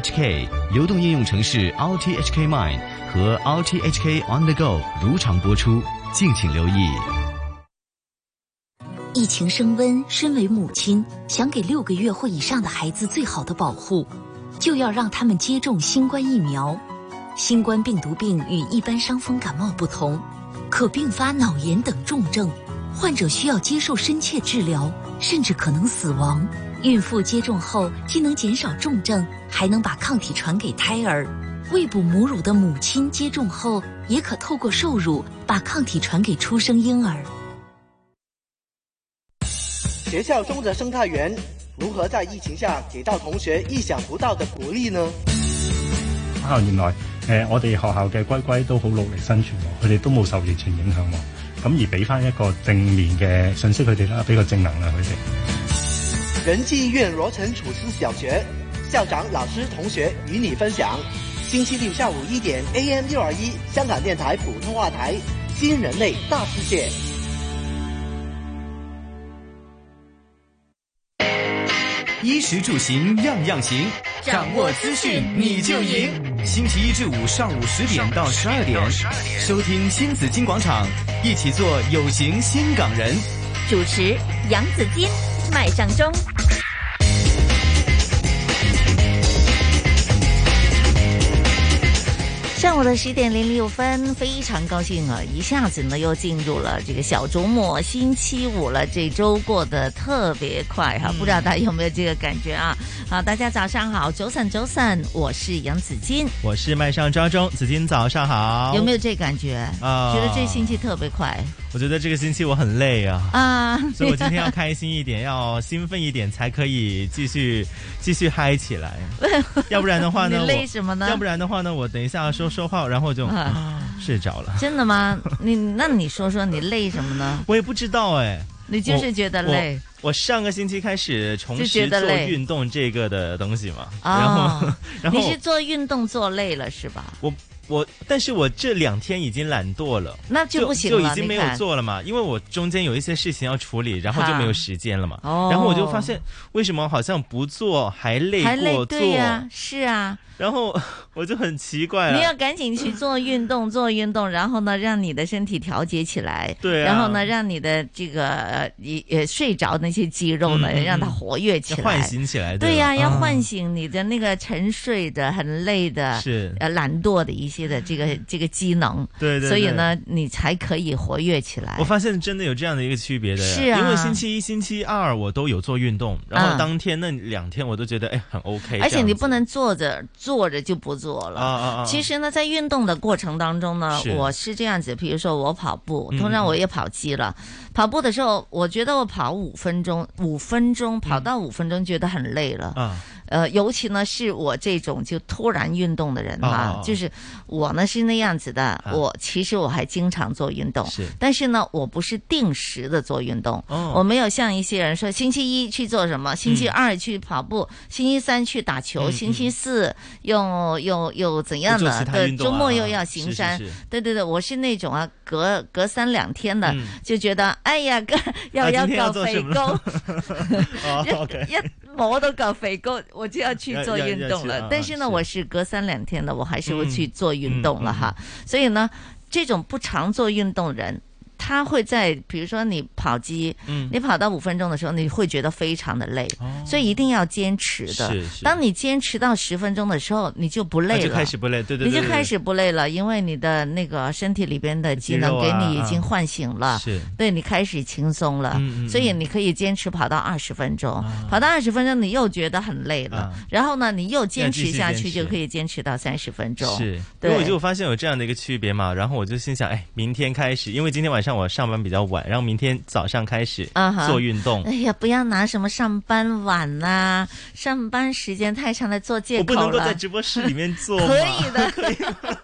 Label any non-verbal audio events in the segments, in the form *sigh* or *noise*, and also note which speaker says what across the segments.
Speaker 1: HK 流动应用程式 RTHK Mind 和 RTHK On the Go 如常播出，敬请留意。
Speaker 2: 疫情升温，身为母亲，想给六个月或以上的孩子最好的保护，就要让他们接种新冠疫苗。新冠病毒病与一般伤风感冒不同，可并发脑炎等重症，患者需要接受深切治疗，甚至可能死亡。孕妇接种后，既能减少重症，还能把抗体传给胎儿；未哺母乳的母亲接种后，也可透过受乳把抗体传给出生婴儿。
Speaker 3: 学校中的生态园如何在疫情下给到同学意想不到的鼓励呢？
Speaker 4: 校園內，誒、呃我哋學校嘅龜龜都好努力生存喎，佢哋都冇受疫情影響喎。咁而俾翻一個正面嘅信息佢哋啦，俾個正能量佢哋。
Speaker 3: 仁济医院罗城楚思小学校长、老师、同学与你分享。星期六下午一点，AM 六二一，香港电台普通话台，《新人类大世界》。
Speaker 1: 衣食住行样样行，
Speaker 5: 掌握资讯你就赢。
Speaker 1: 星期一至五上午十点到十二点，收听新紫金广场，一起做有型新港人。
Speaker 5: 主持杨子金、麦尚中。
Speaker 6: 上午的十点零六分，非常高兴啊！一下子呢又进入了这个小周末，星期五了，这周过得特别快哈、
Speaker 7: 嗯
Speaker 6: 不知道大家有没有这个感觉啊？好，大家早上好，周三周三，我是杨子金，
Speaker 7: 我是麦上张中，紫金早上好。
Speaker 6: 有没有这感觉？
Speaker 7: 啊
Speaker 6: 觉得这星期特别快
Speaker 7: 我觉得这个星期我很累
Speaker 6: *laughs*
Speaker 7: 啊。
Speaker 6: 啊！
Speaker 7: *laughs* 所以我今天要开心一点，要兴奋一点，才可以继续继续嗨起
Speaker 6: *laughs*
Speaker 7: 来。要不然的话呢，
Speaker 6: 你
Speaker 7: 我
Speaker 6: 累什么呢
Speaker 7: 要不然的话呢，我等一下说说话，然后就、
Speaker 6: 啊
Speaker 7: 睡着了。
Speaker 6: *laughs* 真的吗？你那你说说你累什
Speaker 7: *laughs*
Speaker 6: 么呢？
Speaker 7: 我也不知道哎，
Speaker 6: 你就是觉得累
Speaker 7: 我。我上个星期开始重
Speaker 6: 就觉
Speaker 7: 拾
Speaker 6: 得
Speaker 7: 做
Speaker 6: 累
Speaker 7: 运动这个的东西嘛，然后 *laughs*
Speaker 6: 哦
Speaker 7: 然后
Speaker 6: 你是做运动做累了是吧？
Speaker 7: 我我，但是我这两天已经懒惰了，
Speaker 6: 那就不行
Speaker 7: 就
Speaker 6: 了
Speaker 7: 已经
Speaker 6: 你
Speaker 7: 没有
Speaker 6: 看
Speaker 7: 做了嘛，因为我中间有一些事情要处理，然后就没有时间了嘛。
Speaker 6: 哦
Speaker 7: 然后我就发现，为什么好像不做还累
Speaker 6: 还累
Speaker 7: 过做？
Speaker 6: 对呀、是啊，
Speaker 7: 然后 *laughs* 我就很奇怪啊
Speaker 6: 你要
Speaker 7: 了。
Speaker 6: 赶紧去做
Speaker 7: *laughs*
Speaker 6: 运动，做运动，然后呢，让你的身体调节起来，
Speaker 7: 对啊
Speaker 6: 然后呢，让你的这个呃也也睡着那些肌肉呢，
Speaker 7: 嗯嗯嗯
Speaker 6: 让它活跃起来，
Speaker 7: 唤醒起来，
Speaker 6: 对
Speaker 7: 吧
Speaker 6: 呀、要
Speaker 7: 啊
Speaker 6: 唤醒你的那个沉睡的、很累的、
Speaker 7: 是
Speaker 6: 呃懒惰的一些的这个这个机能，
Speaker 7: 对对
Speaker 6: 所以
Speaker 7: 对
Speaker 6: 呢，你才可以活跃起来
Speaker 7: 我。发现真的有这样的一个区别的，
Speaker 6: 是啊
Speaker 7: 因为星期一、星期二我都有做运动，然
Speaker 6: 嗯
Speaker 7: 后当天那两天我都觉得哎很 OK，
Speaker 6: 而且
Speaker 7: 这
Speaker 6: 你
Speaker 7: 样子
Speaker 6: 不能坐着坐着就不做了。
Speaker 7: 啊啊啊
Speaker 6: 其实呢，在运动的过程当中呢，
Speaker 7: 是
Speaker 6: 我是这样子，比如说我跑步，
Speaker 7: 嗯
Speaker 6: 通常我也跑机了。跑步的时候，我觉得我跑五分钟，五分钟跑到五分钟觉得很累了。
Speaker 7: 嗯啊
Speaker 6: 呃，尤其呢是我这种就突然运动的人哈、
Speaker 7: 哦哦哦
Speaker 6: 就是我呢是那样子的，我其实我还经常做运动，
Speaker 7: 啊是
Speaker 6: 但是呢我不是定时的做运动，
Speaker 7: 哦
Speaker 6: 我没有像一些人说星期一去做什么，星期二去跑步，星期三去打球，
Speaker 7: 嗯
Speaker 6: 星期四又又又怎样
Speaker 7: 又
Speaker 6: 的
Speaker 7: 做，其他
Speaker 6: 对，
Speaker 7: 运动
Speaker 6: 周
Speaker 7: 啊
Speaker 6: 末又要行山，
Speaker 7: 是是是
Speaker 6: 对对对，我是那种啊，隔隔三两天的、
Speaker 7: 嗯
Speaker 6: 就觉得哎呀，哥要、
Speaker 7: 啊今天
Speaker 6: 搞
Speaker 7: 要做
Speaker 6: 肥
Speaker 7: 什么
Speaker 6: 膏
Speaker 7: 了。 *laughs*
Speaker 6: *laughs*
Speaker 7: 哦 OK，
Speaker 6: 一摸到嚿肥膏，我就要去做运
Speaker 7: 要要
Speaker 6: 动
Speaker 7: 要去
Speaker 6: 了
Speaker 7: 啊。
Speaker 6: 但是呢，
Speaker 7: 是嗯
Speaker 6: 我是隔三两天的，我还是会去做运动了
Speaker 7: 嗯嗯嗯
Speaker 6: 哈。所以呢，这种不常做运动的人。他会在，比如说你跑机，
Speaker 7: 嗯哦
Speaker 6: 你跑到五分钟的时候，你会觉得非常的累，所以一定要坚持的
Speaker 7: 是。是
Speaker 6: 当你坚持到十分钟的时候，你就不
Speaker 7: 那
Speaker 6: 累了，
Speaker 7: 啊就开始不累，对对对，
Speaker 6: 你就
Speaker 7: 对
Speaker 6: 开
Speaker 7: 对
Speaker 6: 始不累了，因为你的那个身体里边的机
Speaker 7: 肌
Speaker 6: 能
Speaker 7: 肉
Speaker 6: 给
Speaker 7: 啊
Speaker 6: 你已经
Speaker 7: 啊
Speaker 6: 唤醒了，
Speaker 7: 是
Speaker 6: 对你开始轻松了，
Speaker 7: 嗯嗯
Speaker 6: 所以你可以坚持跑到二十分钟，跑到二十分钟你又觉得很累了，
Speaker 7: 啊
Speaker 6: 然后呢你又坚
Speaker 7: 要继
Speaker 6: 持
Speaker 7: 续
Speaker 6: 下
Speaker 7: 坚
Speaker 6: 去
Speaker 7: 持
Speaker 6: 就可以坚持到三十分钟，
Speaker 7: 是，因
Speaker 6: 对，
Speaker 7: 为我就发现有这样的一个区别嘛，然后我就心想，哎，明天开始，因为今天晚上我上班比较晚，然后明天早上开始
Speaker 6: 啊哈
Speaker 7: 做运动。
Speaker 6: 哎呀，不要拿什么上班晚呐、上班时间太长来做借
Speaker 7: 我
Speaker 6: 口
Speaker 7: 不
Speaker 6: 了。
Speaker 7: 能够在直播室里面做吗？
Speaker 6: 可以
Speaker 7: 的，可以吗。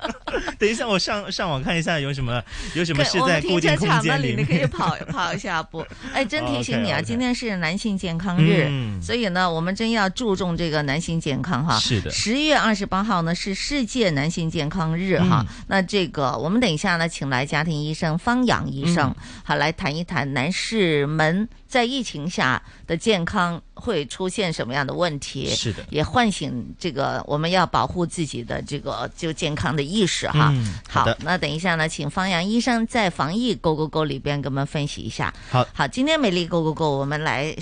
Speaker 7: *laughs* 等一下，我上上网看一下有什么有什么
Speaker 6: 可
Speaker 7: 是
Speaker 6: 我
Speaker 7: 在
Speaker 6: 们
Speaker 7: 固定
Speaker 6: 停车
Speaker 7: 空
Speaker 6: 场那
Speaker 7: 间
Speaker 6: 里，
Speaker 7: 里
Speaker 6: 你可以
Speaker 7: 面。哦
Speaker 6: 跑 *laughs* 跑一下步。哎，真提醒你啊，
Speaker 7: OK，OK
Speaker 6: 今天是男性健康日，
Speaker 7: 嗯
Speaker 6: 所以呢，我们真要注重这个男性健康哈。
Speaker 7: 是的
Speaker 6: 十月二十八号呢是世界男性健康日哈。
Speaker 7: 嗯
Speaker 6: 那这个我们等一下呢，请来家庭医生方洋医生，
Speaker 7: 嗯
Speaker 6: 好来谈一谈男士们在疫情下的健康会出现什么样的问题？
Speaker 7: 是的
Speaker 6: 也唤醒这个我们要保护自己的这个就健康的意识哈。
Speaker 7: 嗯好
Speaker 6: 好
Speaker 7: 的，
Speaker 6: 那等一下呢，请方洋医生在防疫 Go Go Go 里边给我们分析一下。
Speaker 7: 好
Speaker 6: 好，今天美丽 Go Go Go 我们来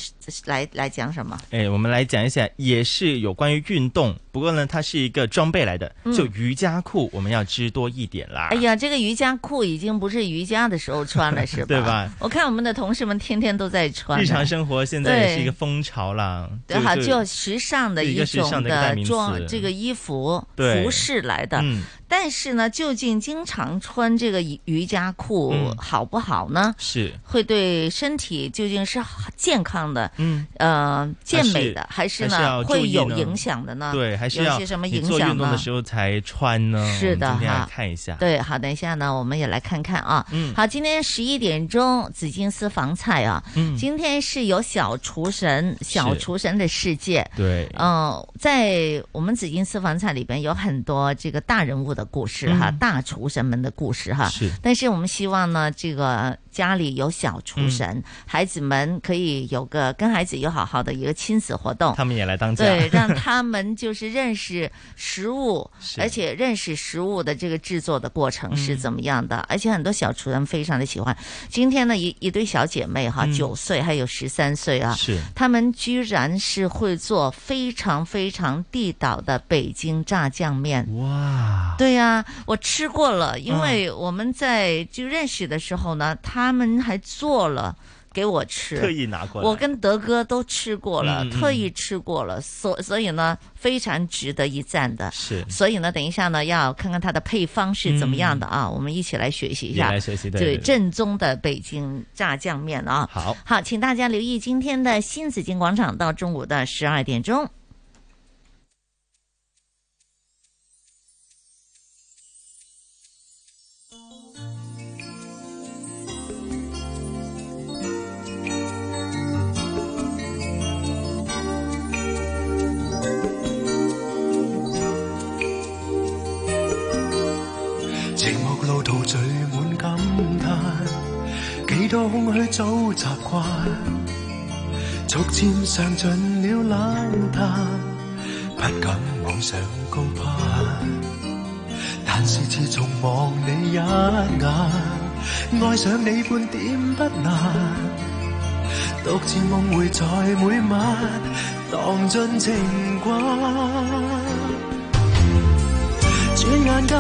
Speaker 6: 来来讲什么？
Speaker 7: *laughs* 哎，我们来讲一下，也是有关于运动，不过呢，它是一个装备来的，
Speaker 6: 嗯
Speaker 7: 就瑜伽裤，我们要知多一点啦。
Speaker 6: 哎，呀，这个瑜伽裤已经不是瑜伽的时候穿了，是
Speaker 7: *laughs*
Speaker 6: 吧？哦
Speaker 7: 对吧
Speaker 6: 我看我们的同事们天天都在穿呢，
Speaker 7: 日常生活现在也是一个
Speaker 6: 对
Speaker 7: 风潮啦，
Speaker 6: 对
Speaker 7: 就
Speaker 6: 好
Speaker 7: 就
Speaker 6: 就时尚的
Speaker 7: 一个时
Speaker 6: 种
Speaker 7: 尚的一个代
Speaker 6: 的
Speaker 7: 名词
Speaker 6: 装，这个衣服
Speaker 7: 对
Speaker 6: 服饰来的。
Speaker 7: 嗯
Speaker 6: 但是呢，究竟经常穿这个瑜瑜伽裤
Speaker 7: 嗯
Speaker 6: 好不好呢？
Speaker 7: 是
Speaker 6: 会对身体究竟是好健康的，
Speaker 7: 嗯
Speaker 6: 呃，健美的，还是
Speaker 7: 还是要
Speaker 6: 呢
Speaker 7: 注意
Speaker 6: 会有
Speaker 7: 呢
Speaker 6: 影响的呢？
Speaker 7: 对，还是
Speaker 6: 有
Speaker 7: 要
Speaker 6: 些什么
Speaker 7: 你
Speaker 6: 影
Speaker 7: 做
Speaker 6: 响
Speaker 7: 运动
Speaker 6: 呢
Speaker 7: 的？时候才穿呢。
Speaker 6: 是的
Speaker 7: 我们今天来
Speaker 6: 哈
Speaker 7: 看一下。
Speaker 6: 对，好，等一下呢，我们也来看看啊。
Speaker 7: 嗯
Speaker 6: 好，今天十一点钟，紫金私房菜啊，
Speaker 7: 嗯
Speaker 6: 今天是有小厨神，小
Speaker 7: 是
Speaker 6: 厨神的世界。
Speaker 7: 对，
Speaker 6: 嗯、在我们紫金私房菜里边有很多这个大人物的故事哈，
Speaker 7: 嗯
Speaker 6: 大厨神们的故事哈。
Speaker 7: 是
Speaker 6: 但是我们希望呢，这个家里有小厨神，
Speaker 7: 嗯
Speaker 6: 孩子们可以有个跟孩子有好好的一个亲子活动。
Speaker 7: 他们也来当家。
Speaker 6: 对，让他们就是认识食物，
Speaker 7: 是
Speaker 6: 而且认识食物的这个制作的过程是
Speaker 7: 嗯
Speaker 6: 怎么样的。而且很多小厨人非常的喜欢。今天呢，一一对小姐妹哈，
Speaker 7: 嗯
Speaker 6: 九、岁还有十三岁啊，
Speaker 7: 是
Speaker 6: 她们居然是会做非常非常地道的北京炸酱面。
Speaker 7: 哇，嗯
Speaker 6: 对呀、我吃过了，因为我们在就认识的时候呢，他们还做了给我吃，
Speaker 7: 特意拿过来。
Speaker 6: 我跟德哥都吃过了，
Speaker 7: 嗯嗯嗯
Speaker 6: 特意吃过了，所所以呢，非常值得一赞的。
Speaker 7: 是
Speaker 6: 所以呢，等一下呢，要看看它的配方是怎么样的啊，我们一起来学习一
Speaker 7: 也
Speaker 6: 下，
Speaker 7: 来学习的。
Speaker 6: 对正宗的北京炸酱面啊。
Speaker 7: 好，
Speaker 6: 好，请大家留意今天的新紫金广场到中午的十二点钟。
Speaker 8: 寂寞路途聚滿感嘆，幾多空虛早習慣，逐漸上盡了冷淡，不敢妄想高攀。但是自從望你一眼，愛上你半點不難，獨自夢回在每晚，蕩盡情關。轉眼間，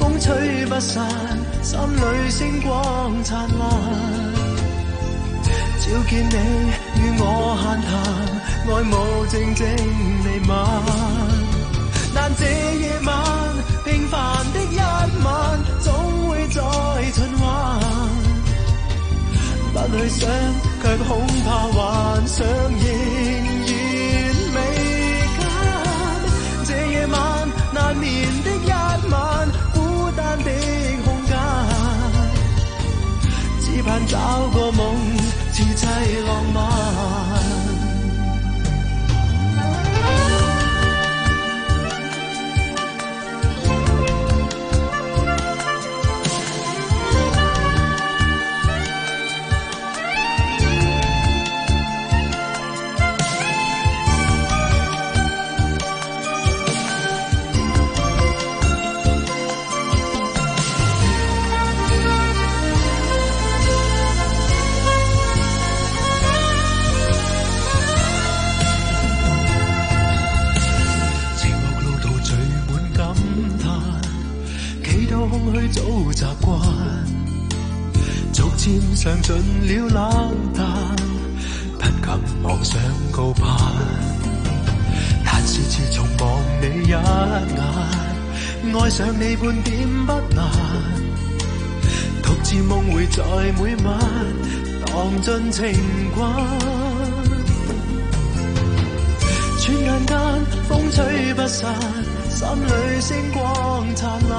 Speaker 8: 風吹不散，心裏星光燦爛。照見你與我閒談，愛慕靜靜彌漫。但這夜晚，平凡的一晚，總會再循環。不去想，卻恐怕幻想仍然未間。這夜晚難眠的一晚，孤單的空間，只盼找個夢自製浪漫。寂寞路途聚滿感嘆，幾多空虛早習慣，逐漸上盡了冷淡，不敢妄想高攀。但是自從望你一眼，愛上你半點不難，獨自夢會在每晚，蕩盡情關。轉眼間，風吹不散，心裏星光燦爛。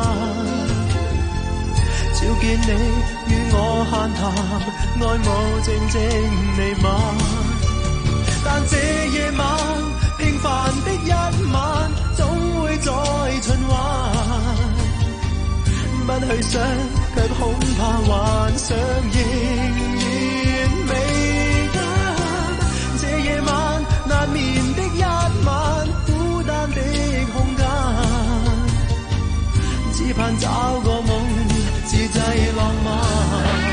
Speaker 8: 照見你與我閒談，愛慕靜靜彌漫。但這夜晚，平凡的一晚，總會再循環。不去想，卻恐怕幻想仍然未間。
Speaker 9: 盼找個夢，自製浪漫。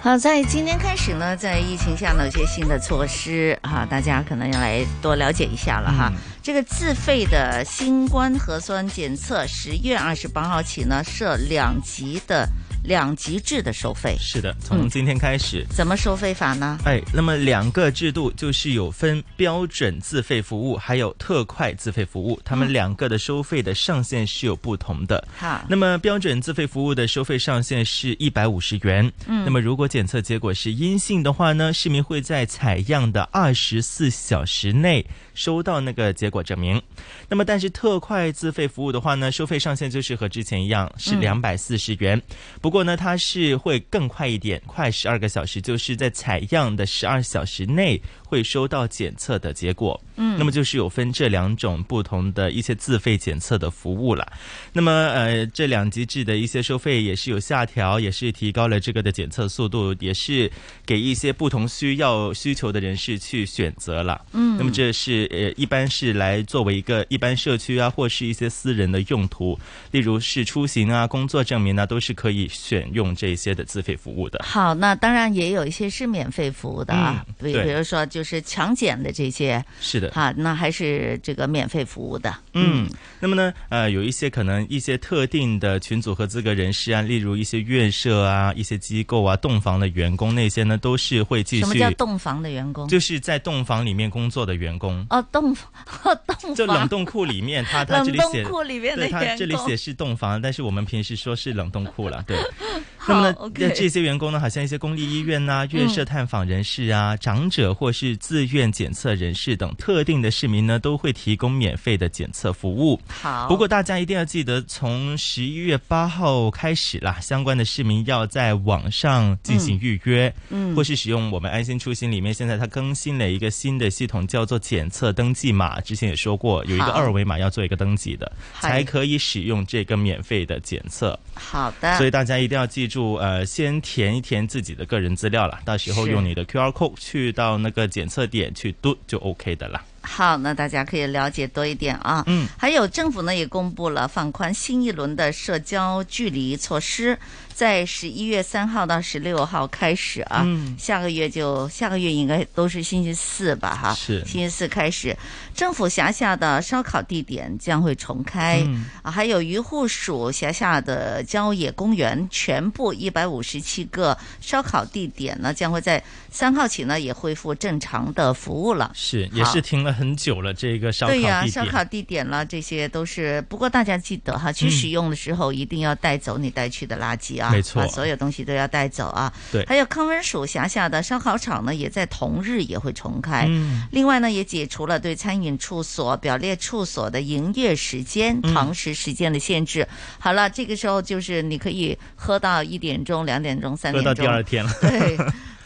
Speaker 6: 好，在今天开始呢，在疫情下呢，有些新的措施啊，大家可能要来多了解一下了
Speaker 7: 嗯
Speaker 6: 哈。这个自费的新冠核酸检测，十月二十八号起呢，设两级的两级制的收费。嗯
Speaker 7: 是的，从今天开始。
Speaker 6: 怎么收费法呢？
Speaker 7: 哎，那么两个制度就是有分标准自费服务，还有特快自费服务，他
Speaker 6: 嗯
Speaker 7: 们两个的收费的上限是有不同的。
Speaker 6: 好
Speaker 7: 那么标准自费服务的收费上限是一百五十元。
Speaker 6: 嗯
Speaker 7: 那么如果检测结果是阴性的话呢，市民会在采样的二十四小时内收到那个结果证明。那么但是特快自费服务的话呢，收费上限就是和之前一样是两
Speaker 6: 嗯
Speaker 7: 百四十元。不过呢，它是会更快一点，快十二个小时，就是在采样的十二小时内会收到检测的结果。
Speaker 1: 嗯
Speaker 7: 那么就是有分这两种不同的一些自费检测的服务了。那么呃，这两级制的一些收费也是有下调，也是提高了这个的检测速度，也是给一些不同需要需求的人士去选择了。
Speaker 1: 嗯
Speaker 7: 那么这是呃，一般是来作为一个一般社区啊，或是一些私人的用途，例如是出行啊、工作证明啊，都是可以选用这些的自费服务的。
Speaker 6: 好，那当然也有一些是免费服务的啊，
Speaker 7: 嗯
Speaker 6: 比
Speaker 7: 对
Speaker 6: 比如说就是强检的这些，
Speaker 7: 是的，
Speaker 6: 哈，那还是这个免费服务的。
Speaker 7: 嗯，那么呢，呃，有一些可能一些特定的群组和资格人士啊，例如一些院舍啊、一些机构啊、洞房的员工那些呢，都是会继续。
Speaker 6: 什么叫洞房的员工？
Speaker 7: 就是在洞房里面工作的员工。
Speaker 6: 哦，洞房，哦，洞 *laughs*
Speaker 7: 就冷
Speaker 6: 房，
Speaker 7: 冻库里面，啊他他这里写
Speaker 6: 冷冻库里面的
Speaker 7: 对他
Speaker 6: 员
Speaker 7: 这里
Speaker 6: 工
Speaker 7: 写是洞房，但是我们平时说是冷冻库了。对，
Speaker 6: *laughs*
Speaker 7: 那
Speaker 6: 好
Speaker 7: 么呢，
Speaker 6: OK 嗯
Speaker 7: 这些员工呢，好像一些公立医院呐、院舍探访人士啊、长者或是自愿检测人士等特定的市民呢，都会提供免费的检测服务。
Speaker 6: 好
Speaker 7: 不过大家一定要记得，从十一月八号开始啦，相关的市民要在网上进行预约，
Speaker 1: 嗯嗯
Speaker 7: 或是使用我们安心出行里面现在它更新了一个新的系统，叫做检测登记码。之前也说过，有一个
Speaker 6: 好
Speaker 7: 二维码要做一个登记的，
Speaker 6: 嗨
Speaker 7: 才可以使用这个免费的检测。
Speaker 6: 好的。
Speaker 7: 所以大家一定要记住，呃，先填一填自己的个人资料啦，到时候
Speaker 6: 是
Speaker 7: 用你的 QR code 去到那个检测点去嘟就 OK 的啦。
Speaker 6: 好，那大家可以了解多一点啊。
Speaker 7: 嗯，
Speaker 6: 还有政府呢也公布了放宽新一轮的社交距离措施，在十一月三号到十六号开始啊。
Speaker 1: 嗯
Speaker 6: 下个月就下个月应该都是星期四吧，哈。
Speaker 1: 是
Speaker 6: 星期四开始，政府辖下的烧烤地点将会重开，
Speaker 1: 嗯
Speaker 6: 啊，还有渔护署辖下的郊野公园全部一百五十七个烧烤地点呢，将会在三号起呢也恢复正常的服务了。
Speaker 7: 是，也
Speaker 6: 好
Speaker 7: 是停了很久了，这个烧烤地
Speaker 6: 对
Speaker 7: 点。
Speaker 6: 呀、烧烤地点啦，这些都是。不过大家记得哈，去
Speaker 7: 嗯
Speaker 6: 使用的时候一定要带走你带去的垃圾啊，
Speaker 7: 没错
Speaker 6: 把所有东西都要带走啊。
Speaker 7: 对
Speaker 6: 还有康文署辖下的烧烤场呢，也在同日也会重开。
Speaker 1: 嗯
Speaker 6: 另外呢，也解除了对餐饮处所、表列处所的营业时间、
Speaker 1: 嗯
Speaker 6: 堂食时间的限制。好了，这个时候就是你可以喝到一点钟、两点钟、三
Speaker 7: 喝
Speaker 6: 点
Speaker 7: 到
Speaker 6: 钟，
Speaker 7: 第二天了。
Speaker 6: *laughs*
Speaker 7: *laughs*
Speaker 6: 对，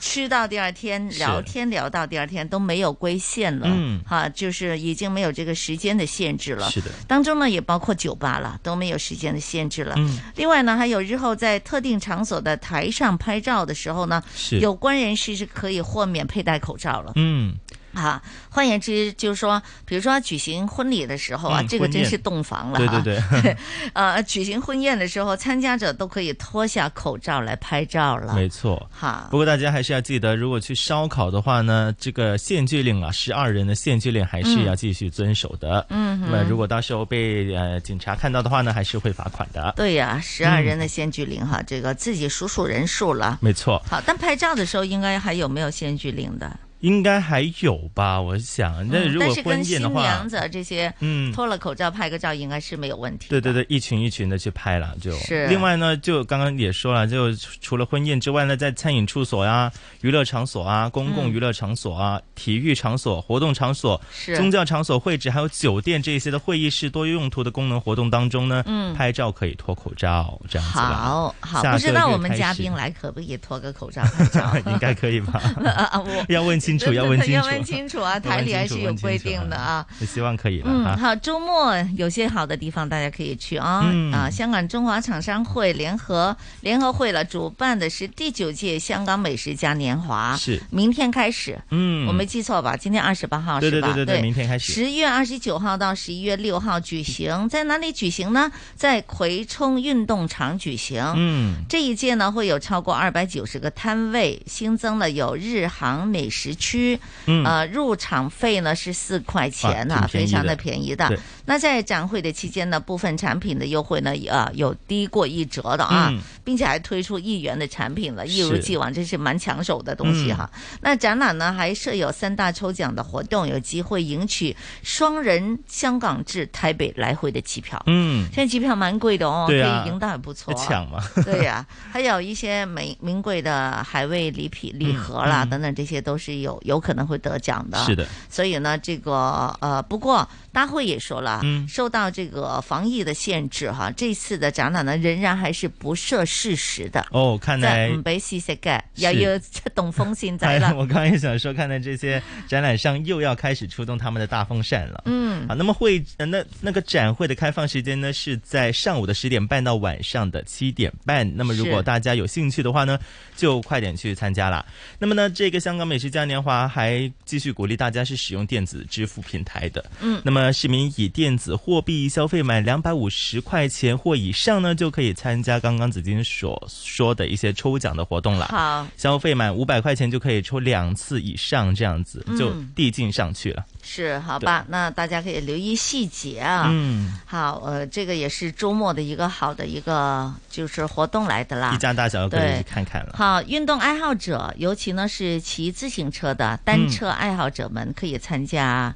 Speaker 6: 吃到第二天，
Speaker 7: 是
Speaker 6: 聊天聊到第二天都没有归线了，
Speaker 7: 嗯
Speaker 6: 哈，就是已经没有这个时间的限制了。
Speaker 1: 是的
Speaker 6: 当中呢也包括酒吧了，都没有时间的限制了。
Speaker 1: 嗯
Speaker 6: 另外呢，还有日后在特定场所的台上拍照的时候呢，
Speaker 7: 是
Speaker 6: 有关人士是可以豁免佩戴口罩了。
Speaker 7: 嗯，
Speaker 6: 啊，换言之，就是说，比如说举行婚礼的时候啊，
Speaker 7: 嗯
Speaker 6: 这个
Speaker 7: 婚
Speaker 6: 真
Speaker 7: 宴
Speaker 6: 是洞房了、
Speaker 7: 对
Speaker 6: 啊。
Speaker 7: 对对，
Speaker 6: *laughs*
Speaker 7: *laughs*
Speaker 6: 呃，举行婚宴的时候，参加者都可以脱下口罩来拍照了。
Speaker 7: 没错。
Speaker 6: 哈
Speaker 7: 不，过大家还是要记得，如果去烧烤的话呢，这个限聚令啊，十二人的限聚令还是要继续遵守的。
Speaker 6: 嗯
Speaker 7: 那
Speaker 6: 哼
Speaker 7: 么如果到时候被呃警察看到的话呢，还是会罚款的。
Speaker 6: 对呀、十
Speaker 7: 嗯
Speaker 6: 二人的限聚令哈，这个自己数数人数了。
Speaker 7: 没错。
Speaker 6: 好，但拍照的时候应该还有没有限聚令的？
Speaker 7: 应该还有吧，我想。那
Speaker 6: 嗯
Speaker 7: 如
Speaker 6: 但
Speaker 7: 果
Speaker 6: 是跟
Speaker 7: 婚宴的
Speaker 6: 新
Speaker 7: 话
Speaker 6: 娘，子这些，
Speaker 7: 嗯
Speaker 6: 脱了口罩拍个照应该是没有问题。
Speaker 7: 对对对，一群一群的去拍了，就是另外呢，就刚刚也说了，就除了婚宴之外呢，在餐饮处所呀、娱乐场所啊、公共
Speaker 6: 嗯
Speaker 7: 娱乐场所啊、体育场所、活动场所、
Speaker 6: 是
Speaker 7: 宗教场所、会址，还有酒店这些的会议室多用途的功能活动当中呢，
Speaker 6: 嗯
Speaker 7: 拍照可以脱口罩这样子啦
Speaker 6: 好好，
Speaker 7: 下
Speaker 6: 不
Speaker 7: 个
Speaker 6: 知道
Speaker 7: 月
Speaker 6: 我们
Speaker 7: 开
Speaker 6: 嘉
Speaker 7: 始 *laughs*
Speaker 6: 宾来可不可以脱个口罩拍照？
Speaker 7: 应该可以吧？
Speaker 6: *laughs* 啊啊，我
Speaker 7: 要问 *laughs* 清楚，
Speaker 6: 对对
Speaker 7: 要问
Speaker 6: 对
Speaker 7: 清
Speaker 6: 要
Speaker 7: 楚，
Speaker 6: 问清楚啊
Speaker 7: 要问
Speaker 6: 台里还
Speaker 7: 清
Speaker 6: 是
Speaker 7: 楚
Speaker 6: 有
Speaker 7: 问清
Speaker 6: 规
Speaker 7: 楚
Speaker 6: 定的啊。
Speaker 7: *laughs* 希望可以了
Speaker 6: 嗯，
Speaker 7: 啊。
Speaker 6: 好，周末有些好的地方大家可以去啊、
Speaker 7: 嗯
Speaker 6: 啊！香港中华厂商会联合联合会了，主办的是第九届香港美食嘉年华，
Speaker 7: 是
Speaker 6: 明天开始，
Speaker 7: 嗯
Speaker 6: 我没记错吧？今天二十八号
Speaker 7: 对
Speaker 6: 是
Speaker 7: 对
Speaker 6: 吧？
Speaker 7: 对对对明天开始
Speaker 6: 十月二十九号到十一月六号举行，在哪里举行呢？在葵涌运动场举行，
Speaker 7: 嗯
Speaker 6: 这一届呢，会有超过二百九十个摊位，新增了有日航美食区，
Speaker 1: 嗯
Speaker 6: 呃，入场费呢是四块钱
Speaker 1: 啊挺便宜的
Speaker 6: 非常的便宜的
Speaker 1: 对。
Speaker 6: 那在展会的期间呢，部分产品的优惠呢，呃，有低过一折的啊，
Speaker 1: 嗯
Speaker 6: 并且还推出一元的产品了，一如
Speaker 1: 是嗯
Speaker 6: 既往，这是蛮抢手的东西哈。那展览呢，还设有三大抽奖的活动，有机会赢取双人香港至台北来回的机票。
Speaker 7: 嗯
Speaker 6: 现在机票蛮贵的哦，
Speaker 7: 对啊
Speaker 6: 可以赢到还不错、
Speaker 7: 要抢嘛
Speaker 6: 对呀、还有一些名名贵的海味礼品、礼盒啦、
Speaker 1: 嗯
Speaker 6: 等等，这些都是有有可能会得奖的。
Speaker 1: 是的
Speaker 6: 所以呢，这个呃，不过大会也说了，
Speaker 1: 嗯
Speaker 6: 受到这个防疫的限制哈，这次的展览呢，仍然还是不设事实的。
Speaker 7: 哦，看来
Speaker 6: 唔俾試食嘅，
Speaker 7: 是
Speaker 6: 又要動風扇仔
Speaker 7: *laughs*
Speaker 6: 啦
Speaker 7: 哎。我刚刚也想说，看到这些展览商又要开始出动他们的大风扇了。
Speaker 6: 嗯
Speaker 7: 啊，那么会呃那那个展会的开放时间呢是在上午的十点半到晚上的七点半。那么如果
Speaker 6: 是
Speaker 7: 大家有兴趣的话呢，就快点去参加啦。那么呢，这个香港美食嘉年华还继续鼓励大家是使用电子支付平台的。
Speaker 10: 嗯
Speaker 7: 那么市民以电子货币消费满两百五十块钱或以上呢，就可以参加刚刚紫金所说的一些抽奖的活动啦。
Speaker 6: 好
Speaker 7: 消费满五百块钱就可以抽两次以上，这样子
Speaker 6: 嗯
Speaker 7: 就递进上去了。
Speaker 6: 是，好吧，那大家可以留意细节啊。
Speaker 7: 嗯，
Speaker 6: 好，呃，这个也是周末的一个好的一个就是活动来的啦。
Speaker 7: 一家大小可以
Speaker 6: 对
Speaker 7: 去看看了。
Speaker 6: 好，运动爱好者，尤其呢是骑自行车的单车爱好者们，可以参加。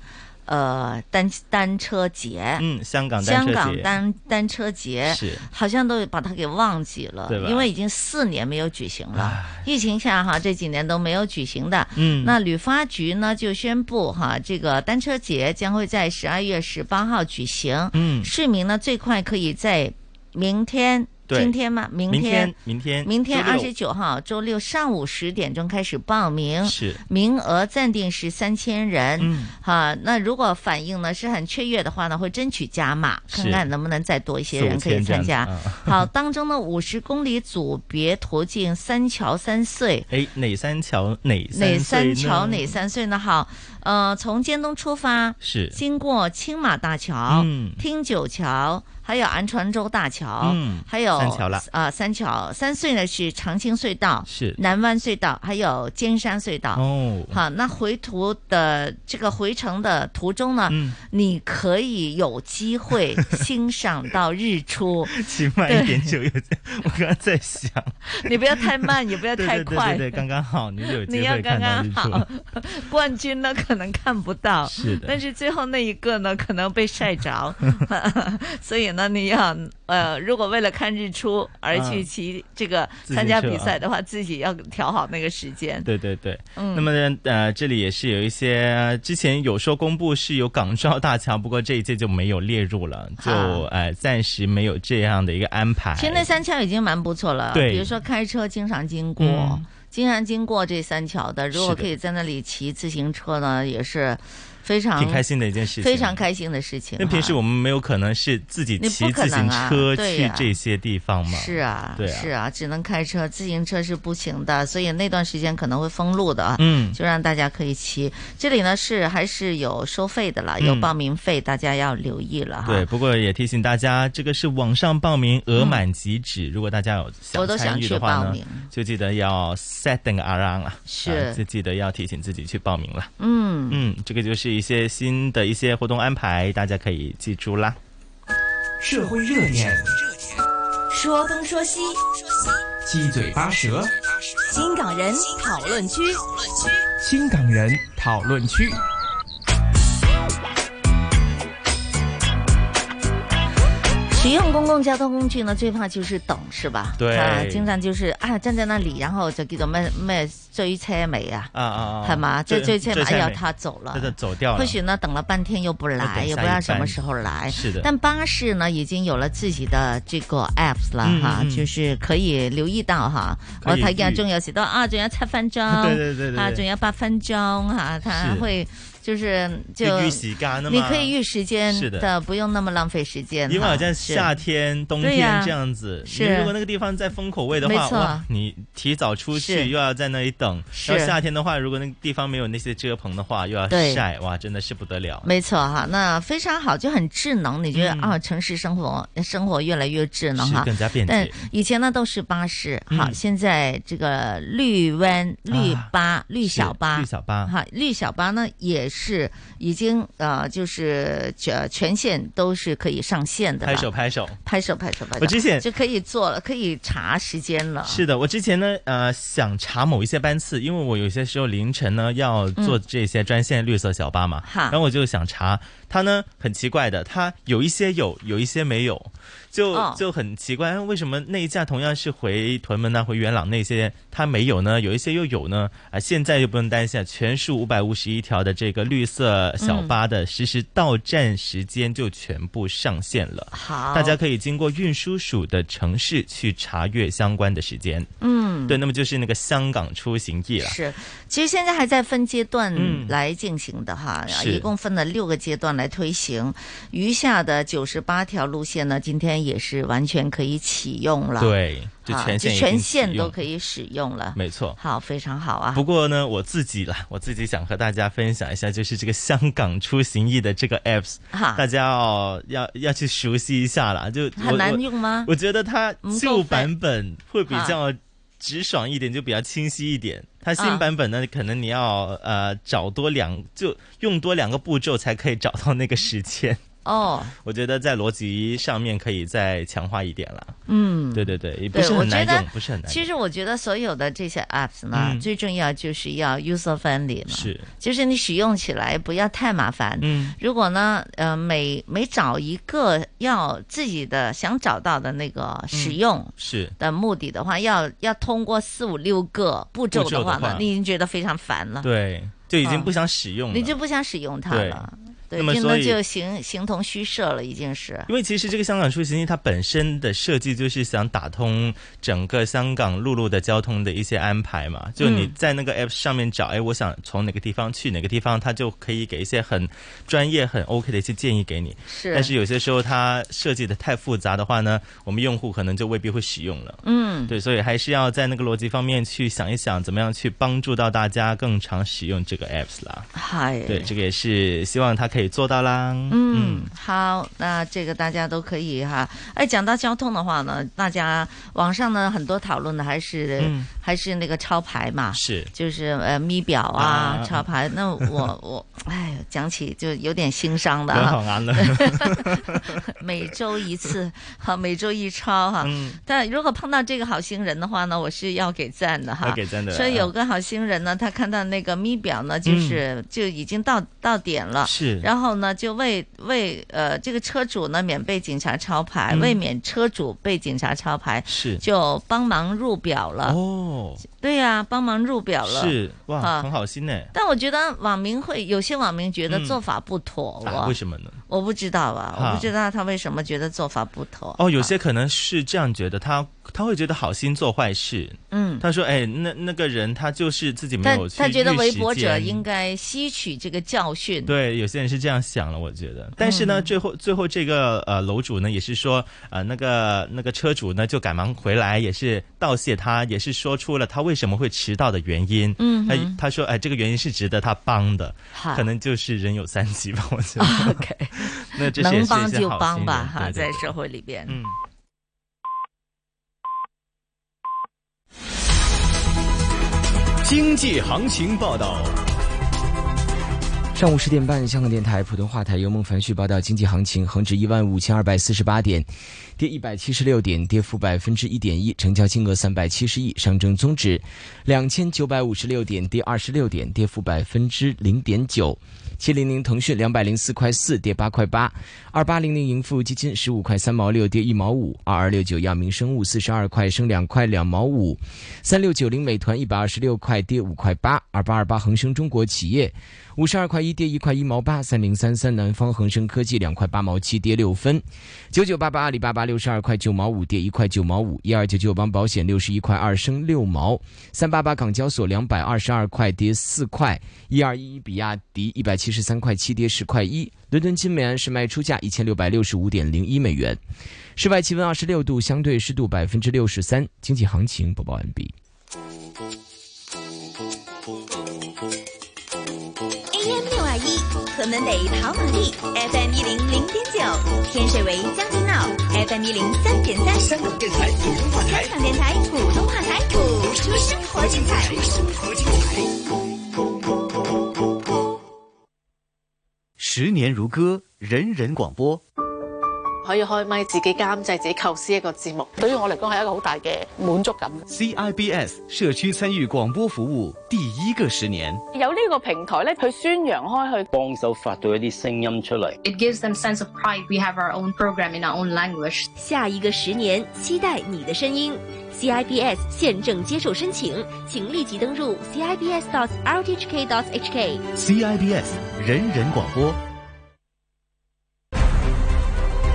Speaker 6: 呃，单单车节，
Speaker 7: 嗯香港单车节
Speaker 6: 香港单单车节
Speaker 7: 是
Speaker 6: 好像都把它给忘记了
Speaker 7: 对吧，
Speaker 6: 因为已经四年没有举行了，疫情下哈这几年都没有举行的。
Speaker 1: 嗯
Speaker 6: 那旅发局呢就宣布哈，这个单车节将会在十二月十八号举行，
Speaker 1: 嗯
Speaker 6: 市民呢最快可以在明天，
Speaker 7: 对
Speaker 6: 今天吗？明
Speaker 7: 明天，明天，
Speaker 6: 明天
Speaker 7: 周
Speaker 6: 二
Speaker 7: 六
Speaker 6: 十九号周六上午十点钟开始报
Speaker 2: 嗯
Speaker 6: 名，
Speaker 7: 是
Speaker 6: 名额暂定是三千人。
Speaker 7: 嗯，
Speaker 6: 好，那如果反应呢是很雀跃的话呢，会争取加码，
Speaker 1: 是
Speaker 6: 看看能不能再多一些人可以
Speaker 7: 四五
Speaker 6: 参加
Speaker 7: 千这样。子啊
Speaker 6: 好，当中呢五十公里组别途径三桥三隧。
Speaker 7: 哎，哪三桥哪
Speaker 6: 哪
Speaker 7: 三
Speaker 6: 三桥哪
Speaker 7: 三
Speaker 6: 三隧呢？好，呃，从尖东出发，
Speaker 7: 是
Speaker 6: 经过青马大桥、
Speaker 7: 嗯
Speaker 6: 汀九桥，还有安船洲大桥，
Speaker 7: 嗯
Speaker 6: 还有
Speaker 7: 三桥啦
Speaker 6: 啊、三桥三隧呢是长青隧道，
Speaker 7: 是
Speaker 6: 南湾隧道，还有尖山隧道。
Speaker 7: 哦
Speaker 6: 好，那回途的这个回程的途中呢，
Speaker 7: 嗯
Speaker 6: 你可以有机
Speaker 7: *laughs*
Speaker 6: 会欣赏到日出，
Speaker 7: 起慢一点就有。我刚刚在想，
Speaker 6: 你不要太慢，也不要
Speaker 7: 对
Speaker 6: *laughs* 太
Speaker 7: 对对
Speaker 6: 快，
Speaker 7: 对对，刚刚好，你就有机
Speaker 6: 你要
Speaker 7: 会
Speaker 6: 刚
Speaker 7: 看到日
Speaker 6: 刚好 *laughs*
Speaker 7: 出。，
Speaker 6: 冠军呢可能看不到，
Speaker 7: 是的
Speaker 6: 但是最后那一个呢可能被晒着， *laughs* 所以呢你要呃，如果为了看日出而去
Speaker 7: 啊
Speaker 6: 骑这个
Speaker 7: 自行
Speaker 6: 参加
Speaker 7: 车
Speaker 6: 比赛
Speaker 7: 啊
Speaker 6: 的话，自己要调好那个时间。
Speaker 7: *laughs* 对对对，
Speaker 6: 嗯
Speaker 7: 那么呢，呃，这里也是有一些呃之前有说公布是有港珠澳大桥，不过这一届就没有列入了，就
Speaker 6: 啊
Speaker 7: 呃暂时没有这样的一个安排。
Speaker 6: 其实那三桥已经蛮不错了，
Speaker 7: 对
Speaker 6: 比如说开车经常经过，
Speaker 7: 嗯
Speaker 6: 经常经过这三桥的，如果
Speaker 7: 是的
Speaker 6: 可以在那里骑自行车呢，也是非常
Speaker 7: 挺开心的一件事情，
Speaker 6: 非常开心的事情。
Speaker 7: 那平时
Speaker 6: 哈
Speaker 7: 我们没有可能是自己
Speaker 6: 你
Speaker 7: 骑
Speaker 6: 不可
Speaker 7: 自行
Speaker 6: 能啊
Speaker 7: 车
Speaker 6: 对
Speaker 7: 去
Speaker 6: 呀
Speaker 7: 这些地方嘛？
Speaker 6: 是啊，
Speaker 7: 对啊
Speaker 6: 是啊，只能开车，自行车是不行的，所以那段时间可能会封路的啊。
Speaker 7: 嗯
Speaker 6: 就让大家可以骑。这里呢是还是有收费的啦，有
Speaker 7: 嗯
Speaker 6: 报名费，大家要留意了哈。
Speaker 7: 对，不过也提醒大家，这个是网上报名，额满即止。如果大家有
Speaker 6: 我都
Speaker 7: 想
Speaker 6: 想
Speaker 7: 参与的
Speaker 6: 去
Speaker 7: 话
Speaker 6: 报
Speaker 7: 呢
Speaker 6: 名，
Speaker 7: 就记得要 set 那个 around 了，
Speaker 6: 是
Speaker 7: 啊就记得要提醒自己去报名了。
Speaker 6: 嗯
Speaker 7: 嗯，这个就是一些新的一些活动安排，大家可以记住啦。
Speaker 8: 社会热点，
Speaker 11: 说东说西，
Speaker 8: 七嘴八舌，
Speaker 11: 新港人讨论区。
Speaker 8: 新港人讨论区。
Speaker 6: 使用公共交通工具呢，最怕就是等，是吧？
Speaker 7: 对
Speaker 6: 啊，经常就是啊，站在那里，然后就叫做咩咩追车尾啊，
Speaker 7: 啊啊啊！
Speaker 6: 系嘛？
Speaker 7: 最
Speaker 6: 这追车尾，哎
Speaker 7: 下
Speaker 6: 呀，
Speaker 7: 面
Speaker 6: 他走了
Speaker 7: 他。就走掉了。
Speaker 6: 或许呢，等了半天又不
Speaker 7: 要等
Speaker 2: 哎
Speaker 6: 来，也
Speaker 7: 下
Speaker 6: 不
Speaker 7: 一
Speaker 6: 知道什么
Speaker 7: 班
Speaker 6: 时候来。
Speaker 7: 是的，
Speaker 6: 但巴士呢，已经有了自己的这个 apps 啦，
Speaker 7: 嗯
Speaker 6: 哈，
Speaker 7: 嗯
Speaker 6: 就是可以留意到哈。
Speaker 7: 可
Speaker 6: 我
Speaker 7: 以
Speaker 6: 睇
Speaker 7: 預
Speaker 6: 見仲有時都啊，仲有七分
Speaker 7: *laughs*
Speaker 6: 鐘，
Speaker 7: 對對對對
Speaker 6: 啊，
Speaker 7: 對
Speaker 6: 仲有八分鐘哈，它
Speaker 7: 是
Speaker 6: 會就是就
Speaker 7: 预时间的嘛，
Speaker 6: 你可以预时间
Speaker 7: 是的
Speaker 6: 不用那么浪费时间哈。
Speaker 7: 因为好像
Speaker 6: 是
Speaker 7: 夏天、冬
Speaker 6: 对
Speaker 7: 天
Speaker 6: 呀
Speaker 7: 这样子，你
Speaker 6: 是
Speaker 7: 如果那个地方在风口位的
Speaker 6: 没
Speaker 7: 话，
Speaker 6: 错
Speaker 7: 哇，你提早出去
Speaker 6: 是
Speaker 7: 又要在那里等。
Speaker 6: 是
Speaker 7: 然后夏天的话，如果那个地方没有那些遮棚的话，又要
Speaker 6: 对
Speaker 7: 晒，哇，真的是不得了。
Speaker 6: 没错哈，那非常好，就很智能。你觉得、
Speaker 7: 嗯
Speaker 6: 啊，城市生活生活越来越智能
Speaker 7: 是
Speaker 6: 哈，
Speaker 7: 更加便
Speaker 6: 但
Speaker 7: 捷。
Speaker 6: 以前呢都是巴士，
Speaker 7: 嗯
Speaker 6: 好，现在这个绿湾、绿巴、啊绿
Speaker 7: 绿
Speaker 6: 小巴
Speaker 7: 绿、小巴，
Speaker 6: 哈，绿小巴呢也是已经呃，就是全全线都是可以上线的了
Speaker 7: 拍手拍手。
Speaker 6: 拍手拍手拍手，
Speaker 7: 我之前
Speaker 6: 就可以做了，可以查时间了。
Speaker 7: 是的，我之前呢，呃，想查某一些班次，因为我有些时候凌晨呢要坐这些专线绿色小巴嘛，
Speaker 6: 哈
Speaker 7: 然后我就想查它呢，很奇怪的，它有一些有，有一些没有，就、
Speaker 6: 哦
Speaker 7: 就很奇怪，哎为什么那一架同样是回屯门呐、回元朗那些它没有呢？有一些又有呢？啊，现在就不用担心了，全数五百五十一条的这个绿色小巴的实时到站时间就全部上线了。
Speaker 6: 好，
Speaker 7: 大家可以经过运输署的城市去查阅相关的时间。
Speaker 6: 嗯。
Speaker 7: 对，那么就是那个香港出行易了。
Speaker 6: 是，其实现在还在分阶段
Speaker 7: 嗯
Speaker 6: 来进行的哈，
Speaker 7: 是
Speaker 6: 一共分了六个阶段来推行，余下的九十八条路线呢，今天也是完全可以启用了，
Speaker 7: 对，就
Speaker 6: 啊，
Speaker 7: 全线、
Speaker 6: 就全线都可
Speaker 7: 以
Speaker 6: 以使用了
Speaker 7: 用，，没错。
Speaker 6: 好，非常好啊
Speaker 7: 不。过呢，我自己啦，我自己想和大家分享一下，就是这个香港出行易的这个 apps，
Speaker 6: 哈
Speaker 7: 大，家要要要去熟悉一下啦。就
Speaker 6: 很
Speaker 7: 我
Speaker 6: 难
Speaker 7: 我
Speaker 6: 用嗯吗？
Speaker 7: 我觉得它
Speaker 6: 嗯
Speaker 7: 旧
Speaker 6: 够费
Speaker 7: 版本会比较直爽一点，就比较清晰一点。它
Speaker 6: 嗯
Speaker 7: 新版本呢，可能你要呃找多两，就用多两个步骤才可以找到那个时间。
Speaker 6: 哦，
Speaker 7: 我觉得在逻辑上面可以再强化一点了。
Speaker 6: 嗯，
Speaker 7: 对对对，也不是
Speaker 6: 我
Speaker 7: 很
Speaker 6: 觉
Speaker 7: 难用
Speaker 6: 得，
Speaker 7: 不是很难
Speaker 6: 其
Speaker 7: 用。
Speaker 6: 实我觉得所有的这些 apps 呢，
Speaker 7: 嗯
Speaker 6: 最重要就是要 user friendly 嘛，
Speaker 7: 是，
Speaker 6: 就是你使用起来不要太麻烦。
Speaker 7: 嗯，
Speaker 6: 如果呢，呃，每每找一个要自己的想找到的那个
Speaker 7: 嗯
Speaker 6: 使用
Speaker 7: 是
Speaker 6: 的目的的话，要要通过四五六个步骤的话
Speaker 7: 步骤
Speaker 6: 呢，
Speaker 7: 的话
Speaker 6: 你已经觉得非常烦了，
Speaker 7: 对，就已经
Speaker 6: 啊
Speaker 7: 不想使用了。
Speaker 6: 嗯你就不想使用它
Speaker 7: 对
Speaker 6: 了，对，
Speaker 7: 那么
Speaker 6: 就
Speaker 7: 所
Speaker 6: 那
Speaker 7: 以
Speaker 6: 就形形同虚设了，已经是。
Speaker 7: 因为其实这个香港出行易它本身的设计就是想打通整个香港陆路的交通的一些安排
Speaker 6: 嗯
Speaker 7: 嘛，就你在那个 app 上面找，哎，我想从哪个地方去哪个地方，它就可以给一些很专业、很 OK 的一些建议给你。
Speaker 6: 是，
Speaker 7: 但是有些时候它设计的太复杂的话呢，我们用户可能就未必会使用了。
Speaker 6: 嗯，
Speaker 7: 对，所以还是要在那个逻辑方面去想一想，怎么样去帮助到大家更常使用这个 apps 啦。
Speaker 6: 嗨，
Speaker 7: 对，这个也是希望它可以做到啦。
Speaker 6: 哎嗯，好，那这个大家都可以哈。哎，讲到交通的话呢，大家网上呢很多讨论的还是、
Speaker 7: 嗯
Speaker 6: 还是那个抄牌嘛，
Speaker 7: 是。
Speaker 6: 就是呃咪表
Speaker 7: 啊
Speaker 6: 啊，抄牌。那
Speaker 7: *laughs*
Speaker 6: 我我哎呀，讲起就有点心伤的
Speaker 7: 很好
Speaker 6: 啊，
Speaker 7: 玩了，
Speaker 6: *laughs* 每周一次，哈，每周一抄哈。
Speaker 7: 嗯，
Speaker 6: 但如果碰到这个好心人的话呢，我是要给赞的哈。
Speaker 7: 要给真的。啊
Speaker 6: 所以有个好心人呢，他看到那个咪表呢，就是、就已经到到点了，
Speaker 7: 嗯是，
Speaker 6: 然后呢，就为为呃这个车主呢免被警察抄牌，
Speaker 7: 嗯
Speaker 6: 为免车主被警察抄牌，
Speaker 7: 是
Speaker 6: 就帮忙入表了。
Speaker 7: 哦，
Speaker 6: 对呀、帮忙入表了。。
Speaker 7: 是哇，
Speaker 6: 啊
Speaker 7: 很好心呢。
Speaker 6: 但我觉得网民会有些网民觉得
Speaker 7: 嗯
Speaker 6: 做法不妥
Speaker 7: 啊
Speaker 6: 哦
Speaker 7: 为，什么呢？
Speaker 6: 我不知道啊，
Speaker 7: 哈
Speaker 6: 我不知道他为什么觉得做法不妥。
Speaker 7: 哦，有些可能是这样觉得，他他会觉得好心做坏事。
Speaker 6: 嗯
Speaker 7: 他说：“哎，那那个人他就是自己没
Speaker 6: 他
Speaker 7: 有去
Speaker 6: 他觉得
Speaker 7: 遇
Speaker 6: 围
Speaker 7: 时
Speaker 6: 脖者
Speaker 7: 间
Speaker 6: 应该吸取这个教训。
Speaker 7: 对，有些人是这样想了，我觉得。但是
Speaker 6: 嗯
Speaker 7: 呢，最后最后这个呃楼主呢，也是说呃那个那个车主呢就赶忙回来，也是道谢他，也是说出了他为什么会迟到的原因。
Speaker 6: 嗯
Speaker 7: 他
Speaker 6: 哼
Speaker 7: 他说哎、这个原因是值得他帮的
Speaker 6: 好，
Speaker 7: 可能就是人有三急吧，我觉得。
Speaker 6: *laughs* OK，
Speaker 7: *laughs* 那这是也
Speaker 6: 能
Speaker 7: 是一
Speaker 6: 帮
Speaker 7: 些
Speaker 6: 就
Speaker 7: 好
Speaker 6: 帮
Speaker 7: 心
Speaker 6: 吧
Speaker 7: 人
Speaker 6: 哈，
Speaker 7: 对对
Speaker 6: 在
Speaker 7: 对
Speaker 6: 社会里边。
Speaker 7: 嗯。
Speaker 12: 经济行情报道。
Speaker 13: 上午十点半，香港电台普通话台由孟凡旭报道经济行情：恒指一万五千二百四十八点，跌一百七十六点，跌幅百分之一点一，成交金额三百七十亿；上证综指两千九百五十六点，跌二十六点，跌幅百分之零点九。七零零腾讯两百零四块四，跌八块八；二八零零盈富基金十五块三毛六，跌一毛五；二二六九药明生物四十二块，升两块两毛五；三六九零美团一百二十六块，跌五块八；二八二八恒生中国企业五十二块一，跌一块一毛八；三零三三南方恒生科技两块八毛七，跌六分；九九八八阿里巴巴六十二块九毛五，跌一块九毛五；一二九九帮保险六十一块二，升六毛；三八八港交所两百二十二块，跌四块；一二一一比亚迪一百七十三块七，跌十块一。伦敦金美安是卖出价一千六百六十五点零一美元。室外气温二十六度，相对湿度百分之六十三。经济行情播报完毕。
Speaker 11: AM 六二一，河门北跑马地，FM 一零零点九，天水围将军澳，FM 一零三点三。香港电台普通话台，香港电台普通话台，谱出生活精彩。生活精彩。
Speaker 1: 十年如歌，人人广播。
Speaker 14: 可以開咪自己監製、自己構思一個節目，對於我嚟講係一個好大嘅滿足感。
Speaker 1: CIBS 社区参与广播服务第一个十年，
Speaker 14: 有呢個平台咧，去宣揚開去。
Speaker 15: 幫手發到一啲聲音出嚟。
Speaker 16: It gives them sense of pride. We have our own program in our own language.
Speaker 11: 下一个十年，期待你的声音。CIBS 现正接受申请，请立即登入 cibs.rthk.hk。
Speaker 1: CIBS 人人广播，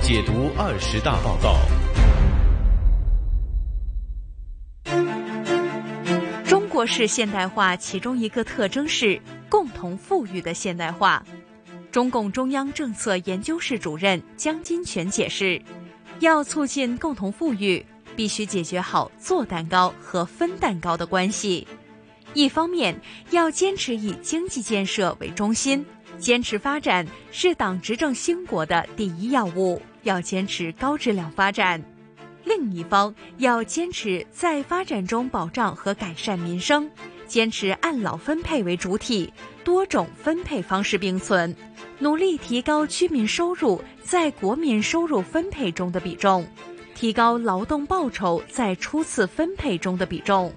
Speaker 1: 解读二十大报告。
Speaker 17: 中国式现代化其中一个特征是共同富裕的现代化。中共中央政策研究室主任江金泉解释，要促进共同富裕，必须解决好做蛋糕和分蛋糕的关系。一方面，要坚持以经济建设为中心，坚持发展是党执政兴国的第一要务，要坚持高质量发展。另一方要坚持在发展中保障和改善民生，坚持按劳分配为主体，多种分配方式并存，努力提高居民收入在国民收入分配中的比重，提高劳动报酬在初次分配中的比重，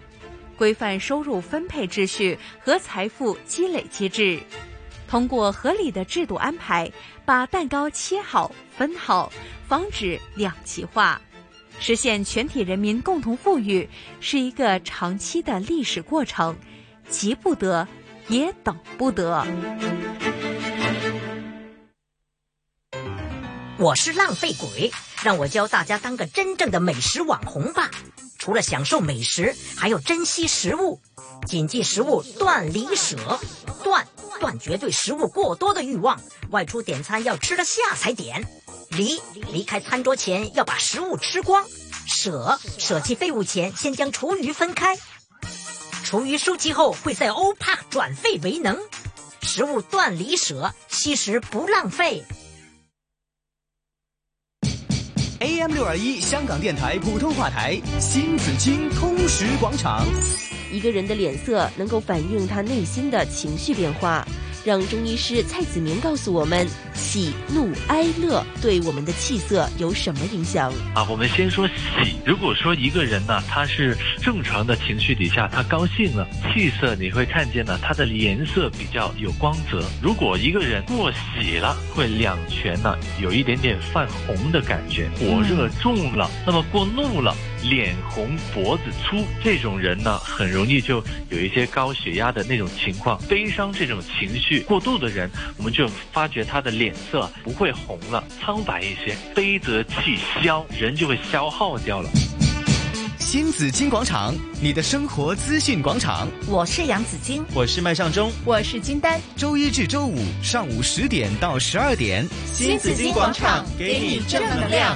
Speaker 17: 规范收入分配秩序和财富积累机制。通过合理的制度安排，把蛋糕切好分好，防止两极化。实现全体人民共同富裕是一个长期的历史过程，急不得，也等不得。
Speaker 18: 我是浪费鬼，让我教大家当个真正的美食网红吧！除了享受美食，还要珍惜食物，谨记食物断离舍，断断绝对食物过多的欲望。外出点餐要吃得下才点，离离开餐桌前要把食物吃光，舍舍弃废物前先将厨余分开，厨余收集后会在欧帕转废为能。食物断离舍，惜食不浪费。
Speaker 12: AM 六二一香港电台普通话台新紫金通识广场。
Speaker 19: 一个人的脸色能够反映他内心的情绪变化。让中医师蔡子明告诉我们，喜怒哀乐对我们的气色有什么影响？
Speaker 20: 啊，我们先说喜。如果说一个人呢，他是正常的情绪底下，他高兴了，气色你会看见呢，他的颜色比较有光泽。如果一个人过喜了，会两拳呢有一点点泛红的感觉，火热重了，那么过怒了。脸红脖子粗这种人呢，很容易就有一些高血压的那种情况。悲伤这种情绪过度的人，我们就发觉他的脸色不会红了，苍白一些。悲则气消，人就会消耗掉了。
Speaker 1: 新紫金广场，你的生活资讯广场。
Speaker 6: 我是杨紫金，
Speaker 7: 我是麦尚中，
Speaker 1: 我是金丹。周一至周五上午十点到十二点，
Speaker 11: 新紫金广场给你正能量。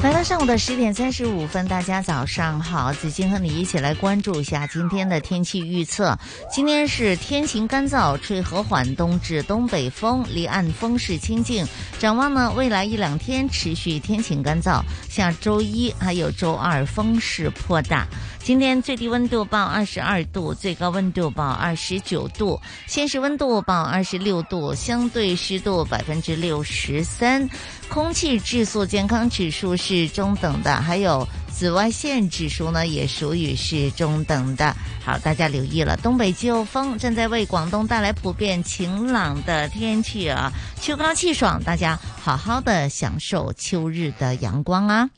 Speaker 6: 来到上午的十点三十五分，大家早上好，子金和你一起来关注一下今天的天气预测。今天是天晴干燥，吹和缓东至东北风，离岸风势清劲。展望呢，未来一两天持续天晴干燥，下周一还有周二风势颇大。今天最低温度报二十二度，最高温度报二十九度，现实温度报二十六度，相对湿度百分之六十三，空气质素健康指数是。是中等的，还有紫外线指数呢，也属于是中等的。好，大家留意了，东北季候风正在为广东带来普遍晴朗的天气啊，秋高气爽，大家好好的享受秋日的阳光啊！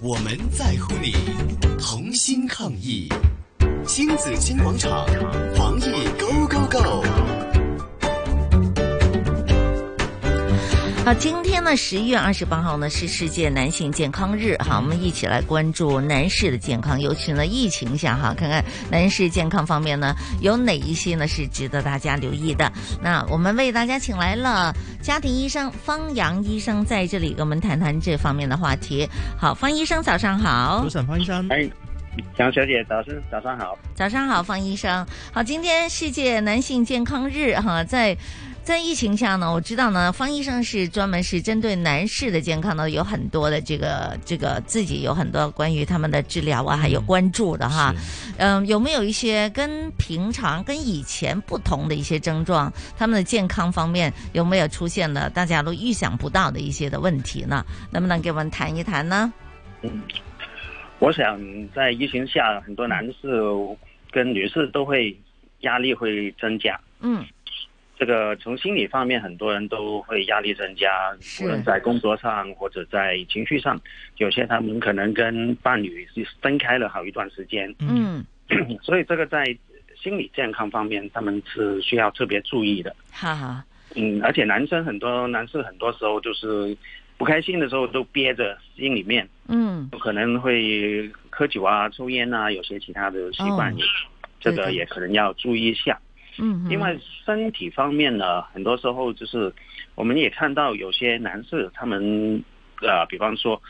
Speaker 1: 我们在乎你，同心抗疫，新紫金广场防疫 Go Go Go。
Speaker 6: 好，啊今天呢，十一月二十八号呢是世界男性健康日哈，我们一起来关注男士的健康，尤其呢疫情下哈，看看男士健康方面呢有哪一些呢是值得大家留意的。那我们为大家请来了家庭医生方洋医生在这里跟我们谈谈这方面的话题。好，方医生早上好，
Speaker 7: 早上方医生，
Speaker 21: 哎，蒋小姐早上早上好，
Speaker 6: 早上好，方医生。好，今天世界男性健康日哈，在。在疫情下呢，我知道呢，方医生是专门是针对男士的健康呢，有很多的这个这个自己有很多关于他们的治疗啊，还有关注的哈。嗯，有没有一些跟平常跟以前不同的一些症状？他们的健康方面有没有出现了大家都预想不到的一些的问题呢？能不能给我们谈一谈呢？
Speaker 21: 嗯，我想在疫情下，很多男士跟女士都会压力会增加。
Speaker 6: 嗯。
Speaker 21: 这个从心理方面，很多人都会压力增加，无论在工作上或者在情绪上，有些他们可能跟伴侣是分开了好一段时间， *clears throat*
Speaker 6: 嗯
Speaker 21: 所以这个在心理健康方面，他们是需要特别注意的。
Speaker 6: 哈哈，
Speaker 21: 嗯，而且男生很多男士很多时候就是不开心的时候都憋着心里面，
Speaker 6: 嗯，
Speaker 21: 可能会喝酒啊、抽烟啊，有些其他的习惯也，
Speaker 6: 哦、
Speaker 21: 这个也可能要注意一下。
Speaker 6: 嗯，
Speaker 21: 另外身体方面呢，很多时候就是我们也看到有些男士他们呃，比方说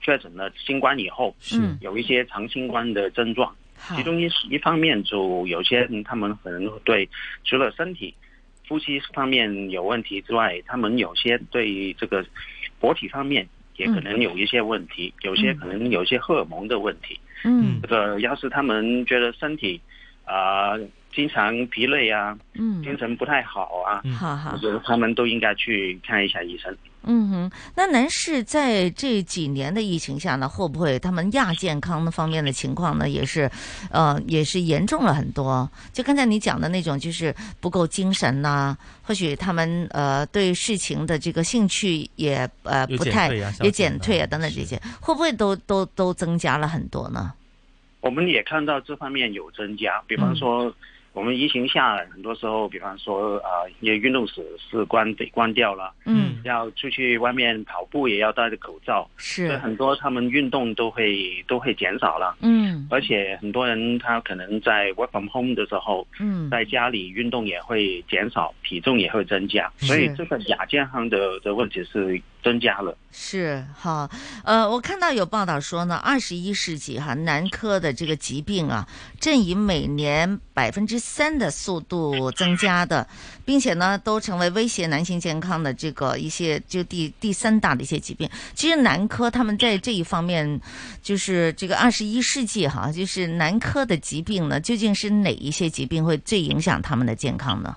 Speaker 21: 确诊了新冠以后，
Speaker 6: 是
Speaker 21: 有一些长新冠的症状，其中一一方面就有些人他们可能对除了身体、呼吸方面有问题之外，他们有些对这个勃起方面也可能有一些问题，有些可能有一些荷尔蒙的问题。
Speaker 6: 嗯，
Speaker 21: 这个要是他们觉得身体啊。呃经常疲累啊，
Speaker 6: 嗯，
Speaker 21: 精神不太好啊，
Speaker 6: 好好
Speaker 21: 我觉得他们都应该去看一下医生。
Speaker 6: 嗯哼，那男士在这几年的疫情下呢，会不会他们亚健康方面的情况呢，也是，呃，也是严重了很多？就刚才你讲的那种，就是不够精神呐、或许他们呃对事情的这个兴趣也呃
Speaker 7: 有
Speaker 6: 不
Speaker 7: 减
Speaker 6: 太
Speaker 7: 退啊消
Speaker 6: 也
Speaker 7: 减
Speaker 6: 减
Speaker 7: 啊
Speaker 6: 退啊等等这些，会不会都都都增加了很多呢？
Speaker 21: 我们也看到这方面有增加，比方
Speaker 6: 嗯
Speaker 21: 说，我们疫情下很多时候，比方说啊，一些运动室是关被关掉了，
Speaker 6: 嗯，
Speaker 21: 要出去外面跑步也要戴着口罩，
Speaker 6: 是
Speaker 21: 所以很多他们运动都会都会减少了，
Speaker 6: 嗯
Speaker 21: 而且很多人他可能在 work from home 的时候，
Speaker 6: 嗯
Speaker 21: 在家里运动也会减少，体重也会增加，所以
Speaker 6: 是
Speaker 21: 这个亚健康的的问题是增加了。
Speaker 6: 是好，呃，我看到有报道说呢，二十一世纪哈男科的这个疾病啊，正以每年百分之三的速度增加的，并且呢，都成为威胁男性健康的这个一些就第第三大的一些疾病。其实男科他们在这一方面，就是这个二十一世纪哈，就是男科的疾病呢，究竟是哪一些疾病会最影响他们的健康呢？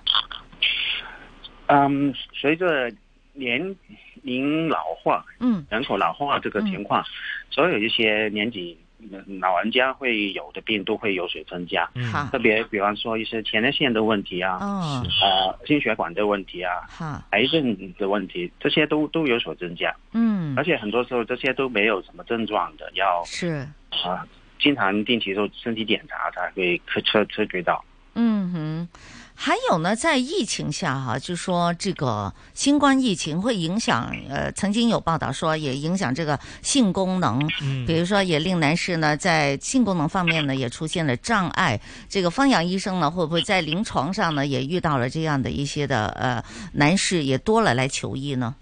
Speaker 21: 嗯，随着年龄老化，
Speaker 6: 嗯，
Speaker 21: 人口老化这个情况，所有一些年纪嗯老人家会有的病都会有所增加，
Speaker 6: 嗯好
Speaker 21: 特别比方说一些前列腺的问题啊，
Speaker 6: 哦
Speaker 21: 呃，心血管的问题啊，
Speaker 6: 好，
Speaker 21: 癌症的问题，这些都都有所增加，
Speaker 6: 嗯，
Speaker 21: 而且很多时候这些都没有什么症状的，要
Speaker 6: 是，
Speaker 21: 啊，经常定期做身体检查才会测测测觉到。
Speaker 6: 嗯哼。还有呢，在疫情下哈、就说这个新冠疫情会影响，呃，曾经有报道说也影响这个性功能，
Speaker 22: 嗯
Speaker 6: 比如说也令男士呢在性功能方面呢也出现了障碍。这个方洋医生呢，会不会在临床上呢也遇到了这样的一些的呃男士也多了来求医呢？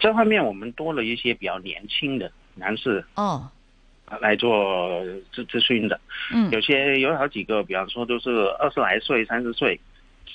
Speaker 21: 这方面我们多了一些比较年轻的男士
Speaker 6: 哦，
Speaker 21: 来做咨咨询的，
Speaker 6: 嗯
Speaker 21: 有些有好几个，比方说都是二十来岁、三十岁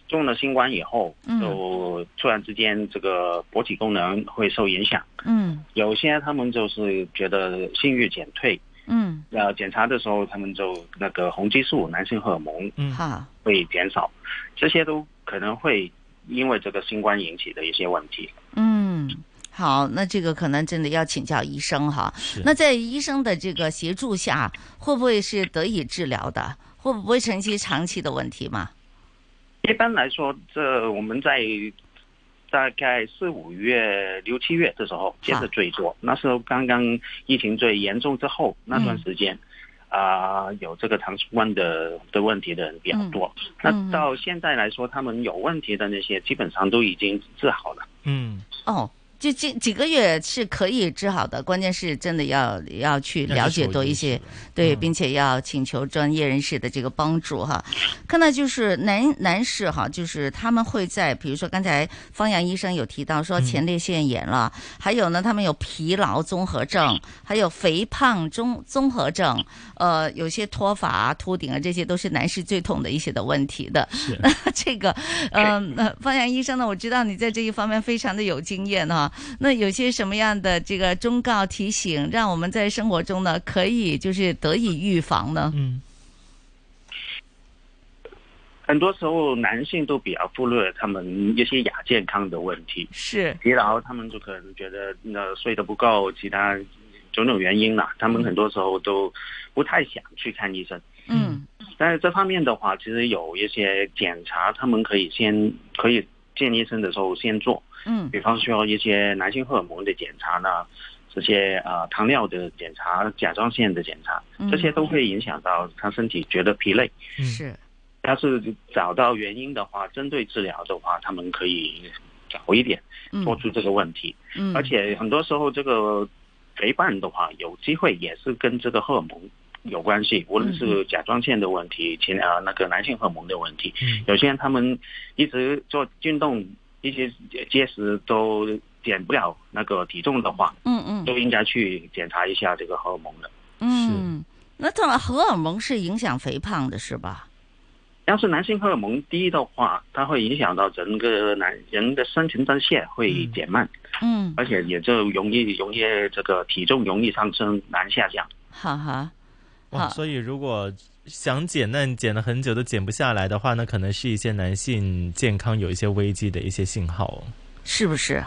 Speaker 21: 中了新冠以后，
Speaker 6: 嗯
Speaker 21: 就突然之间这个勃起功能会受影响，
Speaker 6: 嗯
Speaker 21: 有些他们就是觉得性欲减退，
Speaker 6: 嗯，
Speaker 21: 呃，检查的时候他们就那个红激素、男性荷尔蒙
Speaker 6: 嗯好，
Speaker 21: 会减少，这些都可能会因为这个新冠引起的一些问题。
Speaker 6: 嗯，好，那这个可能真的要请教医生哈。那在医生的这个协助下，会不会是得以治疗的？会不会成其长期的问题嘛？
Speaker 21: 一般来说，这我们在大概四五月、六七月的时候接着最多，那时候刚刚疫情最严重之后那
Speaker 6: 嗯
Speaker 21: 段时间。啊、有这个肠新冠的的问题的人比较多。
Speaker 6: 嗯
Speaker 21: 那到现在来说，他们有问题的那些基本上都已经治好了。
Speaker 7: 嗯，
Speaker 6: 哦，就这几个月是可以治好的，关键是真的要要去了嗯解多一些，对，并且要请求专业人士的这个帮助哈。看到就是男男士哈，就是他们会在比如说刚才方洋医生有提到说前列腺炎了，还有呢他们有疲劳综合症，还有肥胖综综合症，呃，有些脱发啊、秃顶啊，这些都是男士最痛的一些的问题的。那 *laughs* 这个，嗯、呃，方洋医生呢，我知道你在这一方面非常的有经验哈、那有些什么样的这个忠告提醒，让我们在生活中呢可以就是得以预防呢？
Speaker 7: 嗯
Speaker 21: 很多时候，男性都比较忽略他们一些亚健康的问题。
Speaker 6: 是
Speaker 21: 疲劳，他们就可能觉得那睡得不够，其他种种原因啦，他们很多时候都不太想去看医生。
Speaker 6: 嗯，
Speaker 21: 但是这方面的话，其实有一些检查，他们可以先可以见医生的时候先做，
Speaker 6: 嗯
Speaker 21: 比方说一些男性荷尔蒙的检查呢，这些呃糖尿的检查、甲状腺的检查
Speaker 6: 嗯，
Speaker 21: 这些都会影响到他身体觉得疲累。
Speaker 6: 是，
Speaker 21: 要是找到原因的话，针对治疗的话，他们可以早一点
Speaker 6: 嗯
Speaker 21: 说出这个问题。
Speaker 6: 嗯
Speaker 21: 而且很多时候这个肥胖的话，有机会也是跟这个荷尔蒙有关系，无论
Speaker 6: 嗯
Speaker 21: 是甲状腺的问题，前啊那个男性荷尔蒙的问题。
Speaker 7: 嗯
Speaker 21: 有些人他们一直做运动，一些结石都减不了那个体重的话，
Speaker 6: 嗯嗯
Speaker 21: 都应该去检查一下这个荷尔蒙的。
Speaker 6: 嗯，那当然荷尔蒙是影响肥胖的是吧？
Speaker 21: 要是男性荷尔蒙低的话，它会影响到整个男人的新陈代谢会减慢，
Speaker 6: 嗯，
Speaker 21: 而且也就容易容易这个体重容易上升，难下降。
Speaker 6: 哈哈，
Speaker 7: 哇，所以如果想减但减了很久都减不下来的话，那可能是一些男性健康有一些危机的一些信号哦。
Speaker 6: 是不是？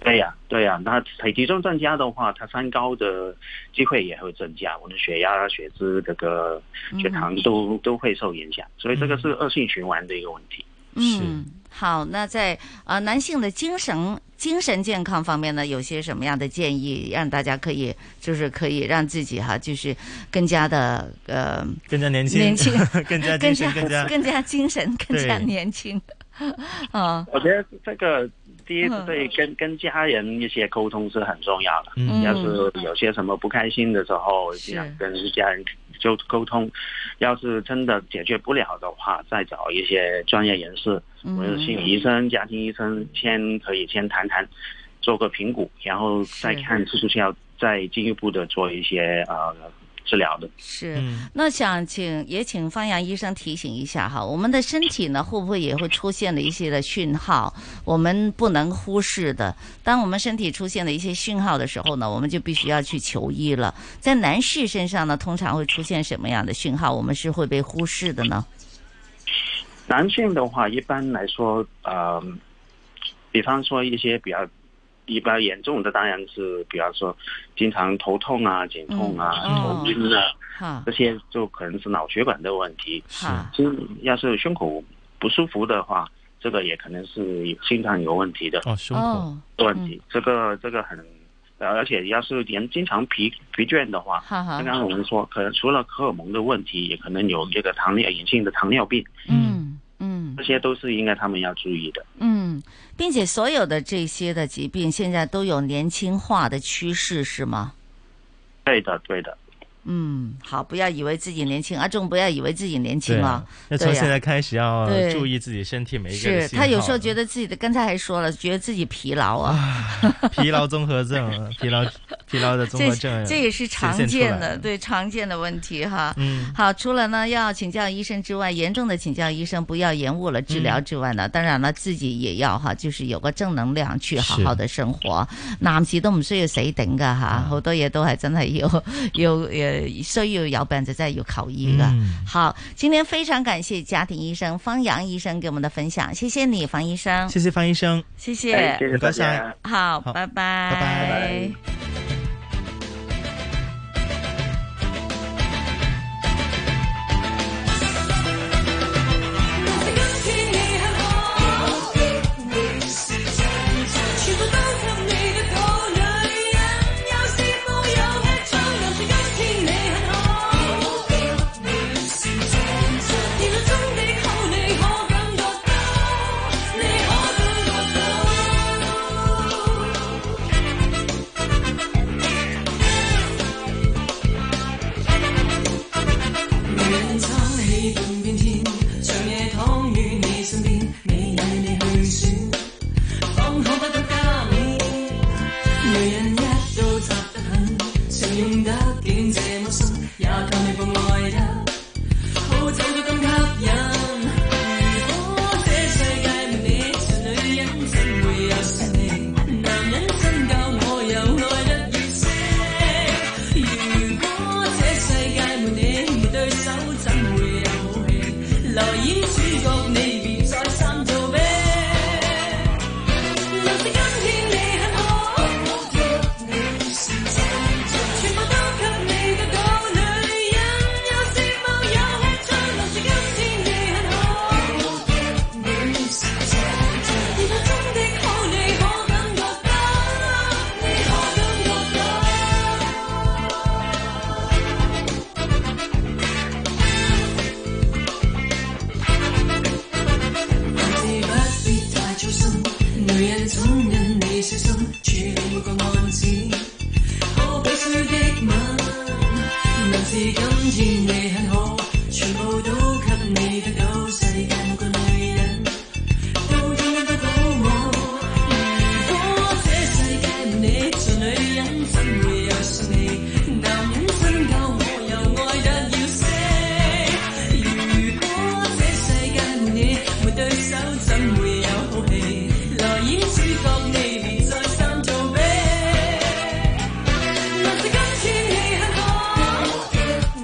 Speaker 21: 对呀、对呀、那体体重增加的话，它三高的机会也会增加，我们血压、血脂、这个血糖都、都会受影响，所以这个是恶性循环的一个问题。
Speaker 6: 嗯，好，那在呃男性的精神精神健康方面呢，有些什么样的建议，让大家可以就是可以让自己哈，就是更加的呃
Speaker 7: 更加年轻，
Speaker 6: 年轻
Speaker 7: *laughs* 更加
Speaker 6: 更
Speaker 7: 精
Speaker 6: 加
Speaker 7: 神，更加
Speaker 6: *laughs* 更加精神，更加
Speaker 7: 对
Speaker 6: 年轻 *laughs* 啊。
Speaker 21: 我觉得这个第一
Speaker 6: 嗯
Speaker 21: 对跟跟家人一些沟通是很重要的。
Speaker 7: 嗯
Speaker 21: 要是有些什么不开心的时候，尽量跟家人就沟通。要是真的解决不了的话，再找一些专业人士，
Speaker 6: 嗯
Speaker 21: 或者是心理医生、家庭医生，先可以先谈谈，做个评估，然后再看是不是要再进一步的做一些呃治疗的。
Speaker 6: 是，
Speaker 7: 嗯
Speaker 6: 那想请也请方洋医生提醒一下哈，我们的身体呢会不会也会出现了一些的讯号，我们不能忽视的。当我们身体出现了一些讯号的时候呢，我们就必须要去求医了。在男士身上呢，通常会出现什么样的讯号，我们是会被忽视的呢？
Speaker 21: 男性的话，一般来说，呃，比方说一些比较比较严重的，当然是比方说经常头痛啊、颈痛啊、
Speaker 6: 嗯哦
Speaker 21: 头晕啊，
Speaker 6: 哈
Speaker 21: 这些就可能是脑血管的问题。
Speaker 6: 是
Speaker 21: 其实要是胸口不舒服的话，这个也可能是心脏有问题的。
Speaker 7: 哦，胸
Speaker 6: 口
Speaker 21: 的问
Speaker 6: 嗯
Speaker 21: 题，这个这个很。呃而且要是人经常疲疲倦的话，
Speaker 6: 哈啊哈
Speaker 21: 刚刚我们说，可能除了荷尔蒙的问题，也可能有这个糖尿隐性的糖尿病，
Speaker 6: 嗯嗯
Speaker 21: 这些都是应该他们要注意的。
Speaker 6: 嗯，并且所有的这些的疾病现在都有年轻化的趋势，是吗？
Speaker 21: 对的，对的。
Speaker 6: 嗯，好，不要以为自己年轻，阿仲不要以为自己年轻
Speaker 7: 对
Speaker 6: 啊
Speaker 7: 啊，，那
Speaker 6: 对
Speaker 7: 从
Speaker 6: 呀
Speaker 7: 现在开始要
Speaker 6: 对
Speaker 7: 注意自己身体每一个人
Speaker 6: 是他有时
Speaker 7: 啊
Speaker 6: 候觉 *laughs* 得自己的，刚才还说了，觉得自己疲劳啊，
Speaker 7: *laughs* 疲劳综合症、疲劳疲劳的综
Speaker 6: 这
Speaker 7: 合症，
Speaker 6: 这也是常
Speaker 7: 显现出
Speaker 6: 见
Speaker 7: 来
Speaker 6: 的，
Speaker 7: 了。
Speaker 6: 对常见的问题哈。
Speaker 7: 嗯
Speaker 6: 好，除了呢要请教医生之外，严重的请教医生，不要延误了治
Speaker 7: 嗯
Speaker 6: 疗之外呢，当然啦，自己也要哈，就是有個正能量去好
Speaker 22: 是
Speaker 6: 好的生活。男士都唔需要死頂噶
Speaker 7: 啊
Speaker 6: 吓，好多嘢都係真係要 *laughs* 要誒需要有病就真係要求醫噶。
Speaker 22: 嗯
Speaker 6: 好，今天非常感謝家庭醫生方洋醫生給我們的分享，謝謝你方醫生，
Speaker 7: 谢谢方医生，
Speaker 6: 谢
Speaker 7: 哎
Speaker 6: 谢，
Speaker 7: 谢谢大家
Speaker 6: 好，
Speaker 7: 好
Speaker 6: 拜拜，
Speaker 7: 拜拜。
Speaker 22: 全部都給你的好女人，有羨慕有吃醋，又是今天你很好。電腦中的好你可感覺到，你可感覺到。女人撐起半邊天，長夜躺於你身邊，你與你去選。放好不得加冕，女人一刀插得很，常用得竟這麼深，也靠你共愛得，好睇到咁吸引。如果這世界沒你，純女人怎會有勝利？男人身教我又愛得越些。如果這世界沒你，沒對手怎會有武器？來演主角，你別再三做咩？又是今天你很好，全部都給你嘅個女人，有羨慕有吃醋，又是今天你很好。電腦中的好你可感覺到，你可感覺到。凡事不必太操心，女人總因你小心處理每個案子，好比水的吻。男士今天你很好，全部都給你得到，世界每個女人都應該都保我。如果這世界沒你，做女人怎會有順利？男人身教我又愛得要死。如果這世界沒你，沒對手怎會有好戲？來演主角，你別再三做咩？還是今天你很好，全部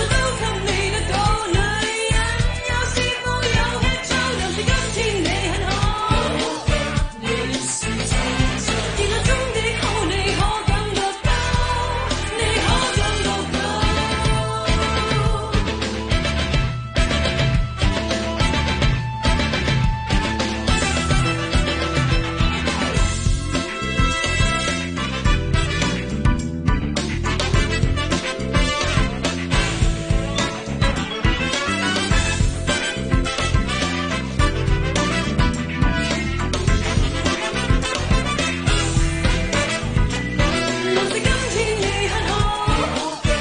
Speaker 22: 都給你得到。女人有羨慕有吃醋，又是今天你很好。電腦中的好你可感覺到，你可感覺到。若是今天你很好，全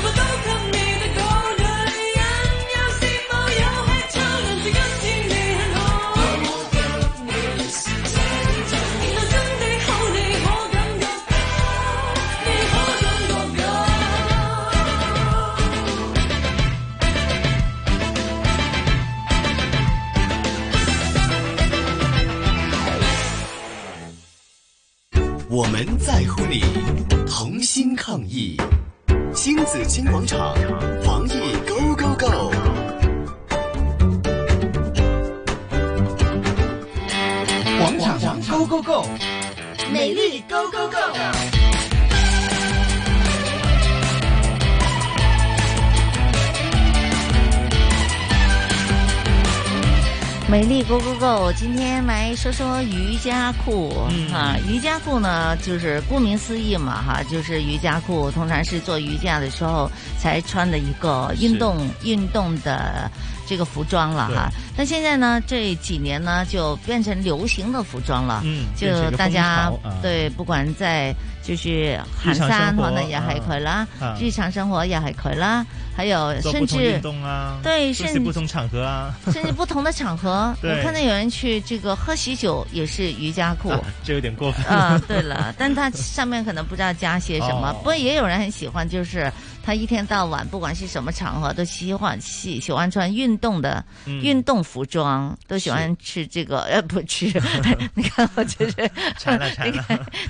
Speaker 22: 部都給你得到。女人有羨慕有吃醋，若是今天你很好，電腦中的好你可感覺到，你可感覺到。
Speaker 1: 我们在乎你，同心抗疫。星子金广场，防疫 Go Go Go！
Speaker 8: Go Go，
Speaker 11: 美丽 Go Go Go。
Speaker 6: 美丽 Go Go Go，今天来说说瑜伽裤、
Speaker 7: 嗯
Speaker 6: 啊。瑜伽裤呢，就是顾名思义嘛，哈，就是瑜伽裤，通常是做瑜伽的时候才穿的一个运动运动的这个服装了哈。但现在呢，这几年呢，就变成流行的服装了。
Speaker 7: 嗯
Speaker 6: 就
Speaker 7: 变成一个
Speaker 6: 大家
Speaker 7: 风潮啊
Speaker 6: 对，不管在就是行
Speaker 7: 日常
Speaker 6: 山
Speaker 7: 生活
Speaker 6: 可能也系佢啦
Speaker 7: 啊，
Speaker 6: 日常生活也系佢啦，还有
Speaker 7: 做
Speaker 6: 呃甚
Speaker 7: 不同
Speaker 6: 至
Speaker 7: 运动啊，
Speaker 6: 对，
Speaker 7: 出
Speaker 6: 甚
Speaker 7: 席不同场合
Speaker 6: *laughs*
Speaker 7: 啊，，
Speaker 6: 甚至不同的场合
Speaker 7: *laughs* 对啊
Speaker 6: 我看见有人去这个喝喜酒也是瑜伽裤。
Speaker 7: *laughs* 这有点过分
Speaker 6: 啊，
Speaker 7: *laughs*
Speaker 6: 对了，但它上面可能不知道加些什么，
Speaker 7: 哦
Speaker 6: 不过也有人很喜欢，就是他一天到晚，不管是什么场合，都喜欢喜喜欢穿运动的、
Speaker 7: 嗯
Speaker 6: 运动服装，都喜欢吃这个，呃，不吃，
Speaker 7: *laughs*
Speaker 6: 你看我就是，
Speaker 7: 馋啦
Speaker 6: *laughs*
Speaker 7: 馋啦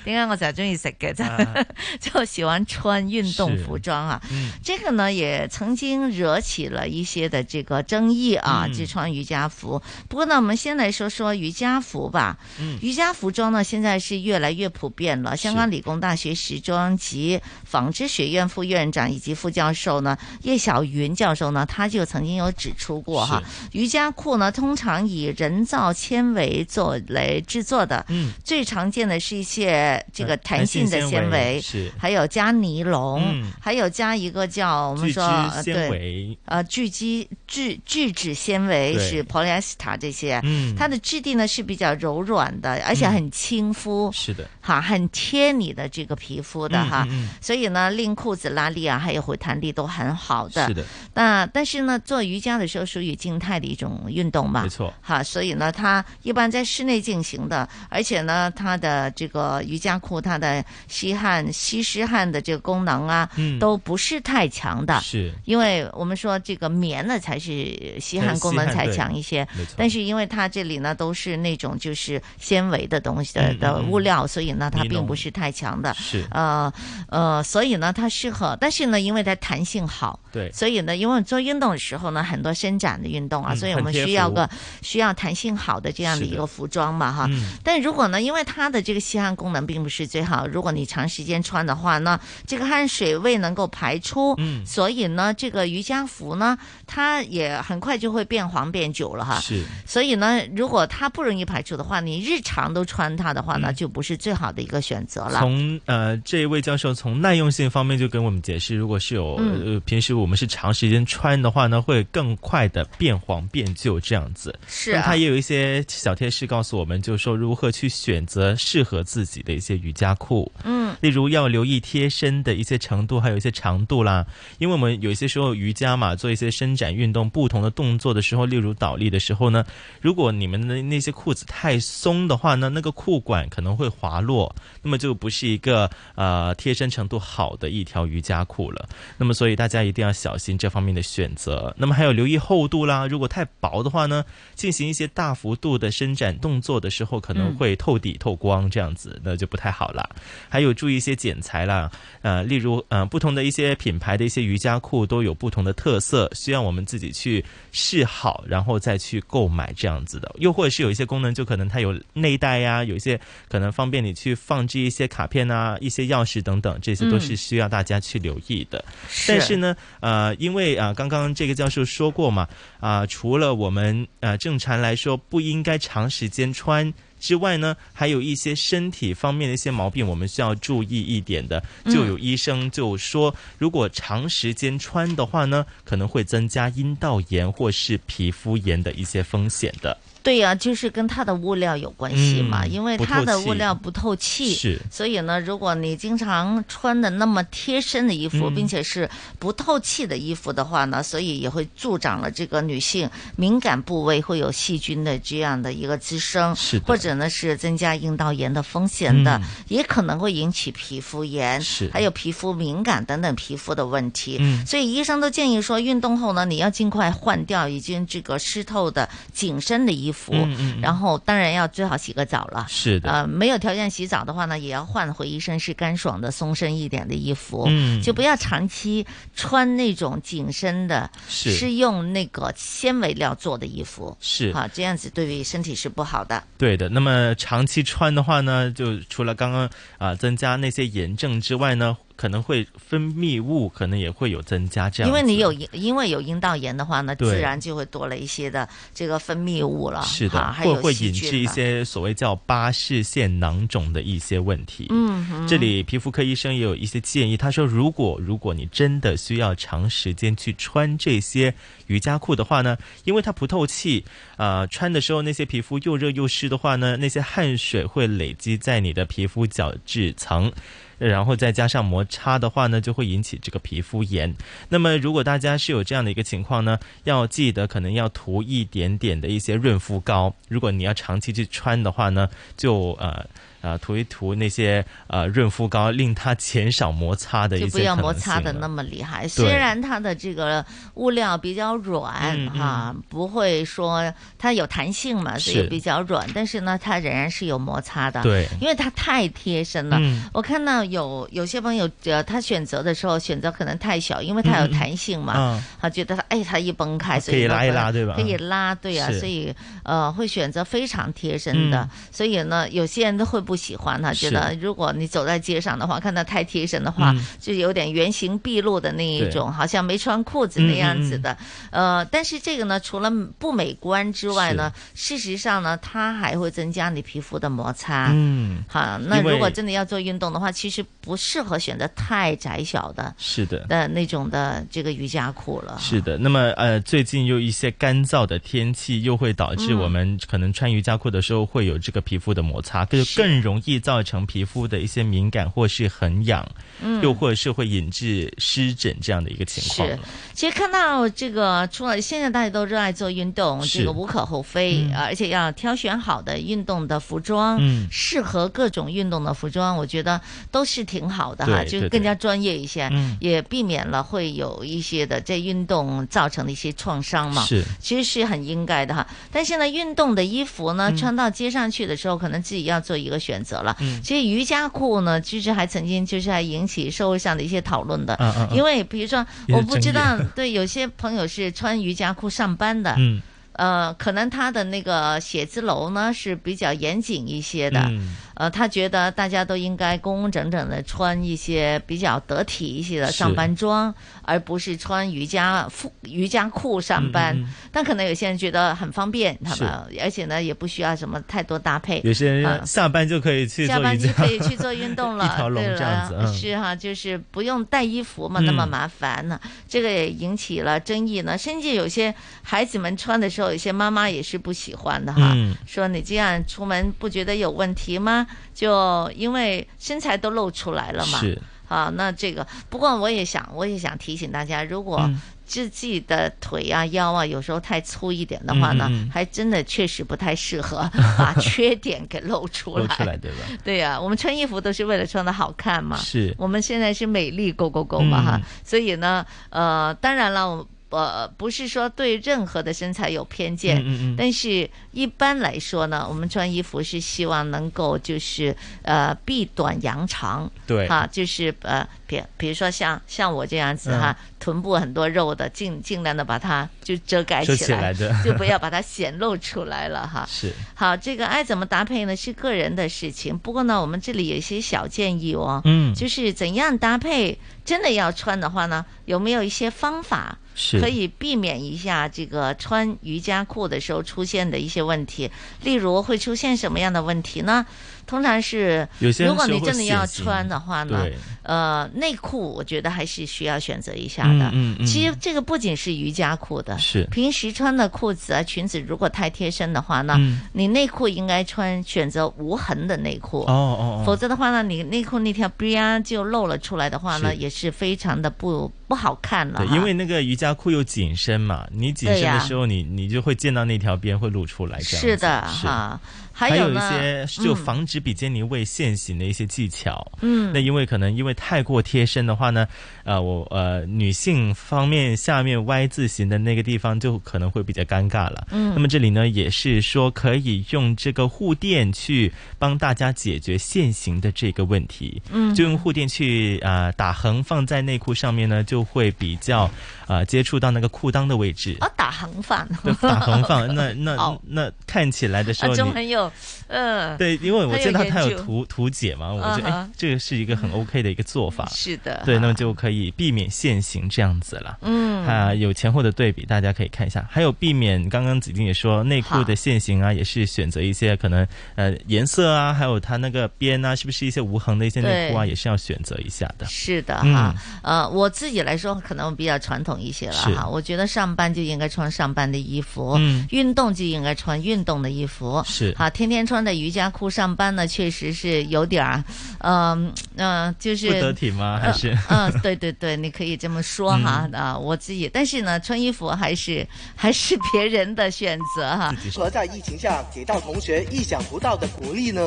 Speaker 6: 点解我就係中意食
Speaker 7: *laughs*
Speaker 6: 嘅啫， *laughs* 就喜欢穿运动服装啊。
Speaker 7: 嗯
Speaker 6: 这个呢也曾经惹起了一些的这个争议啊，
Speaker 7: 嗯
Speaker 6: 就穿瑜伽服。不过呢，我们先来说说瑜伽服吧。
Speaker 7: 嗯
Speaker 6: 瑜伽服装呢现在是越来越普遍了。香港理工大学时装及纺织学院副院长以及副教授呢叶小云教授呢，他就曾经有指出过哈，瑜伽裤呢通常以人造纤维做来制作的，
Speaker 7: 嗯，
Speaker 6: 最常见的是一些这个
Speaker 7: 弹
Speaker 6: 弹
Speaker 7: 性
Speaker 6: 性的
Speaker 7: 纤维
Speaker 6: 纤维，
Speaker 7: 是
Speaker 6: 还有加尼龙，
Speaker 7: 嗯
Speaker 6: 还有加一个叫我们
Speaker 7: 聚
Speaker 6: 说
Speaker 7: 酯
Speaker 6: 呃对
Speaker 7: 纤维，
Speaker 6: 呃，聚基聚聚酯纤维
Speaker 7: 对
Speaker 6: 是 polyester 这些，
Speaker 7: 嗯
Speaker 6: 它的质地呢是比较柔软的，而且很亲肤，
Speaker 7: 是的，
Speaker 6: 哈，很贴你的这个皮肤的
Speaker 7: 嗯
Speaker 6: 哈，
Speaker 7: 嗯嗯
Speaker 6: 所以呢，令裤子拉力啊，还有回弹力都很好的。
Speaker 7: 是的。
Speaker 6: 那但是呢，做瑜伽的时候属于静态的一种运动嘛，
Speaker 7: 没错
Speaker 6: 哈，所以呢，它一般在室内进行的，而且呢，它的这个瑜伽裤，它的吸汗、吸湿汗的这个功能啊，
Speaker 7: 嗯
Speaker 6: 都不是太强的，
Speaker 7: 是
Speaker 6: 因为我们说这个棉呢才是吸汗功能才强一些
Speaker 7: 对吸汗对没错，
Speaker 6: 但是因为它这里呢都是那种就是纤维的东西的
Speaker 7: 嗯嗯
Speaker 6: 的
Speaker 7: 嗯
Speaker 6: 物料，所以呢它
Speaker 7: 尼龙
Speaker 6: 并不是太强的，
Speaker 7: 是
Speaker 6: 呃呃，所以呢它适合，但是呢因为它弹性好，
Speaker 7: 对
Speaker 6: 所以呢因为我们做运动的时候呢很多伸展的运动啊，
Speaker 7: 嗯
Speaker 6: 所以我们
Speaker 7: 很贴
Speaker 6: 需要
Speaker 7: 服
Speaker 6: 个需要弹性好的这样的
Speaker 7: 是
Speaker 6: 一
Speaker 7: 的
Speaker 6: 个服装嘛哈
Speaker 7: 嗯，
Speaker 6: 但如果呢因为它的这个吸汗功能并不是最好，如果你长时间穿的话呢，这个汗水未能够排出，
Speaker 7: 嗯
Speaker 6: 所以呢，这个瑜伽服呢，它也很快就会变黄变久了哈。
Speaker 7: 是
Speaker 6: 所以呢，如果它不容易排出的话，你日常都穿它的话
Speaker 7: 嗯
Speaker 6: 呢，就不是最好的一个选择了。
Speaker 7: 从呃这位教授从耐用性方面就跟我们解释，如果是有、
Speaker 6: 嗯
Speaker 7: 呃平时我们是长时间穿的话呢，会更快的变黄变旧这样子。
Speaker 6: 是
Speaker 7: 那么
Speaker 6: 啊
Speaker 7: 它也有一些小贴士告诉我们，就是说如何去选择适合自己的一些瑜伽裤。
Speaker 6: 嗯
Speaker 7: 例如要留意贴身的一些程度，还有一些长度啦。因为我们有一些时候瑜伽嘛，做一些伸展运动，不同的动作的时候，例如倒立的时候呢，如果你们的那些裤子太松的话呢，那个裤管可能会滑落，那么就不是一个呃贴身程度好的一条瑜伽裤了。那么所以大家一定要小心这方面的选择。那么还有留意厚度啦，如果太薄的话呢，进行一些大幅度的伸展动作的时候，可能
Speaker 6: 嗯
Speaker 7: 会透底透光这样子，那就不太好了。还有注意一些剪裁啦，呃，例如呃不同的一些品牌的一些瑜伽裤都有不同的特色，需要我们自己去试好，然后再去购买这样子的。又或者是有一些功能，就可能它有内带呀、有一些可能方便你去放置一些卡片啊、一些钥匙等等，这些都是
Speaker 6: 嗯
Speaker 7: 需要大家去留意的。
Speaker 6: 是
Speaker 7: 但是呢，呃，因为啊、呃刚刚这个教授说过嘛，啊、除了我们呃正常来说不应该长时间穿。之外呢，还有一些身体方面的一些毛病，我们需要注意一点的。
Speaker 6: 嗯
Speaker 7: 就有医生就说，如果长时间穿的话呢，可能会增加阴道炎或是皮肤炎的一些风险的。
Speaker 6: 对呀、就是跟它的物料有关系嘛，
Speaker 7: 嗯
Speaker 6: 因为
Speaker 7: 不透
Speaker 6: 它的
Speaker 7: 气
Speaker 6: 物料不透气，
Speaker 7: 是
Speaker 6: 所以呢，如果你经常穿的那么贴身的衣服，
Speaker 7: 嗯
Speaker 6: 并且是不透气的衣服的话呢，所以也会助长了这个女性敏感部位会有细菌的这样的一个滋生，
Speaker 7: 是的
Speaker 6: 或者呢是增加阴道炎的风险的，
Speaker 7: 嗯
Speaker 6: 也可能会引起皮肤炎，
Speaker 7: 是
Speaker 6: 还有皮肤敏感等等皮肤的问题，
Speaker 7: 嗯
Speaker 6: 所以医生都建议说，运动后呢，你要尽快换掉已经这个湿透的紧身的
Speaker 7: 嗯
Speaker 6: 衣服，
Speaker 7: 嗯嗯
Speaker 6: 然后当然要最好洗个澡了。
Speaker 7: 是的
Speaker 6: 呃，没有条件洗澡的话呢，也要换回一身是干爽的、松身一点的衣服，
Speaker 7: 嗯
Speaker 6: 就不要长期穿那种紧身的，
Speaker 7: 是
Speaker 6: 用那个纤维料做的衣服，
Speaker 7: 是
Speaker 6: 啊，这样子对于身体是不好的。
Speaker 7: 对的，那么长期穿的话呢，就除了刚刚啊、增加那些炎症之外呢，可能会分泌物可能也会有增加这样
Speaker 6: 因
Speaker 7: 子。
Speaker 6: 为你有阴因为有阴道炎的话呢，
Speaker 7: 对
Speaker 6: 自然就会多了一些的这个分泌物了，
Speaker 7: 是的，
Speaker 6: 哈还
Speaker 7: 或
Speaker 6: 有
Speaker 7: 会
Speaker 6: 细
Speaker 7: 引
Speaker 6: 菌
Speaker 7: 致一
Speaker 6: 了
Speaker 7: 些所谓叫巴氏腺囊肿的一些问题。
Speaker 6: 嗯哼
Speaker 7: 这里皮肤科医生也有一些建议，他说，如果如果你真的需要长时间去穿这些瑜伽裤的话呢，因为它不透气，呃，穿的时候那些皮肤又热又湿的话呢，那些汗水会累积在你的皮肤角质层。然后再加上摩擦的话呢，就会引起这个皮肤炎。那么如果大家是有这样的一个情况呢，要记得可能要涂一点点的一些润肤膏。如果你要长期去穿的话呢，就呃。啊，涂一涂那些呃润肤膏，令它减少摩擦的一些
Speaker 6: 就不要
Speaker 7: 可
Speaker 6: 摩
Speaker 7: 能
Speaker 6: 擦
Speaker 7: 性
Speaker 6: 的
Speaker 7: 了
Speaker 6: 那么厉害。
Speaker 7: 对
Speaker 6: 虽然它的这个物料比较软
Speaker 7: 嗯嗯
Speaker 6: 哈，不会说它有弹性嘛，所以
Speaker 7: 是
Speaker 6: 比较软，但是呢，它仍然是有摩擦的。
Speaker 7: 对
Speaker 6: 因为它太贴身了。
Speaker 7: 嗯
Speaker 6: 我看到有有些朋友呃，他选择的时候选择可能太小，因为它有
Speaker 7: 嗯嗯
Speaker 6: 弹性嘛，
Speaker 7: 嗯啊
Speaker 6: 他觉得它哎，它一崩开，所
Speaker 7: 可以
Speaker 6: 它
Speaker 7: 拉一
Speaker 6: 可能
Speaker 7: 拉对吧
Speaker 6: 可以
Speaker 7: 嗯
Speaker 6: 拉，对啊，
Speaker 7: 是
Speaker 6: 所以呃，会选择非常贴身的
Speaker 7: 嗯。
Speaker 6: 所以呢，有些人都会不喜欢，他觉
Speaker 7: 是
Speaker 6: 得如果你走在街上的话，看到太贴身的话，
Speaker 7: 嗯
Speaker 6: 就有点原形毕露的那一
Speaker 7: 对
Speaker 6: 种，好像没穿裤子
Speaker 7: 嗯
Speaker 6: 那样子的。呃，但是这个呢，除了不美观之外呢，事实上呢，它还会增加你皮肤的摩擦。
Speaker 7: 嗯
Speaker 6: 好，那
Speaker 7: 因为
Speaker 6: 如果真的要做运动的话，其实不适合选择太窄小的
Speaker 7: 是的，
Speaker 6: 的那种的这个瑜伽裤了。
Speaker 7: 是的，那么呃，最近又一些干燥的天气，又会导致
Speaker 6: 嗯
Speaker 7: 我们可能穿瑜伽裤的时候会有这个皮肤的摩擦，就是更容易造成皮肤的一些敏感或是痕痒，
Speaker 6: 嗯
Speaker 7: 又或者是会引致湿疹这样的一个情况
Speaker 6: 是。，其实看到这个，除了现在大家都热爱做运动，
Speaker 7: 是
Speaker 6: 这个无可厚非、
Speaker 7: 嗯
Speaker 6: 而且要挑选好的运动的服装，
Speaker 7: 嗯
Speaker 6: 适合各种运动的服装，我觉得都是挺好的哈，
Speaker 7: 对
Speaker 6: 就是
Speaker 7: 对
Speaker 6: 更
Speaker 7: 对
Speaker 6: 加专业一些，
Speaker 7: 嗯
Speaker 6: 也避免了会有一些的在运动造成的一些创伤嘛，
Speaker 7: 是
Speaker 6: 其实是很应该的哈。但是呢，运动的衣服呢，
Speaker 7: 嗯
Speaker 6: 穿到街上去的时候，可能自己要做一个选择了。
Speaker 7: 嗯
Speaker 6: 其实瑜伽裤呢，其实还曾经就是还引起社会上的一些讨论的，
Speaker 7: 嗯嗯嗯
Speaker 6: 因为比如说。
Speaker 7: 也
Speaker 6: 我
Speaker 7: 是
Speaker 6: 不
Speaker 7: 正
Speaker 6: 知
Speaker 7: 业
Speaker 6: 道， *laughs* 对，有些朋友是穿瑜伽裤上班的，
Speaker 7: 嗯，
Speaker 6: 呃，可能他的那个写字楼呢是比较严谨一些的，
Speaker 7: 嗯
Speaker 6: 呃，他觉得大家都应该工工整整的穿一些比较得体一些的
Speaker 7: 是
Speaker 6: 上班装，而不是穿瑜伽服、瑜伽裤上班。
Speaker 7: 嗯嗯嗯
Speaker 6: 但可能有些人觉得很方便，他
Speaker 7: 是
Speaker 6: 们而且呢也不需要什么太多搭配，
Speaker 7: 有些
Speaker 6: 啊
Speaker 7: 人下班就可以去做
Speaker 6: 下班
Speaker 7: 瑜
Speaker 6: 就
Speaker 7: 伽
Speaker 6: 可以去做运
Speaker 7: *laughs*
Speaker 6: 动了，
Speaker 7: 一条龙
Speaker 6: 对
Speaker 7: 这样子
Speaker 6: 了，
Speaker 7: 嗯
Speaker 6: 是哈，就是不用带衣服嘛，那么
Speaker 7: 嗯
Speaker 6: 麻烦呢、这个也引起了争议呢，甚至有些孩子们穿的时候，有些妈妈也是不喜欢的哈，
Speaker 7: 嗯
Speaker 6: 说你这样出门不觉得有问题吗？就因为身材都露出来了嘛，
Speaker 7: 是
Speaker 6: 啊，那这个不过我也想，我也想提醒大家，如果
Speaker 7: 嗯
Speaker 6: 自自己的腿啊、腰啊，有时候太粗一点的话呢，
Speaker 7: 嗯嗯嗯
Speaker 6: 还真的确实不太适
Speaker 7: *laughs*
Speaker 6: 合把缺点给露出来。
Speaker 7: 露出来，对吧？
Speaker 6: 对呀、我们穿衣服都是为了穿的好看嘛。
Speaker 7: 是
Speaker 6: 我们现在是美丽 Go Go Go 嘛哈，
Speaker 7: 嗯
Speaker 6: 所以呢，呃，当然了，我呃不是说对任何的身材有偏见，
Speaker 7: 嗯嗯嗯
Speaker 6: 但是一般来说呢，我们穿衣服是希望能够就是呃避短扬长，
Speaker 7: 对
Speaker 6: 哈，就是呃比比如说像像我这样子哈，
Speaker 7: 嗯
Speaker 6: 臀部很多肉的，尽尽量的把它就遮盖
Speaker 7: 遮
Speaker 6: 起
Speaker 7: 起来的
Speaker 6: 就不要把它显露出来了
Speaker 7: *laughs*
Speaker 6: 哈。
Speaker 7: 是
Speaker 6: 好，这个爱怎么搭配呢？是个人的事情。不过呢，我们这里有一些小建议哦，
Speaker 7: 嗯
Speaker 6: 就是怎样搭配，真的要穿的话呢，有没有一些方法？
Speaker 7: 是
Speaker 6: 可以避免一下这个穿瑜伽裤的时候出现的一些问题，例如会出现什么样的问题呢？通常是，
Speaker 7: 有些
Speaker 6: 如果
Speaker 7: 时候
Speaker 6: 你
Speaker 7: 会
Speaker 6: 真的
Speaker 7: 显
Speaker 6: 要
Speaker 7: 形
Speaker 6: 穿的话呢
Speaker 7: 对，
Speaker 6: 呃，内裤我觉得还是需要选择一下的。
Speaker 7: 嗯嗯嗯
Speaker 6: 其实这个不仅是瑜伽裤的，
Speaker 7: 是
Speaker 6: 平时穿的裤子啊、裙子，如果太贴身的话呢，
Speaker 7: 嗯
Speaker 6: 你内裤应该穿选择无痕的内裤。
Speaker 7: 哦哦哦
Speaker 6: 啊否则的话呢，你内裤那条边就露了出来的话呢，
Speaker 7: 是
Speaker 6: 也是非常的不不好看了
Speaker 7: 对，
Speaker 6: 哈。
Speaker 7: 因为那个瑜伽裤又紧身嘛，你紧身
Speaker 6: 对呀
Speaker 7: 的时候你，你就会见到那条边会露出来，这样子
Speaker 6: 是的
Speaker 7: 是
Speaker 6: 哈，
Speaker 7: 还
Speaker 6: 有
Speaker 7: 一
Speaker 6: 呢
Speaker 7: 些就
Speaker 6: 嗯
Speaker 7: 防止比基尼位现形的一些技巧。
Speaker 6: 嗯
Speaker 7: 那因为可能因为太过贴身的话呢，呃，我呃女性方面下面 Y 字形的那个地方就可能会比较尴尬了。
Speaker 23: 嗯
Speaker 7: 那么这里呢也是说可以用这个护垫去帮大家解决现形的这个问题。
Speaker 23: 嗯
Speaker 7: 就用护垫去啊、呃打横放在内裤上面呢，就会比较啊、呃接触到那个裤裆的位置。
Speaker 6: 啊，打横放，
Speaker 7: 打横
Speaker 6: *laughs*
Speaker 7: 放，那那、
Speaker 6: 哦
Speaker 7: 那看起来的时
Speaker 6: 啊
Speaker 7: 候，你。
Speaker 6: 中很有，呃，
Speaker 7: 对，因为我见到
Speaker 6: 很
Speaker 7: 他
Speaker 6: 研
Speaker 7: 有
Speaker 6: 究
Speaker 7: 图图解嘛，我觉得
Speaker 6: 嗯
Speaker 7: 哎
Speaker 6: 哼，
Speaker 7: 这个是一个很 OK 的一个做法。
Speaker 6: 是的
Speaker 7: 对，
Speaker 6: 哈
Speaker 7: 那么就可以避免现行这样子了。
Speaker 6: 嗯 *laughs*
Speaker 7: 啊，有前后的对比，大家可以看一下。还有避免，刚刚子静也说内裤的现行啊，也是选择一些可能呃颜色啊，还有它那个边啊，是不是一些无痕的一些内裤啊，
Speaker 6: 对
Speaker 7: 也是要选择一下的。
Speaker 6: 是的
Speaker 7: 嗯
Speaker 6: 哈，呃，我自己来说可能比较传统一些了
Speaker 7: 是
Speaker 6: 哈。我觉得上班就应该穿上班的衣服，
Speaker 7: 嗯
Speaker 6: 运动就应该穿运动的衣服，
Speaker 7: 是
Speaker 6: 哈。天天穿着瑜伽裤上班呢，确实是有点儿，嗯、嗯、就是
Speaker 7: 不得体吗还是
Speaker 6: 呃嗯，对对对，你可以这么说哈。
Speaker 7: 嗯
Speaker 6: 啊，我自己，但是呢，穿衣服还是还是别人的选择哈。
Speaker 3: 和在疫情下给到同学意想不到的鼓励呢？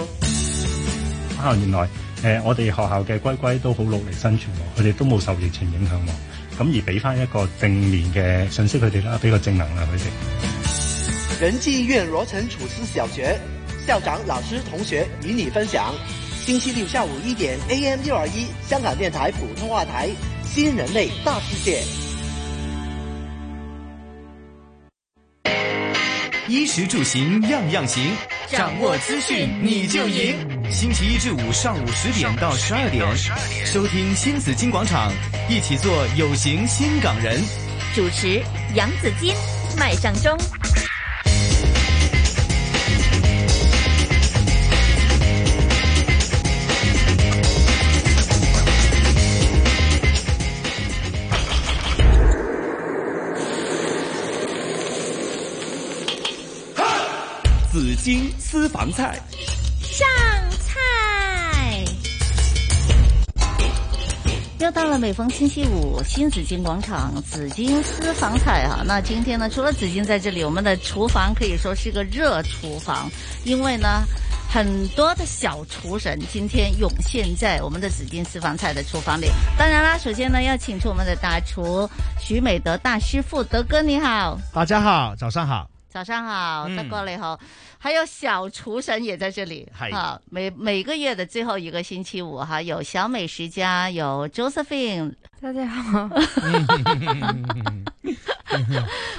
Speaker 4: 啊，原來誒、呃我哋學校嘅龜龜都好努力生存喎，佢哋都冇受疫情影響喎。咁而俾翻一個正面嘅信息佢哋啦，俾個正能量佢哋。
Speaker 3: 仁济院罗城楚思小学校长、老师、同学与你分享。星期六下午一点，AM 六二一，香港电台普通话台，《新人类大世界》。
Speaker 1: 衣食住行样样行，
Speaker 22: 掌握资讯你就赢。
Speaker 1: 星期一至五上午十点到十二点，收听新紫金广场，一起做有型新港人。
Speaker 11: 主持杨紫金，麦上中。
Speaker 1: 紫金私房菜，
Speaker 11: 上菜。
Speaker 6: 又到了每逢星期五新紫金广场紫金私房菜啊，那今天呢，除了紫金在这里，我们的厨房可以说是个热厨房，因为呢。很多的小厨神今天涌现在我们的紫金私房菜的厨房里。当然啦，首先呢要请出我们的大厨徐美德大师傅，德哥你好，
Speaker 2: 大家好，早上好。
Speaker 6: 早上好，
Speaker 2: 嗯
Speaker 6: 德哥你好，还有小厨神也在这里。
Speaker 2: 嗨
Speaker 6: 好，每每个月的最后一个星期五哈，有小美食家，有 Josephine。大 *laughs* 家好，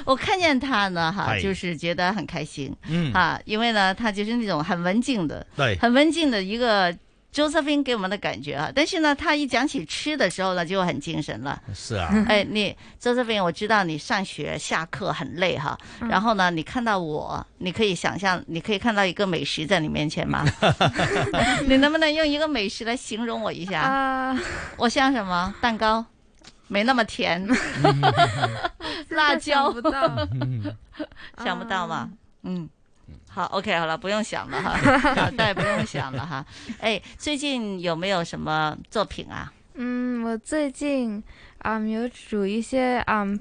Speaker 6: 我看见他呢哈，
Speaker 23: 嗨
Speaker 6: 就是觉得很开心，
Speaker 23: 嗯
Speaker 6: 哈，因为呢，他就是那种很文静的，
Speaker 23: 对
Speaker 6: 很文静的一个 Josephine 给我们的感觉啊。但是呢，他一讲起吃的时候呢，就很精神了。
Speaker 2: 是啊，
Speaker 10: 嗯
Speaker 6: 哎，你 Josephine，我知道你上学下课很累哈，
Speaker 2: 嗯
Speaker 6: 然后呢，你看到我，你可以想象，你可以看到一个美食在你面前吗？你能不能用一个美食来形容我一下？啊，我像什么？蛋糕，没那么甜，辣椒， *laughs* 想不到吧？嗯。好，OK，好了，不用想了哈，脑袋不用想了哈。哎，最近有没有什么作品啊？
Speaker 24: 嗯，我最近啊、嗯有煮一些啊、嗯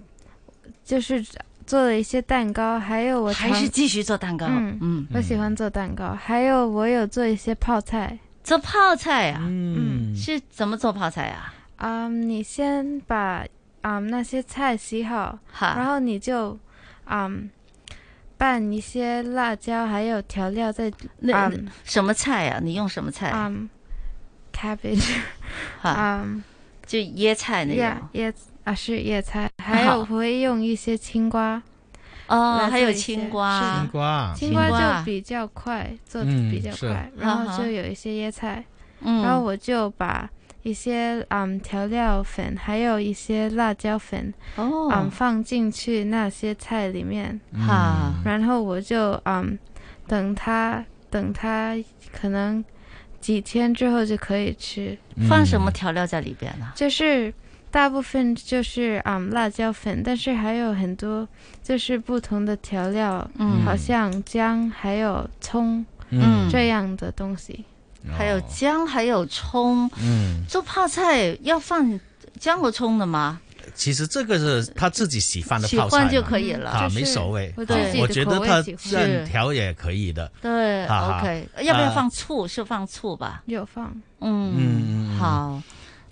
Speaker 24: 就是做了一些蛋糕，还有我
Speaker 6: 还
Speaker 24: 尝
Speaker 6: 是继续做蛋糕
Speaker 24: 嗯
Speaker 6: 嗯
Speaker 24: 我喜欢做蛋糕，还有我有做一些泡菜。
Speaker 6: 做泡菜啊？嗯，是怎么做泡菜啊？
Speaker 24: 啊、嗯你先把啊、嗯那些菜洗好，
Speaker 6: 好
Speaker 24: 然后你就啊、嗯拌一些辣椒，还有调料在
Speaker 6: 那
Speaker 24: 啊、
Speaker 6: 那什么菜呀、你用什么菜？
Speaker 24: 啊、cabbage
Speaker 6: 哈，
Speaker 24: 嗯
Speaker 6: 就椰菜那
Speaker 24: 叶
Speaker 6: 种。
Speaker 24: 叶啊是叶菜，还有
Speaker 6: 好
Speaker 24: 我会用一些青瓜。
Speaker 6: 哦
Speaker 24: 来，做
Speaker 6: 还有
Speaker 24: 一些
Speaker 6: 青瓜，
Speaker 24: 是
Speaker 2: 青瓜
Speaker 24: 青
Speaker 2: 瓜
Speaker 24: 瓜就比较快，做的
Speaker 2: 嗯
Speaker 24: 比较
Speaker 2: 是
Speaker 24: 快，然
Speaker 6: 啊
Speaker 24: 后
Speaker 6: 哈
Speaker 24: 就有一些椰菜，
Speaker 6: 嗯
Speaker 24: 然后我就把一些嗯调料粉，还有一些辣椒粉，
Speaker 6: 哦
Speaker 24: 嗯放进去那些菜里面，
Speaker 2: 嗯
Speaker 6: 哈
Speaker 24: 然后我就嗯等它等它可能几天之后就可以吃，
Speaker 6: 放什么调料在里边啊呢、
Speaker 24: 就是大部分就是嗯辣椒粉，但是还有很多就是不同的调料，
Speaker 6: 嗯
Speaker 24: 好像姜还有葱，
Speaker 6: 嗯
Speaker 24: 这样的东西。
Speaker 25: 哦
Speaker 6: 还有姜，还有葱。
Speaker 2: 嗯，
Speaker 6: 做泡菜要放姜和葱的吗？
Speaker 25: 其实这个是他自己喜欢的
Speaker 6: 喜
Speaker 25: 泡菜
Speaker 6: 欢
Speaker 25: 嘛
Speaker 6: 就可以了
Speaker 25: 啊，
Speaker 6: 就是
Speaker 25: 没所谓。
Speaker 6: 我
Speaker 25: 啊
Speaker 6: 对自己的
Speaker 25: 我觉得
Speaker 6: 口味
Speaker 25: 他
Speaker 6: 喜欢
Speaker 25: 蘸调也可以的。
Speaker 6: 对
Speaker 25: 哈哈
Speaker 6: ，OK，要不要
Speaker 25: 啊
Speaker 6: 放醋？是放醋吧？
Speaker 24: 有放。
Speaker 6: 嗯，
Speaker 25: 嗯，
Speaker 6: 好，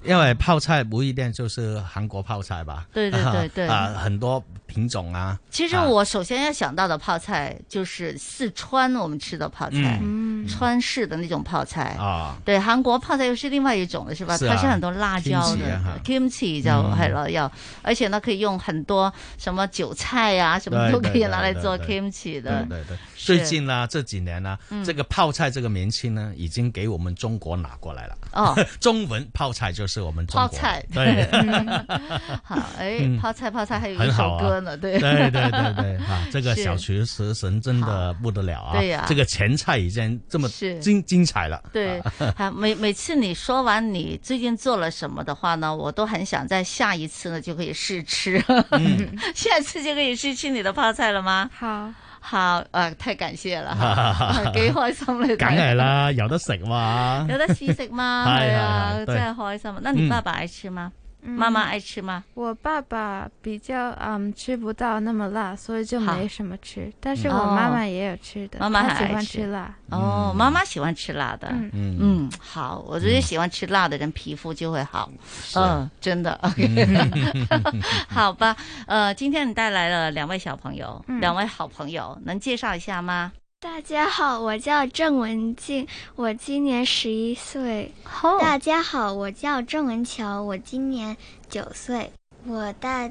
Speaker 25: 因为泡菜不一定就是韩国泡菜吧？
Speaker 6: 对对对对
Speaker 25: 啊，很多品种啊。
Speaker 6: 其实
Speaker 25: 啊
Speaker 6: 我首先要想到的泡菜就是四川我们吃的泡菜，
Speaker 25: 嗯
Speaker 6: 川式的那种泡菜。
Speaker 25: 啊，
Speaker 6: 对，韩国泡菜又是另外一种了，是吧？
Speaker 25: 是
Speaker 6: 它
Speaker 25: 啊
Speaker 6: 是很多辣椒
Speaker 25: kimchi
Speaker 6: 的
Speaker 25: 啊哈
Speaker 6: ，kimchi 就
Speaker 25: 嗯
Speaker 6: 系咯，要而且呢可以用很多什么韭菜呀，什么
Speaker 25: 对
Speaker 6: 都可以
Speaker 25: 对
Speaker 6: 拿来
Speaker 25: 对
Speaker 6: 做
Speaker 25: 对
Speaker 6: kimchi
Speaker 25: 对
Speaker 6: 的。
Speaker 25: 对对，
Speaker 6: 是
Speaker 25: 最近呢这几年呢
Speaker 6: 嗯，
Speaker 25: 这个泡菜这个名称呢，已经给我们中国拿过来了。
Speaker 6: 哦，
Speaker 25: *laughs* 中文泡菜就是我们中
Speaker 6: 泡
Speaker 25: 国
Speaker 6: 菜，，
Speaker 25: 对
Speaker 6: *laughs* 好，哎，
Speaker 25: 嗯
Speaker 6: 泡菜泡菜还有一
Speaker 25: 很好
Speaker 6: 首
Speaker 25: 啊
Speaker 6: 歌呢，对，
Speaker 25: 对对对对
Speaker 6: *laughs*
Speaker 25: 啊，这个
Speaker 6: 是
Speaker 25: 小厨食神真的不得了啊！
Speaker 6: 对呀
Speaker 25: 这个前菜已经这么
Speaker 6: 是
Speaker 25: 精精彩了。 *laughs*
Speaker 6: 对，啊，每每次你说完你最近做了什么的话呢，我都很想在下一次呢就可以试吃，
Speaker 25: 嗯
Speaker 6: *laughs* 下一次就可以试吃你的泡菜了吗？
Speaker 24: 好，
Speaker 6: 好，啊，太感謝啦，啊 *laughs* 幾開心你睇
Speaker 25: 梗係，啦，有得食嘛，
Speaker 6: 有得試食
Speaker 25: *laughs*
Speaker 6: 嗎？
Speaker 25: 係
Speaker 6: 係啊
Speaker 25: 係，係
Speaker 6: 真
Speaker 25: 對嗯
Speaker 6: 係開心啊。那你爸爸愛吃嗎？媽媽愛吃嗎？
Speaker 24: 我爸爸比较嗯吃不到那么辣，所以就
Speaker 6: 好
Speaker 24: 没什么吃。但是
Speaker 6: 嗯
Speaker 24: 我妈妈也有吃的，
Speaker 6: 妈妈
Speaker 24: 她
Speaker 6: 还
Speaker 24: 喜
Speaker 6: 爱
Speaker 24: 欢吃辣。
Speaker 6: 哦，妈妈喜欢吃辣的。
Speaker 24: 嗯
Speaker 25: 嗯
Speaker 6: 好，我觉得喜欢吃辣的人皮肤就会好。嗯，真的。嗯 *laughs* 好吧，呃，今天你带来了两位小朋友，
Speaker 23: 嗯
Speaker 6: 两位好朋友，能介绍一下吗？
Speaker 23: 大家好，我叫郑文静，我今年十一岁。大家好，我叫郑文乔，我今年九岁。我大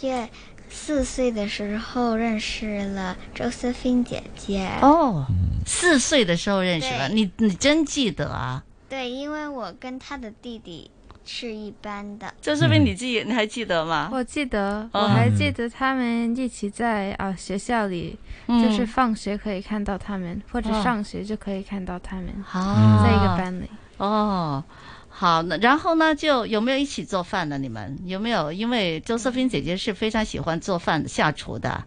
Speaker 23: 约四岁的时候认识了周丝芬姐姐。
Speaker 6: 哦，四岁的时候认识了你，你真记得啊？
Speaker 23: 对，因为我跟她的弟弟是一班的。
Speaker 6: 这是不是你记，你还记得吗？
Speaker 24: 我记得，
Speaker 6: 嗯
Speaker 24: 我还记得他们一起在啊、学校里，
Speaker 6: 嗯
Speaker 24: 就是放学可以看到他们，或者
Speaker 6: 哦
Speaker 24: 上学就可以看到他们，
Speaker 6: 啊
Speaker 24: 在一个班里。
Speaker 6: 哦，好，那然后呢，就有没有一起做饭呢？你们有没有？因为周瑟芬姐姐是非常喜欢做饭的下厨的。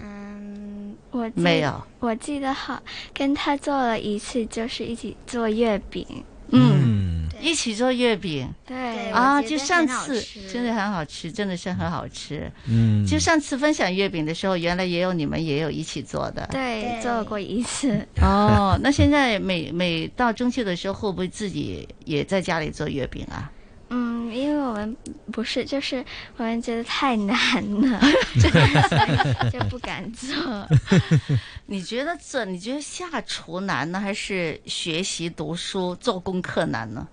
Speaker 23: 嗯，我记
Speaker 6: 没有，
Speaker 23: 我记得好跟她做了一次，就是一起做月饼。
Speaker 6: 嗯，一起做月饼。
Speaker 23: 对
Speaker 6: 啊，
Speaker 23: 我觉
Speaker 6: 就
Speaker 23: 得
Speaker 6: 上
Speaker 23: 很好
Speaker 6: 次
Speaker 23: 吃
Speaker 6: 真的很好吃，真的是很好吃。
Speaker 25: 嗯
Speaker 6: 就上次分享月饼的时候，原来也有你们也有一起做的。
Speaker 23: 对，做过一次。
Speaker 6: *laughs* 哦，那现在每每到中秋的时候，会不会自己也在家里做月饼啊？
Speaker 23: 嗯，因为我们不是，就是我们觉得太难
Speaker 7: *laughs*
Speaker 23: 了， *laughs* 就不敢做。
Speaker 6: *laughs* 你觉得这？你觉得下厨难呢，还是学习读书做功课难 *laughs* 呢？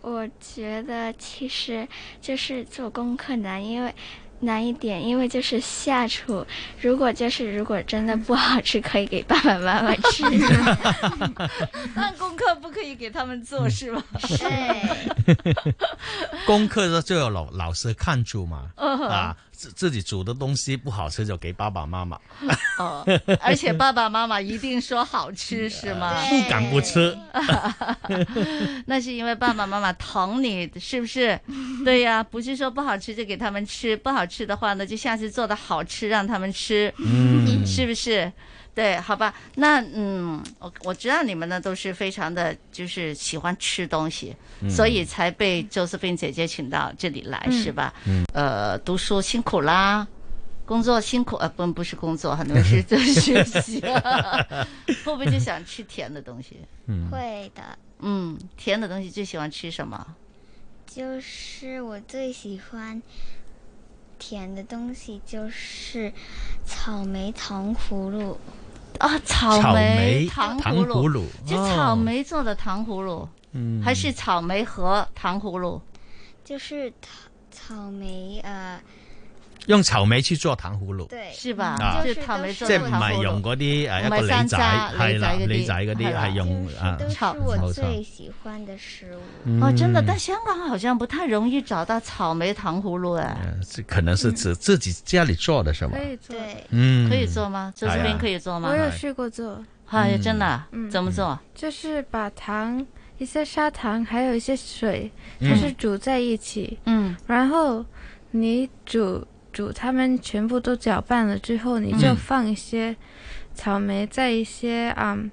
Speaker 23: 我觉得其实就是做功课难，因为难一点，因为就是下厨，如果就是如果真的不好吃，可以给爸爸妈妈吃。
Speaker 6: 但功课不可以给他们做是吧？
Speaker 25: 功课呢就有老老师看住
Speaker 6: *laughs*
Speaker 25: 嘛，
Speaker 6: 嗯
Speaker 25: 啊，自自己煮的东西不好吃就给爸爸妈
Speaker 6: *laughs*
Speaker 25: 妈，
Speaker 6: *laughs* 哦，而且爸爸妈妈一定说好吃是吗？
Speaker 25: 不敢不吃。
Speaker 6: *laughs* 那是因为爸爸妈妈疼你，是不是？对呀、不是说不好吃就给他们吃，不好吃的话呢，就下次做的好吃让他们吃，
Speaker 2: 嗯
Speaker 6: 是不是？对，好吧，那嗯，我我知道你们呢都是非常的，就是喜欢吃东西，
Speaker 2: 嗯
Speaker 6: 所以才被周丝芬姐姐请到这里来，是吧？
Speaker 2: 嗯
Speaker 6: 呃，读书辛苦啦，工作辛苦，呃，不不是工
Speaker 2: *laughs*
Speaker 6: 作，很多是在学习， *laughs* 会不会就想吃甜的东西？
Speaker 23: 会的，
Speaker 6: 嗯，甜的东西最喜欢吃什么？
Speaker 23: 就是我最喜欢甜的东西就是草莓糖葫芦。
Speaker 6: 啊，草
Speaker 23: 草
Speaker 6: 莓
Speaker 23: 莓
Speaker 6: 糖
Speaker 23: 糖
Speaker 6: 葫
Speaker 23: 葫
Speaker 6: 芦
Speaker 23: 芦，
Speaker 6: 就
Speaker 23: 哦
Speaker 6: 草莓做的糖葫芦，
Speaker 25: 嗯
Speaker 6: 还是草莓和糖葫芦？
Speaker 23: 就是草草莓呃，
Speaker 25: 用草莓去做糖葫芦，
Speaker 23: 对，嗯
Speaker 6: 是吧
Speaker 25: 啊
Speaker 6: 就是糖莓
Speaker 25: 即
Speaker 6: 做
Speaker 25: 係
Speaker 6: 嘅
Speaker 25: 唔
Speaker 6: 糖葫
Speaker 25: 係
Speaker 6: 芦
Speaker 25: 用嗰啲誒
Speaker 6: 唔
Speaker 25: 一
Speaker 6: 係
Speaker 25: 個
Speaker 6: 山
Speaker 25: 梨仔
Speaker 6: 楂梨
Speaker 25: 係啦
Speaker 6: 仔嗰，啲
Speaker 25: 梨仔嗰
Speaker 6: 係
Speaker 25: 啲
Speaker 6: 啦
Speaker 25: 係用啊
Speaker 23: 都是
Speaker 6: 草
Speaker 23: 我
Speaker 25: 冇錯
Speaker 23: 最喜欢的食物。
Speaker 6: 哦，真的，
Speaker 25: 嗯
Speaker 6: 但香港好像不太容易找到草莓糖葫芦哎，
Speaker 25: 这可能嗯是
Speaker 23: 嗯
Speaker 25: 指自己家里做的是吧？
Speaker 24: 以做，
Speaker 25: 嗯
Speaker 6: 可以做吗？周志
Speaker 25: 哎
Speaker 6: 斌
Speaker 25: 呀
Speaker 6: 可以做吗？
Speaker 24: 我有试过做，
Speaker 6: 哎呀，真的啊
Speaker 24: 嗯，
Speaker 6: 怎么做？
Speaker 24: 就是把糖、一些砂糖，还有一些水，
Speaker 6: 嗯
Speaker 24: 就是煮在一起。
Speaker 6: 嗯，
Speaker 24: 然后你煮煮它们全部都搅拌了之后，你就
Speaker 23: 嗯
Speaker 24: 放一些草莓，在一些啊、嗯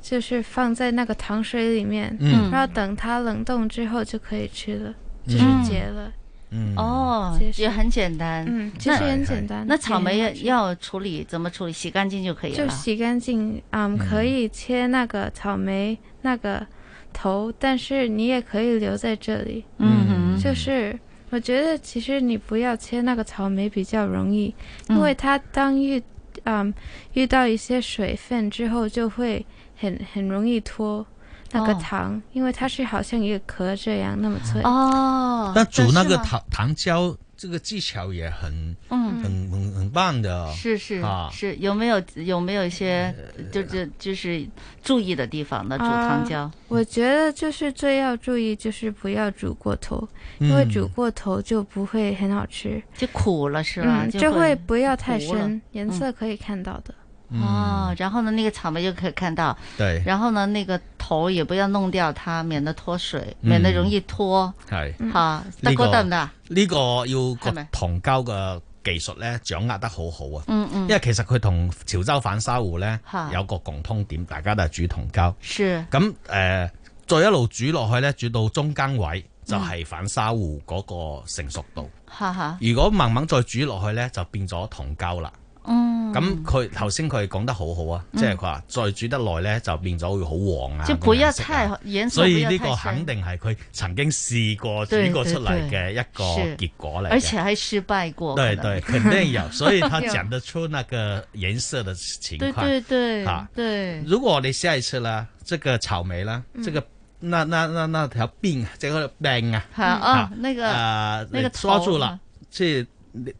Speaker 24: 就是放在那个糖水里面，
Speaker 23: 嗯
Speaker 24: 然后等它冷冻之后就可以吃了，
Speaker 23: 嗯
Speaker 24: 就是结了。
Speaker 25: 嗯，
Speaker 6: 哦，也很简单。
Speaker 24: 嗯其实
Speaker 6: 那
Speaker 24: 很简单
Speaker 6: 那草莓
Speaker 24: 也
Speaker 6: 要
Speaker 24: 很好吃
Speaker 6: 要处理怎么处理？洗干净就可以
Speaker 24: 就
Speaker 6: 了。
Speaker 24: 洗干净，嗯，可以切那个草莓那个头，但是你也可以留在这里。
Speaker 6: 嗯哼
Speaker 24: 就是我觉得其实你不要切那个草莓比较容易，因为
Speaker 9: 嗯
Speaker 24: 它当遇嗯遇到一些水分之后，就会很很容易脱那个
Speaker 6: 哦
Speaker 24: 糖，因为它是好像一个壳这样那么脆。
Speaker 6: 哦
Speaker 24: 那
Speaker 25: 但煮那个糖糖胶这个技巧也很
Speaker 6: 嗯
Speaker 25: 很很很棒的哦，
Speaker 6: 是是
Speaker 25: 啊，呃
Speaker 6: 是，有没有有没有一些就就就是注意的地方呢？煮嗯
Speaker 24: 啊
Speaker 6: 糖胶，
Speaker 24: 我觉得就是最要注意就是不要煮过头，因为
Speaker 6: 嗯
Speaker 24: 煮过头就不会很好吃，
Speaker 6: 就苦了是吧
Speaker 24: 嗯，
Speaker 6: 就
Speaker 24: 就
Speaker 6: 会
Speaker 24: 不要太
Speaker 6: 糊了
Speaker 24: 深，颜
Speaker 6: 嗯
Speaker 24: 色可以看到的。
Speaker 6: 哦，然后呢，那个草莓就可以看到，
Speaker 25: 嗯对
Speaker 6: 然后呢，那个头也不要弄掉它，免得脱水，
Speaker 25: 嗯
Speaker 6: 免得容易脱。
Speaker 25: 係
Speaker 6: 嚇嗯得
Speaker 25: 呢個
Speaker 6: 哥得唔得啊？
Speaker 25: 呢個要
Speaker 6: 係
Speaker 25: 個
Speaker 6: 咪
Speaker 25: 糖膠嘅技術咧掌握得好好啊！
Speaker 6: 嗯嗯
Speaker 25: 因為其實佢同潮州反沙芋咧
Speaker 6: 嚇
Speaker 25: 有個共通點，大家都係煮糖膠。
Speaker 6: 是
Speaker 25: 咁誒、呃再一路煮落去咧，煮到中間位就
Speaker 6: 嗯
Speaker 25: 係反沙芋嗰個成熟度。
Speaker 6: 哈哈，
Speaker 25: 如果慢慢再煮落去咧，就變咗糖膠啦。
Speaker 6: 嗯，
Speaker 25: 咁佢頭先佢講得好好啊，
Speaker 6: 嗯
Speaker 25: 即係佢話再煮得耐咧，就變咗會好黃啊。
Speaker 6: 就
Speaker 25: 咁
Speaker 6: 不
Speaker 25: 樣
Speaker 6: 要
Speaker 25: 色啊
Speaker 6: 太颜色
Speaker 25: 所
Speaker 6: 不
Speaker 25: 以
Speaker 6: 要
Speaker 25: 呢
Speaker 6: 太
Speaker 25: 個
Speaker 6: 深
Speaker 25: 肯定係佢曾經試過煮
Speaker 6: 对
Speaker 25: 過出嚟
Speaker 6: 对
Speaker 25: 嘅一個
Speaker 6: 是
Speaker 25: 結果嚟嘅。
Speaker 6: 而且还失败过。
Speaker 25: 對
Speaker 6: 可
Speaker 25: 對，
Speaker 6: 能
Speaker 25: 肯定有，所以
Speaker 6: *laughs* 哎
Speaker 25: 他講得出那個顏色的情
Speaker 6: 对
Speaker 25: 況。
Speaker 6: 对对
Speaker 25: 啊，
Speaker 6: 对，
Speaker 25: 如果我哋下一次啦，這個草莓啦，
Speaker 6: 嗯
Speaker 25: 這個那那那那條病，這個病啊，
Speaker 6: 好啊那個
Speaker 25: 啊
Speaker 6: 那個
Speaker 25: 抓
Speaker 6: 頭
Speaker 25: 住
Speaker 6: 啊
Speaker 25: 了，去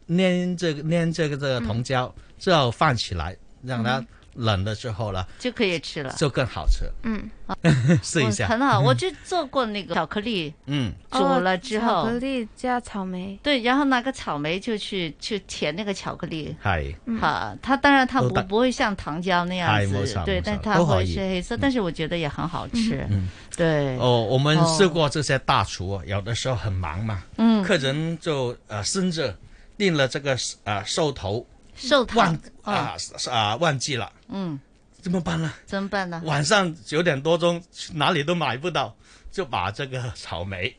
Speaker 25: 粘這個粘這個這個
Speaker 6: 嗯
Speaker 25: 糖膠，之後放起來，讓它
Speaker 6: 嗯
Speaker 25: 冷了之後呢，
Speaker 6: 就可以吃了。
Speaker 25: 就更好吃。
Speaker 6: 嗯，
Speaker 25: *laughs* 試一下，
Speaker 6: 很好，我就做过那个巧克力，
Speaker 25: *laughs* 嗯
Speaker 6: 煮
Speaker 24: 哦
Speaker 6: 了之
Speaker 24: 巧
Speaker 6: 后
Speaker 24: 克，力加草莓，
Speaker 6: 对，然后拿个草莓就去去填那个巧克力。
Speaker 25: 係
Speaker 24: 嗯
Speaker 6: 哈，它当然它
Speaker 25: 嗯都
Speaker 6: 不
Speaker 25: 得
Speaker 6: 不会像糖胶那样
Speaker 25: 哎没
Speaker 6: 子
Speaker 25: 错，
Speaker 6: 对
Speaker 25: 没，错
Speaker 6: 但它
Speaker 25: 都可
Speaker 6: 会
Speaker 25: 以
Speaker 6: 是黑色，但是我觉得也很好吃。
Speaker 25: 嗯。
Speaker 6: 对，
Speaker 25: 哦，我们
Speaker 6: 哦
Speaker 25: 试过这些大厨，啊有的时候很忙嘛，
Speaker 6: 嗯
Speaker 25: 客人就呃甚至订了这个呃寿头，
Speaker 6: 寿
Speaker 25: 忘
Speaker 6: 桃
Speaker 25: 啊
Speaker 6: 啊，
Speaker 25: 啊忘记了，
Speaker 6: 嗯，
Speaker 25: 怎么办呢？
Speaker 6: 怎么办呢？
Speaker 25: 晚上九点多钟哪里都买不到，就把这个草莓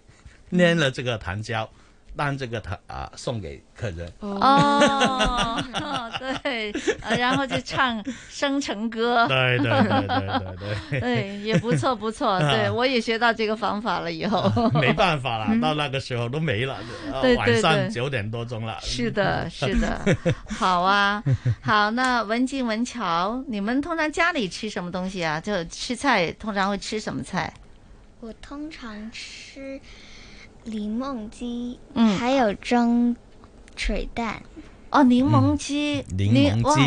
Speaker 6: 嗯
Speaker 25: 粘了这个糖胶，让这个糖啊、送给客人。
Speaker 6: 哦， *laughs* 对，呃然后就
Speaker 25: *laughs*
Speaker 6: 唱生辰歌，
Speaker 25: 对对对对对对
Speaker 6: 对也不错不错，对
Speaker 25: 啊
Speaker 6: 我也学到这个方法了以后，
Speaker 25: *laughs* 没办法
Speaker 6: *laughs*
Speaker 25: 啦，到那个时候都没了，啊
Speaker 6: 嗯对对
Speaker 25: 晚上
Speaker 6: 对
Speaker 25: 九点多钟了。
Speaker 6: 是
Speaker 25: *laughs*
Speaker 6: 的，是的，嗯 *laughs* 好啊，好。那文静、文乔，你们通常家里吃什么东西啊？就吃菜，通常会吃什么菜？
Speaker 23: 我通常吃柠檬鸡，
Speaker 6: 嗯
Speaker 23: 还有蒸水蛋。
Speaker 6: 哦，柠檬鸡，
Speaker 23: 嗯
Speaker 25: 柠
Speaker 6: 你
Speaker 25: 檬
Speaker 6: 哇
Speaker 25: 鸡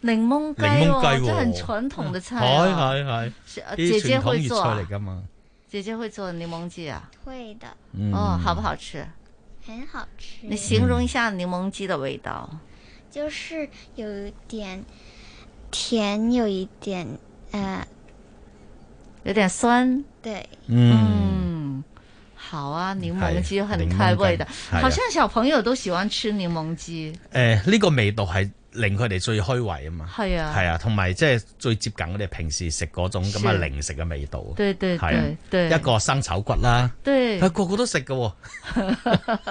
Speaker 6: 柠檬鸡
Speaker 25: 柠檬
Speaker 6: 哦，
Speaker 25: 鸡嗯
Speaker 6: 这
Speaker 25: 喎
Speaker 6: 很传统的菜
Speaker 25: 係
Speaker 6: 哦。
Speaker 25: 係係，
Speaker 6: 是
Speaker 25: 啲
Speaker 6: 呃姐姐
Speaker 25: 傳統
Speaker 6: 会
Speaker 25: 粵
Speaker 6: 做啊
Speaker 25: 菜嚟噶嘛？
Speaker 6: 姐姐会做柠檬鸡啊？
Speaker 23: 会的，
Speaker 25: 嗯
Speaker 6: 哦，好不好吃？
Speaker 23: 很好吃。
Speaker 6: 你形容一下柠檬鸡的味道。
Speaker 23: 就是有一点甜，有一点呃，
Speaker 6: 有点酸。 *laughs*
Speaker 23: 对，
Speaker 6: 嗯，好啊，柠檬鸡很
Speaker 25: 嗯
Speaker 6: 开胃的
Speaker 25: 柠檬，鸡
Speaker 6: 好像小朋友都喜欢吃柠檬鸡。
Speaker 25: 誒呃呢個味道係令佢哋最虛為啊嘛，
Speaker 6: 係啊
Speaker 25: 係啊，同埋即係最接近我哋平時食嗰種咁嘅
Speaker 6: 是
Speaker 25: 零食嘅味道。
Speaker 6: 對對
Speaker 25: 係啊
Speaker 6: 對對
Speaker 25: 一個生炒骨啦，
Speaker 6: 對
Speaker 25: 佢個個都食嘅喎。
Speaker 6: *laughs*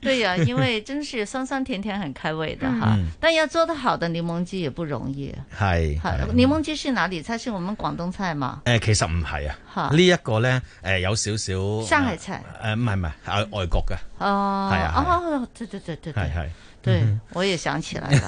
Speaker 6: 对呀、因为真是酸酸甜甜很开胃的哈。
Speaker 25: 嗯
Speaker 6: 但要做得好的柠檬鸡也不容易。
Speaker 25: 係
Speaker 6: 好
Speaker 25: 係，
Speaker 6: 柠檬鸡是哪里菜？是我们广东菜吗？
Speaker 25: 誒呃其實唔係
Speaker 6: 嚇
Speaker 25: 啊，呢一個咧誒有少少
Speaker 6: 上海菜
Speaker 25: 誒唔係唔係係
Speaker 6: 嗯
Speaker 25: 外國嘅，
Speaker 6: 哦，
Speaker 25: 係啊
Speaker 6: 哦，对对对对
Speaker 25: 係係
Speaker 6: 对，对我也想起来
Speaker 25: *laughs*
Speaker 6: 了，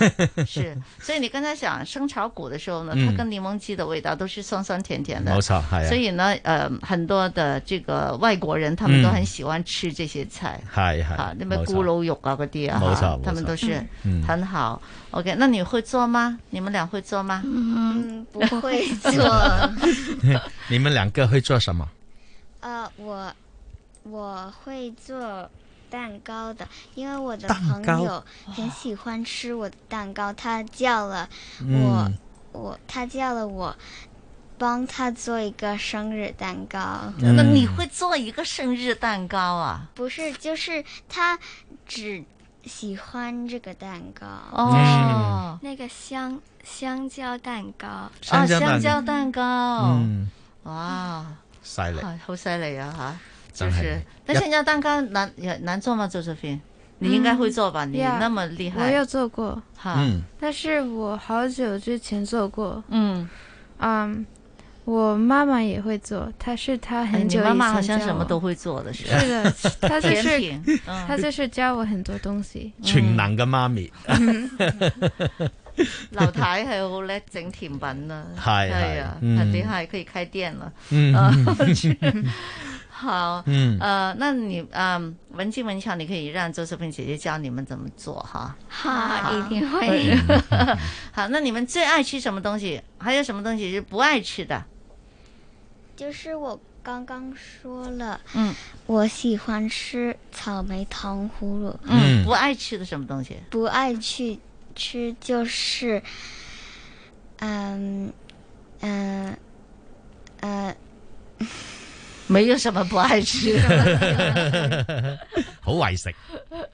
Speaker 6: 是。所以你刚才讲生炒股的时候呢，
Speaker 25: 嗯
Speaker 6: 它跟柠檬鸡的味道都是酸酸甜甜的，
Speaker 25: 冇錯係啊
Speaker 6: 所以呢，呃，很多的这个外国人他们
Speaker 25: 嗯
Speaker 6: 都很喜欢吃这些菜，
Speaker 25: 係係
Speaker 6: 啊，那么
Speaker 25: 冇錯
Speaker 6: 咕噜肉啊嗰啲啊，
Speaker 25: 冇錯
Speaker 6: 哈
Speaker 25: 冇錯
Speaker 6: 他们都是
Speaker 25: 嗯
Speaker 6: 很好。OK，那你会做吗？你们俩会做吗？
Speaker 23: 嗯，不会做。
Speaker 25: 做。 *laughs* 你們兩個去做什麼？
Speaker 23: 呃，我我会做蛋糕的，因为我的
Speaker 25: 蛋
Speaker 23: 朋
Speaker 25: 糕
Speaker 23: 友很喜欢吃我的蛋糕，他叫了我、
Speaker 25: 嗯
Speaker 23: 我，他叫了我帮他做一个生日蛋糕。
Speaker 6: 嗯那你会做一个生日蛋糕啊？
Speaker 23: 不是，就是他只喜欢这个蛋糕
Speaker 6: *laughs* 哦，
Speaker 23: 那个香香蕉蛋糕
Speaker 6: 啊，
Speaker 25: 嗯香蕉蛋
Speaker 6: 香蕉蛋糕，
Speaker 25: 嗯，
Speaker 6: 哇，
Speaker 25: 犀利。
Speaker 6: 好好犀利啊吓！就
Speaker 25: 真
Speaker 6: 是
Speaker 25: 係。，
Speaker 6: 但是人家蛋糕难也难做吗？Josephine，你应该会做吧？
Speaker 23: 嗯
Speaker 6: 你
Speaker 24: Yeah，
Speaker 6: 那么厉害，
Speaker 24: 嗯
Speaker 6: 啊
Speaker 24: 我有做过，
Speaker 6: 哈，
Speaker 24: 嗯，但是我好久之前做过，
Speaker 6: 嗯，
Speaker 24: 嗯，我妈妈也会做，她是她
Speaker 6: 哎
Speaker 24: 很
Speaker 6: 你
Speaker 24: 久以前
Speaker 6: 妈妈好像
Speaker 24: 教
Speaker 6: 什么
Speaker 24: 我
Speaker 6: 都会做的是吧？
Speaker 24: 是的，她就
Speaker 6: 甜
Speaker 24: 是
Speaker 6: 品嗯
Speaker 24: 她就是教我很多东西，
Speaker 25: 全能嘅媽咪，
Speaker 6: 嗯劉太係好叻整甜
Speaker 25: *laughs*
Speaker 6: 品啊，
Speaker 25: 係係
Speaker 6: 係啊，
Speaker 25: 嗯
Speaker 6: 肯定係可以開店了。
Speaker 25: 嗯 *laughs*
Speaker 6: 呃 *laughs*
Speaker 25: 嗯
Speaker 6: 是好，
Speaker 25: 嗯
Speaker 6: 呃，那你嗯，文静文巧，你可以让周淑芬姐姐教你们怎么做哈。哎
Speaker 23: 好一定会。
Speaker 25: *laughs*
Speaker 6: 好，那你们最爱吃什么东西？还有什么东西是不爱吃的？
Speaker 23: 就是我刚刚说了，
Speaker 6: 嗯，
Speaker 23: 我喜欢吃草莓糖葫芦。
Speaker 6: 嗯，不爱吃的什么东西？
Speaker 23: 不爱去吃就是，嗯嗯呃，
Speaker 6: 没有什么不爱吃。
Speaker 25: *laughs* *laughs* 好為食，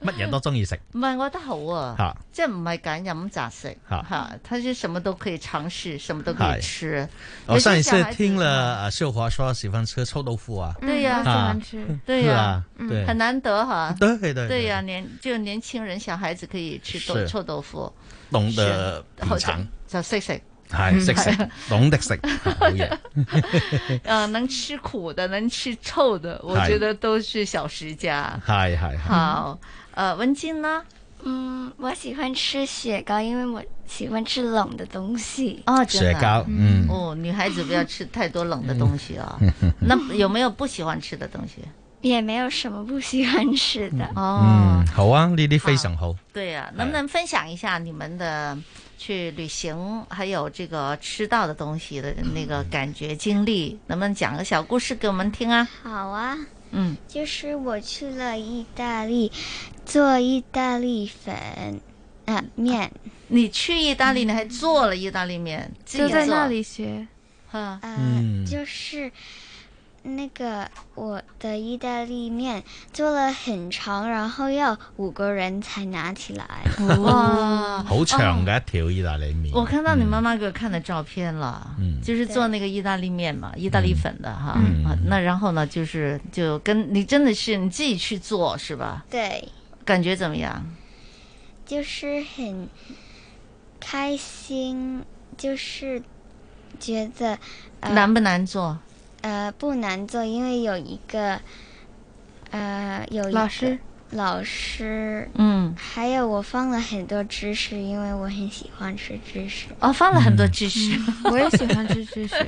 Speaker 25: 乜嘢都中意食。
Speaker 6: 唔係，我覺得好啊
Speaker 25: 嚇，
Speaker 6: 即係唔係揀飲擇食
Speaker 25: 嚇
Speaker 6: 嚇，他是什麼都可以嘗試，什麼都可以
Speaker 25: 係
Speaker 6: 吃。
Speaker 25: 我上一次
Speaker 6: 有些小孩子
Speaker 25: 聽了呃秀華說喜歡吃臭豆腐啊，
Speaker 6: 对呀，
Speaker 25: 啊
Speaker 6: *laughs* 对
Speaker 25: 是
Speaker 6: 呀嗯
Speaker 25: 吧，对，
Speaker 6: 很难得哈。
Speaker 25: *laughs* 对对对
Speaker 6: 对呀，年就年轻人小孩子可以吃豆
Speaker 25: 是
Speaker 6: 臭豆腐，
Speaker 25: 懂得品嚐，
Speaker 6: 就識食，
Speaker 25: 係識
Speaker 6: *laughs*
Speaker 25: 食
Speaker 6: 嗯，
Speaker 25: 懂得食，好嘢。
Speaker 6: *laughs* 呃，能吃苦的，能吃臭的，我
Speaker 25: 是
Speaker 6: 觉得都是小食家。
Speaker 25: 係係
Speaker 6: 好，呃，文静呢？
Speaker 9: 嗯，我喜欢吃雪糕，因为我喜欢吃冷的东西。
Speaker 6: 哦，真的
Speaker 25: 雪糕嗯
Speaker 6: 哦，女孩子不要吃太多冷的东西啊。那有没有不喜欢吃的东西？
Speaker 9: 也没有什么不喜欢吃的。
Speaker 6: 哦
Speaker 25: 嗯，好啊，呢啲非常好。
Speaker 6: 对
Speaker 23: 哎
Speaker 6: 呀、能不能分享一下你们的去旅行，还有这个吃到的东西的那个感觉经历？能不能讲个小故事给我们听啊？
Speaker 23: 好啊，
Speaker 6: 嗯，
Speaker 23: 就是我去了意大利做意大利粉啊面，
Speaker 6: 你去意大利，你还做了意大利面，自己
Speaker 23: 就在
Speaker 6: 做
Speaker 23: 那
Speaker 24: 里学，
Speaker 6: 哈，
Speaker 23: 呃，就是那个我的意大利面做了很长，然后要五个人才拿起来。
Speaker 25: 哦
Speaker 6: 哇
Speaker 25: *laughs*
Speaker 6: 哦
Speaker 25: 好長嘅一條意大利面，
Speaker 6: 我看到你妈妈给我看的照片了，
Speaker 25: 嗯
Speaker 6: 就是做那个意大利面嘛，意大利粉的哈。
Speaker 25: 嗯
Speaker 6: 啊那然后呢，就是就跟你真的是你自己去做是吧？
Speaker 23: 对，
Speaker 6: 感觉怎么样？
Speaker 23: 就是很开心，就是觉得、呃、
Speaker 6: 难不难做？
Speaker 23: 呃不难做，因为有一个呃有一
Speaker 24: 老
Speaker 23: 个
Speaker 24: 师
Speaker 23: 老师，
Speaker 6: 嗯，
Speaker 23: 还有我放了很多芝士，因为我很喜欢吃芝士。
Speaker 6: 哦，放了很多芝士， *laughs*
Speaker 23: 我也喜
Speaker 24: 欢吃芝士。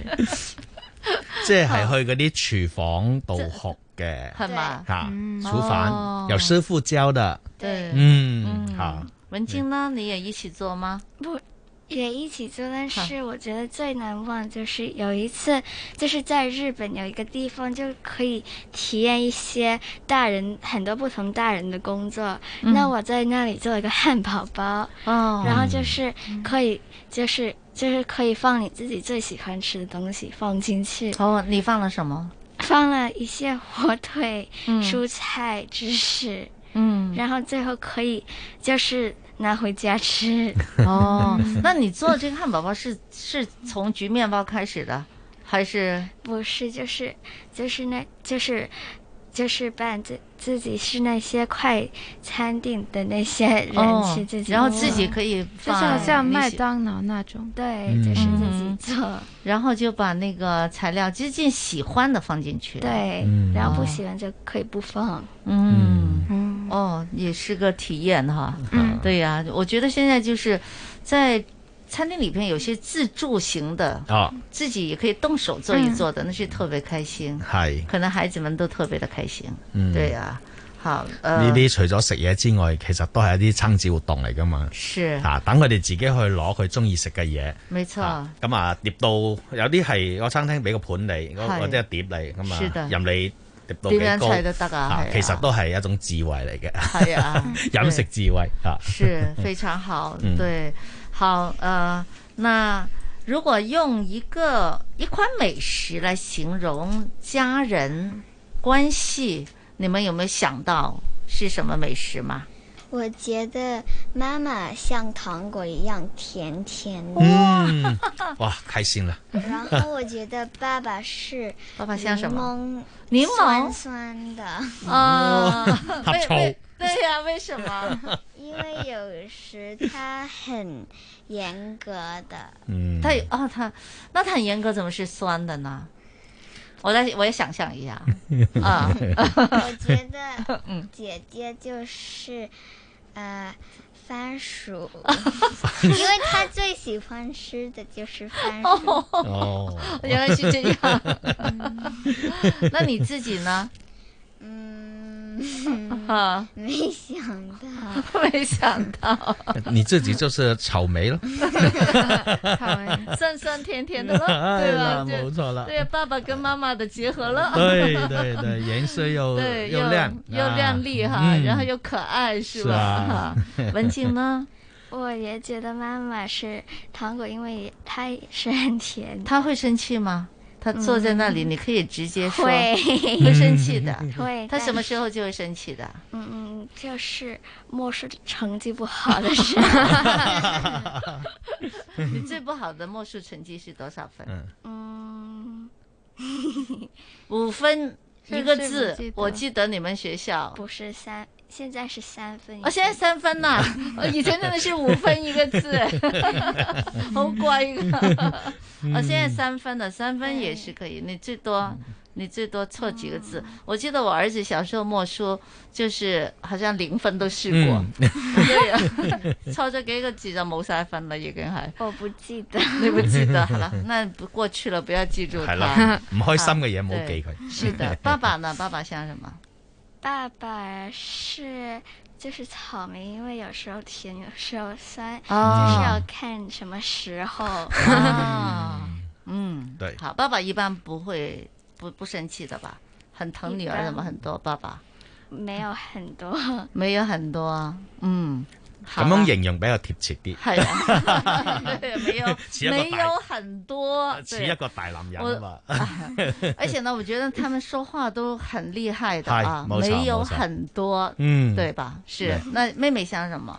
Speaker 25: 即係去嗰啲廚房度學嘅，
Speaker 6: 哦係嘛
Speaker 25: 嚇
Speaker 6: 嗯，
Speaker 25: 廚房
Speaker 6: 哦
Speaker 25: 有師傅教的，
Speaker 6: 对
Speaker 25: 嗯，好，
Speaker 6: 文静呢？你也一起做吗？
Speaker 9: 不，也一起做，但是我觉得最难忘就是有一次，就是在日本有一个地方就可以体验一些大人很多不同大人的工作。
Speaker 10: 嗯
Speaker 9: 那我在那里做了一个汉堡包，
Speaker 6: 哦
Speaker 9: 然后就是可以，就是就是可以放你自己最喜欢吃的东西放进去。
Speaker 6: 哦，你放了什么？
Speaker 9: 放了一些火腿、
Speaker 6: 嗯
Speaker 9: 蔬菜、芝士，
Speaker 6: 嗯
Speaker 9: 然后最后可以就是拿回家
Speaker 6: *laughs*
Speaker 9: 吃。
Speaker 6: 哦，那你做这个汉堡包是是从焗面包开始的，还是
Speaker 9: 不是，就是就是那就是就是办自自己是那些快餐店的那些人
Speaker 6: 哦
Speaker 9: 去自己做、
Speaker 6: 然后自己可以
Speaker 9: 就
Speaker 6: 放
Speaker 9: 是好像
Speaker 6: 你
Speaker 9: 麦
Speaker 6: 喜
Speaker 9: 当
Speaker 24: 脑那种，
Speaker 9: 对，
Speaker 6: 嗯
Speaker 9: 就是自己做，
Speaker 6: 然后就把那个材料就近喜欢的放进去？
Speaker 9: 对，然后不喜欢就可以不放。
Speaker 6: 嗯，哦，也是个体验哈。
Speaker 9: 嗯
Speaker 6: 对呀、我觉得现在就是在餐厅里边有些自助型的，
Speaker 25: 哦，
Speaker 6: 自己也可以动手做一做的，那是特别开心。
Speaker 25: 係
Speaker 6: 可能孩子们都特别的开心。
Speaker 25: 嗯
Speaker 6: 对呀、好，呃，
Speaker 25: 呢啲除咗食嘢之外，其實都係一啲親子活動嚟噶嘛，
Speaker 6: 是
Speaker 25: 啊，等佢哋自己去攞佢中意食嘅嘢。
Speaker 6: 没错。
Speaker 25: 咁啊，碟到有啲係個餐廳俾個盤你，
Speaker 6: 係
Speaker 25: 嗰或者係碟嚟咁
Speaker 6: 是的
Speaker 25: 啊，任你碟到
Speaker 6: 點樣
Speaker 25: 幾高，
Speaker 6: 砌都得啊係啊
Speaker 25: 其實都係一種智慧嚟嘅，
Speaker 6: 係啊
Speaker 25: *laughs* 飲食智慧啊， *laughs*
Speaker 6: 是非常好，
Speaker 25: 嗯
Speaker 6: 对，好，呃，那如果用一个一款美食来形容家人关系，你们有没有想到是什么美食吗？
Speaker 23: *laughs* 我觉得妈妈像糖果一样甜甜的。
Speaker 25: 嗯，哇，开心了。
Speaker 23: 然后我觉得爸爸是
Speaker 6: 爸爸像什
Speaker 23: 么？
Speaker 6: 柠檬
Speaker 23: 酸酸的
Speaker 6: 啊
Speaker 23: 哦
Speaker 6: 为
Speaker 23: 好
Speaker 6: 为
Speaker 23: 丑
Speaker 6: 对呀、为什么？
Speaker 23: *laughs* 因为有时他很严格的。
Speaker 25: 嗯，
Speaker 6: 他有哦，他那他很严格，怎么是酸的呢？我来，我也想
Speaker 25: *laughs*
Speaker 6: 象一下啊。
Speaker 23: 我觉得
Speaker 6: *laughs* 嗯
Speaker 23: 姐姐就是，呃，番薯，因为她最喜欢吃的就是
Speaker 6: *laughs*
Speaker 23: 番薯。
Speaker 25: 哦
Speaker 6: 原来是这
Speaker 23: *laughs*
Speaker 25: *laughs*
Speaker 6: 样。那你自己呢？嗯，
Speaker 23: 没想到，
Speaker 6: *laughs* 没想
Speaker 25: *laughs*
Speaker 6: 到，
Speaker 25: *laughs* 你自己就是草莓
Speaker 6: *laughs*
Speaker 25: 了。
Speaker 6: 酸酸甜甜的了，
Speaker 25: *laughs* 哎
Speaker 6: 对
Speaker 25: 呀
Speaker 6: 吧？就
Speaker 25: 没错了
Speaker 6: 对，爸爸跟妈妈的结合了。
Speaker 25: *laughs* 对对对，颜色又
Speaker 6: 对，
Speaker 25: 又亮啊
Speaker 6: 又亮丽哈，然后又可爱是
Speaker 25: 嗯是
Speaker 6: 吧
Speaker 25: 啊？
Speaker 6: 哈
Speaker 25: *laughs*
Speaker 6: 文静呢？
Speaker 9: 我也觉得妈妈是糖果，因为它也是很甜的。
Speaker 6: 她会生气吗？她坐在那里，
Speaker 9: 嗯
Speaker 6: 你可以直接说，
Speaker 9: 会
Speaker 6: 会生气的。
Speaker 25: 嗯
Speaker 6: *laughs*
Speaker 9: 会
Speaker 6: 她
Speaker 9: 但
Speaker 6: 什
Speaker 25: *laughs*
Speaker 6: 么时候就会生气的？
Speaker 9: 嗯嗯，就是默数成绩不好的时
Speaker 6: *laughs*
Speaker 9: 候。
Speaker 6: 你最不好的默数成绩是多少分？
Speaker 9: 嗯， *laughs*
Speaker 6: 五分
Speaker 9: 是
Speaker 6: 一个
Speaker 9: 是
Speaker 6: 字
Speaker 9: 我记，得
Speaker 6: 我记得你们学校。
Speaker 9: 不是三，现在是三分一个。
Speaker 6: 我哦现在三分呐、
Speaker 9: *laughs*
Speaker 6: 我以前真的是五分一个字， *laughs* 好乖一个。
Speaker 25: 嗯
Speaker 6: 我现在三分了，三分也是可以。你最多，你最多错几个字。我记得我儿子小时候默书，就是好像零分都试过，
Speaker 25: 嗯
Speaker 6: 对呀， *laughs* 错咗几个字就冇晒分啦，已經係。，
Speaker 9: 我不記得
Speaker 6: 你不記得，
Speaker 25: *laughs*
Speaker 6: 好了，那不過去了，不要記住
Speaker 25: 係
Speaker 6: 它
Speaker 25: 啦。 *laughs* 唔開心嘅嘢唔好
Speaker 6: 啊對
Speaker 25: 記佢
Speaker 6: 是
Speaker 25: *laughs*
Speaker 6: 的，爸爸呢？爸爸像什么？
Speaker 9: 爸爸是就是草莓，因为有时候甜，有时候酸，
Speaker 6: 哦
Speaker 9: 就是要看什么时候。
Speaker 6: 啊，嗯，
Speaker 25: 对
Speaker 6: *laughs* 好，爸爸一般不会不不生气的吧？很疼女儿的
Speaker 9: 一
Speaker 6: 吗？
Speaker 9: 般
Speaker 6: 很多爸爸
Speaker 9: *laughs* 没有很多，
Speaker 6: 没有很多啊，嗯，
Speaker 25: 咁樣形容比較貼切啲。
Speaker 6: 係啊， *laughs* 对，没有
Speaker 25: *laughs* 似一個大
Speaker 6: 没有很多，
Speaker 25: 似一個大男人啊嘛。
Speaker 6: 对
Speaker 25: *laughs*
Speaker 6: 而且呢，我觉得他们说话都很厉害的啊，
Speaker 25: 係冇錯
Speaker 6: 没有
Speaker 25: 冇錯
Speaker 6: 很多，
Speaker 25: 嗯
Speaker 6: 对吧？是
Speaker 25: 對。
Speaker 6: 那妹妹像什么？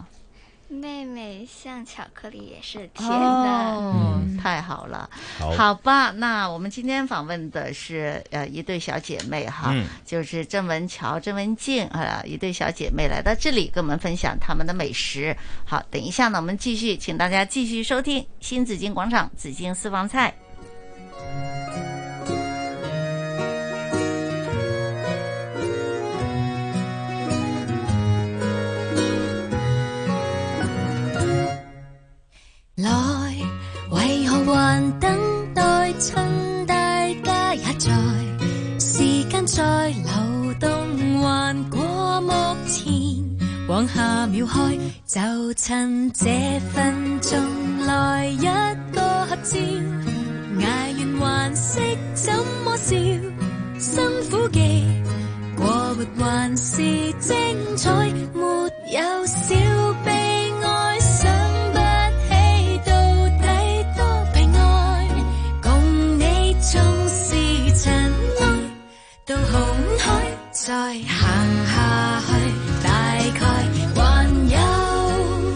Speaker 9: 妹妹像巧克力也是甜的。
Speaker 6: 哦，
Speaker 25: 嗯
Speaker 6: 太好了，
Speaker 9: 好
Speaker 6: 吧？那我们今天访问的是呃一对小姐妹哈，
Speaker 9: 嗯
Speaker 6: 就是郑文乔、郑文静啊、一对小姐妹来到这里跟我们分享她们的美食。好，等一下呢，我们继续，请大家继续收听新紫荆广场紫荆私房菜。
Speaker 10: 來，為何還等待？趁大家也在，時間在流動，還過目前。往下秒開，就趁這分鐘來一個合照。捱完還識怎麼笑，辛苦記過活還是精彩，沒有少悲哀，想不起到底多悲哀，共你縱是塵埃。到紅海再行下去，大概還有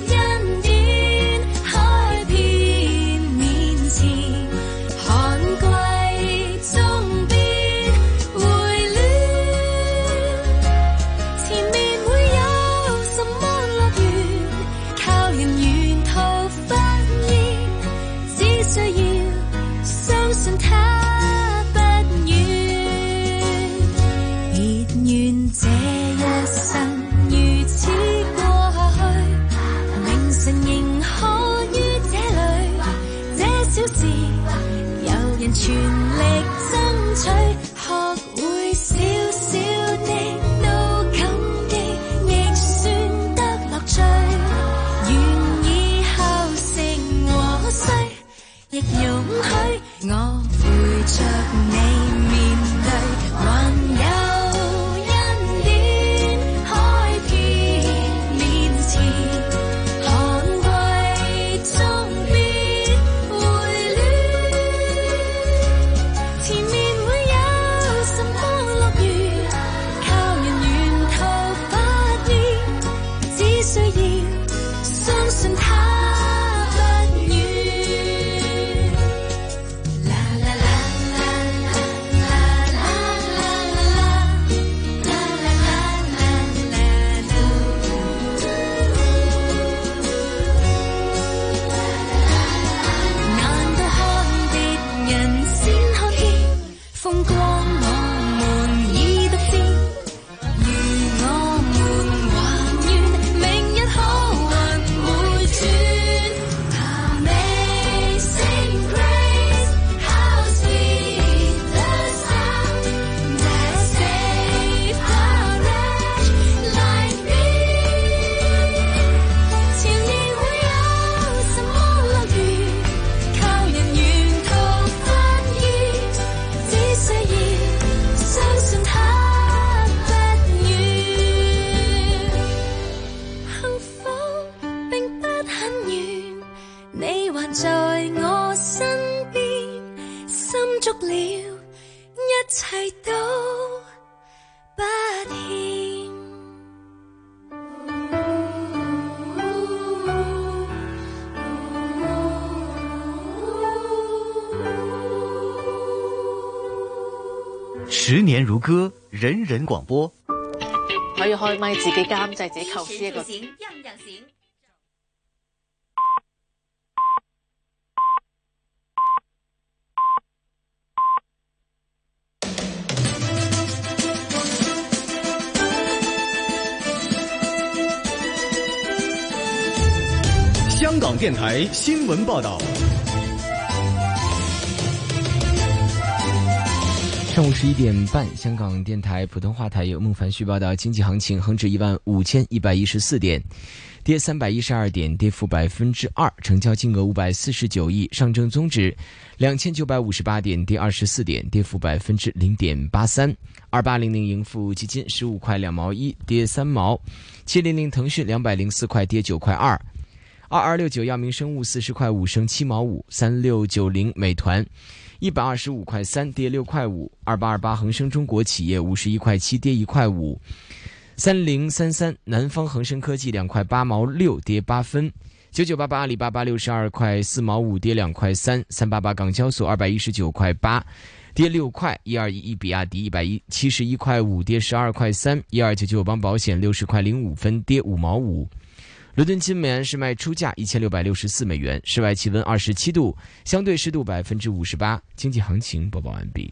Speaker 10: 恩典海邊面前，寒季終必回暖，前面會有什麼樂園？靠人沿途發現，只需要相信它不遠。別願這一生如此過下去，明晨仍可於這裏，這小事有人全力爭取，學會少少的都感激，亦算得樂趣。願以後成和誰？亦容許我陪着你面對，還有恩典海遍面前，寒季終必回暖，前面會有什麼樂園？靠人沿途發現，只需還在我身邊，心足了，一切都不欠。
Speaker 26: 十年如歌，人人广播。
Speaker 14: 可以開咪自己監製，自己構思一個。
Speaker 6: 樣樣行。
Speaker 1: 香港电台新闻报道。
Speaker 13: 上午十一点半，香港电台普通话台由孟凡旭报道经济行情：恒指一万五千一百一十四点，跌三百一十二点，跌幅百分之二，成交金额五百四十九亿；上证综指两千九百五十八点，跌二十四点，跌幅百分之零点八三；二八零零盈富基金十五块两毛一，跌三毛；七零零腾讯两百零四块，跌九块二。二二六九药明生物四十块五升七毛五，三六九零美团一百二十五块三跌六块五，二八二八恒生中国企业五十一块七跌一块五，三零三三南方恒生科技两块八毛六跌八分，九九八八阿里巴巴六十二块四毛五跌两块三，三八八港交所二百一十九块八。跌六块，一二一一比亚迪一百一七十一块五跌十二块三，一二九九邦保险六十块零五分跌五毛五，伦敦金美元是卖出价一千六百六十四美元，室外气温二十七度，相对湿度百分之五十八。经济行情播报完毕。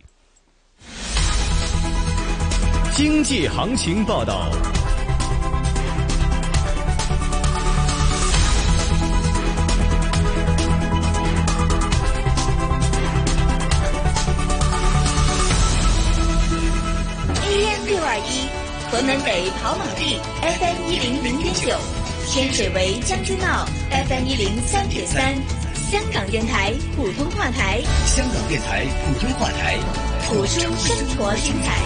Speaker 1: 经济行情报道。
Speaker 11: AM 六二一，河南北跑马地，FM 一零零点九，天水围将军澳，FM 一零三点三，香港电台普通话台，
Speaker 1: 香港电台普通话台，
Speaker 11: 谱出生活精彩。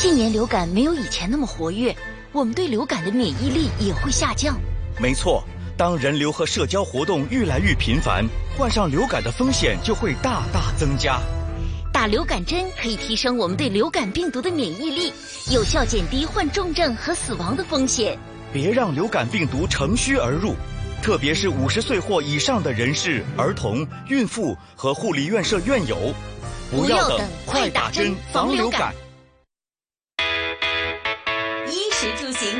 Speaker 2: 近年流感没有以前那么活跃，我们对流感的免疫力也会下降。
Speaker 27: 没错，当人流和社交活动越来越频繁，患上流感的风险就会大大增加。
Speaker 2: 打流感针可以提升我们对流感病毒的免疫力，有效减低患重症和死亡的风险。
Speaker 27: 别让流感病毒乘虚而入，特别是五十岁或以上的人士、儿童、孕妇和护理院舍院友，不要等，快打针防流感。
Speaker 11: 衣食住行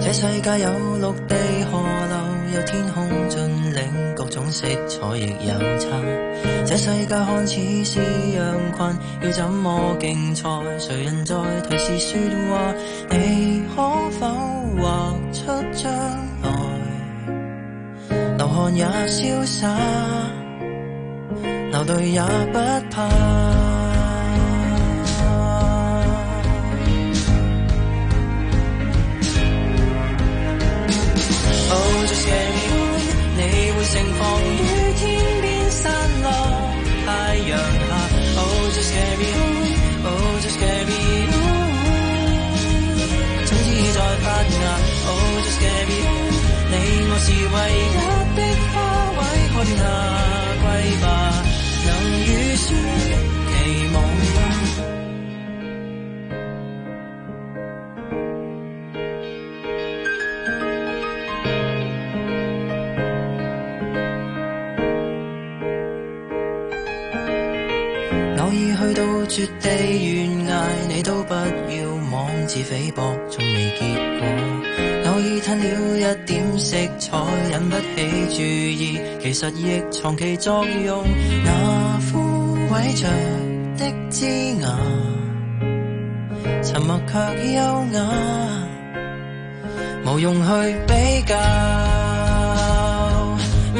Speaker 28: 這世界有陸地河流，有天空峻嶺，各種色彩亦有差。這世界看似是羊群，要怎麼競賽？誰人在提示說話？你可否畫出將來？流汗也瀟灑，流淚也不怕。Oh, just carry on，你會盛放於天邊散落太陽下。Oh, just carry on，Oh, just carry on，種子在發芽。Oh, just carry on，你我是唯一的花卉，看夏季吧，能預算期望嗎？偶爾去到絕地懸崖，你都不要妄自菲薄，從未結果。偶爾吞了一點色彩，引不起注意，其實亦藏其作用。那枯萎着的枝芽，沉默卻優雅，無用去比較。嗯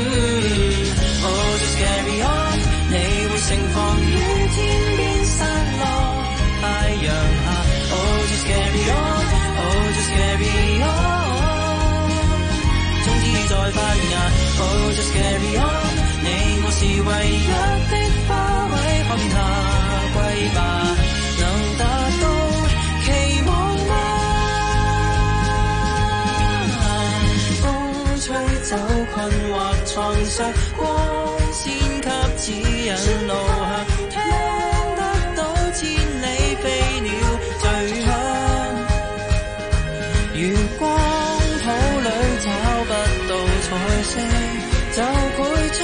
Speaker 28: 嗯困惑創傷，光線給指引路向，聽得到千里飛鳥醉響。如光譜裏找不到彩色，就繪出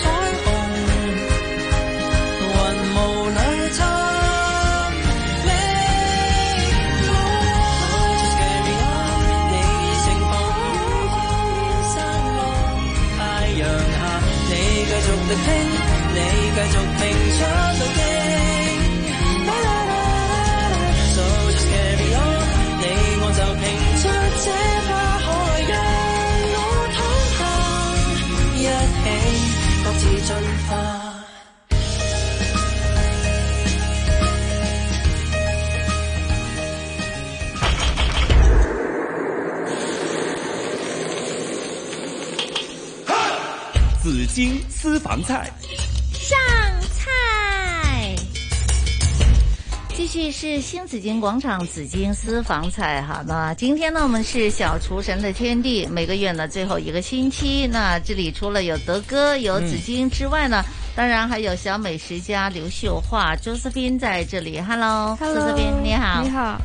Speaker 28: 彩虹。雲霧裏尋美夢。Just carry on，你已盛放於光煙散落太陽下，你繼續聆聽，你繼續拼出路徑。So just carry on，你我就拼出這花海，讓我躺下，一起各自進化。
Speaker 29: 紫荆私房菜，
Speaker 6: 上菜。继续是新紫荆广场紫荆私房菜哈，那今天呢我们是小厨神的天地，每个月呢最后一个星期，那这里除了有德哥有紫荆之外呢，
Speaker 25: 嗯
Speaker 6: 当然还有小美食家刘秀华 Josephine 在这里，Hello，Josephine 你好，
Speaker 24: 嗯你好。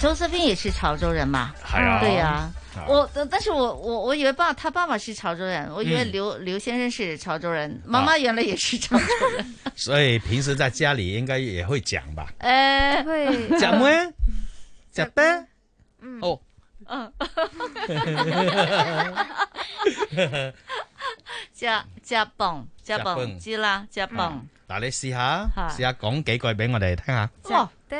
Speaker 6: Josephine 也是潮州人嘛？
Speaker 24: 是啊
Speaker 6: 对呀、
Speaker 24: 啊
Speaker 6: 我但是我我我以为爸他爸爸是潮州人，我以为
Speaker 25: 嗯
Speaker 6: 刘、刘先生是潮州人，妈妈
Speaker 25: 啊
Speaker 6: 原来也是潮州人。
Speaker 25: 所以平时在家里应该也会讲吧？
Speaker 6: 哎，
Speaker 24: 会
Speaker 25: *laughs* 讲咩？讲咩？哦，
Speaker 6: 嗯， *laughs* 加加泵加
Speaker 25: 加
Speaker 6: 泵，
Speaker 25: 泵
Speaker 6: 知啦加泵，
Speaker 25: 嗱，你試下
Speaker 6: 嚇，
Speaker 25: 試下講幾句俾我哋聽下。
Speaker 6: 哇，
Speaker 24: 得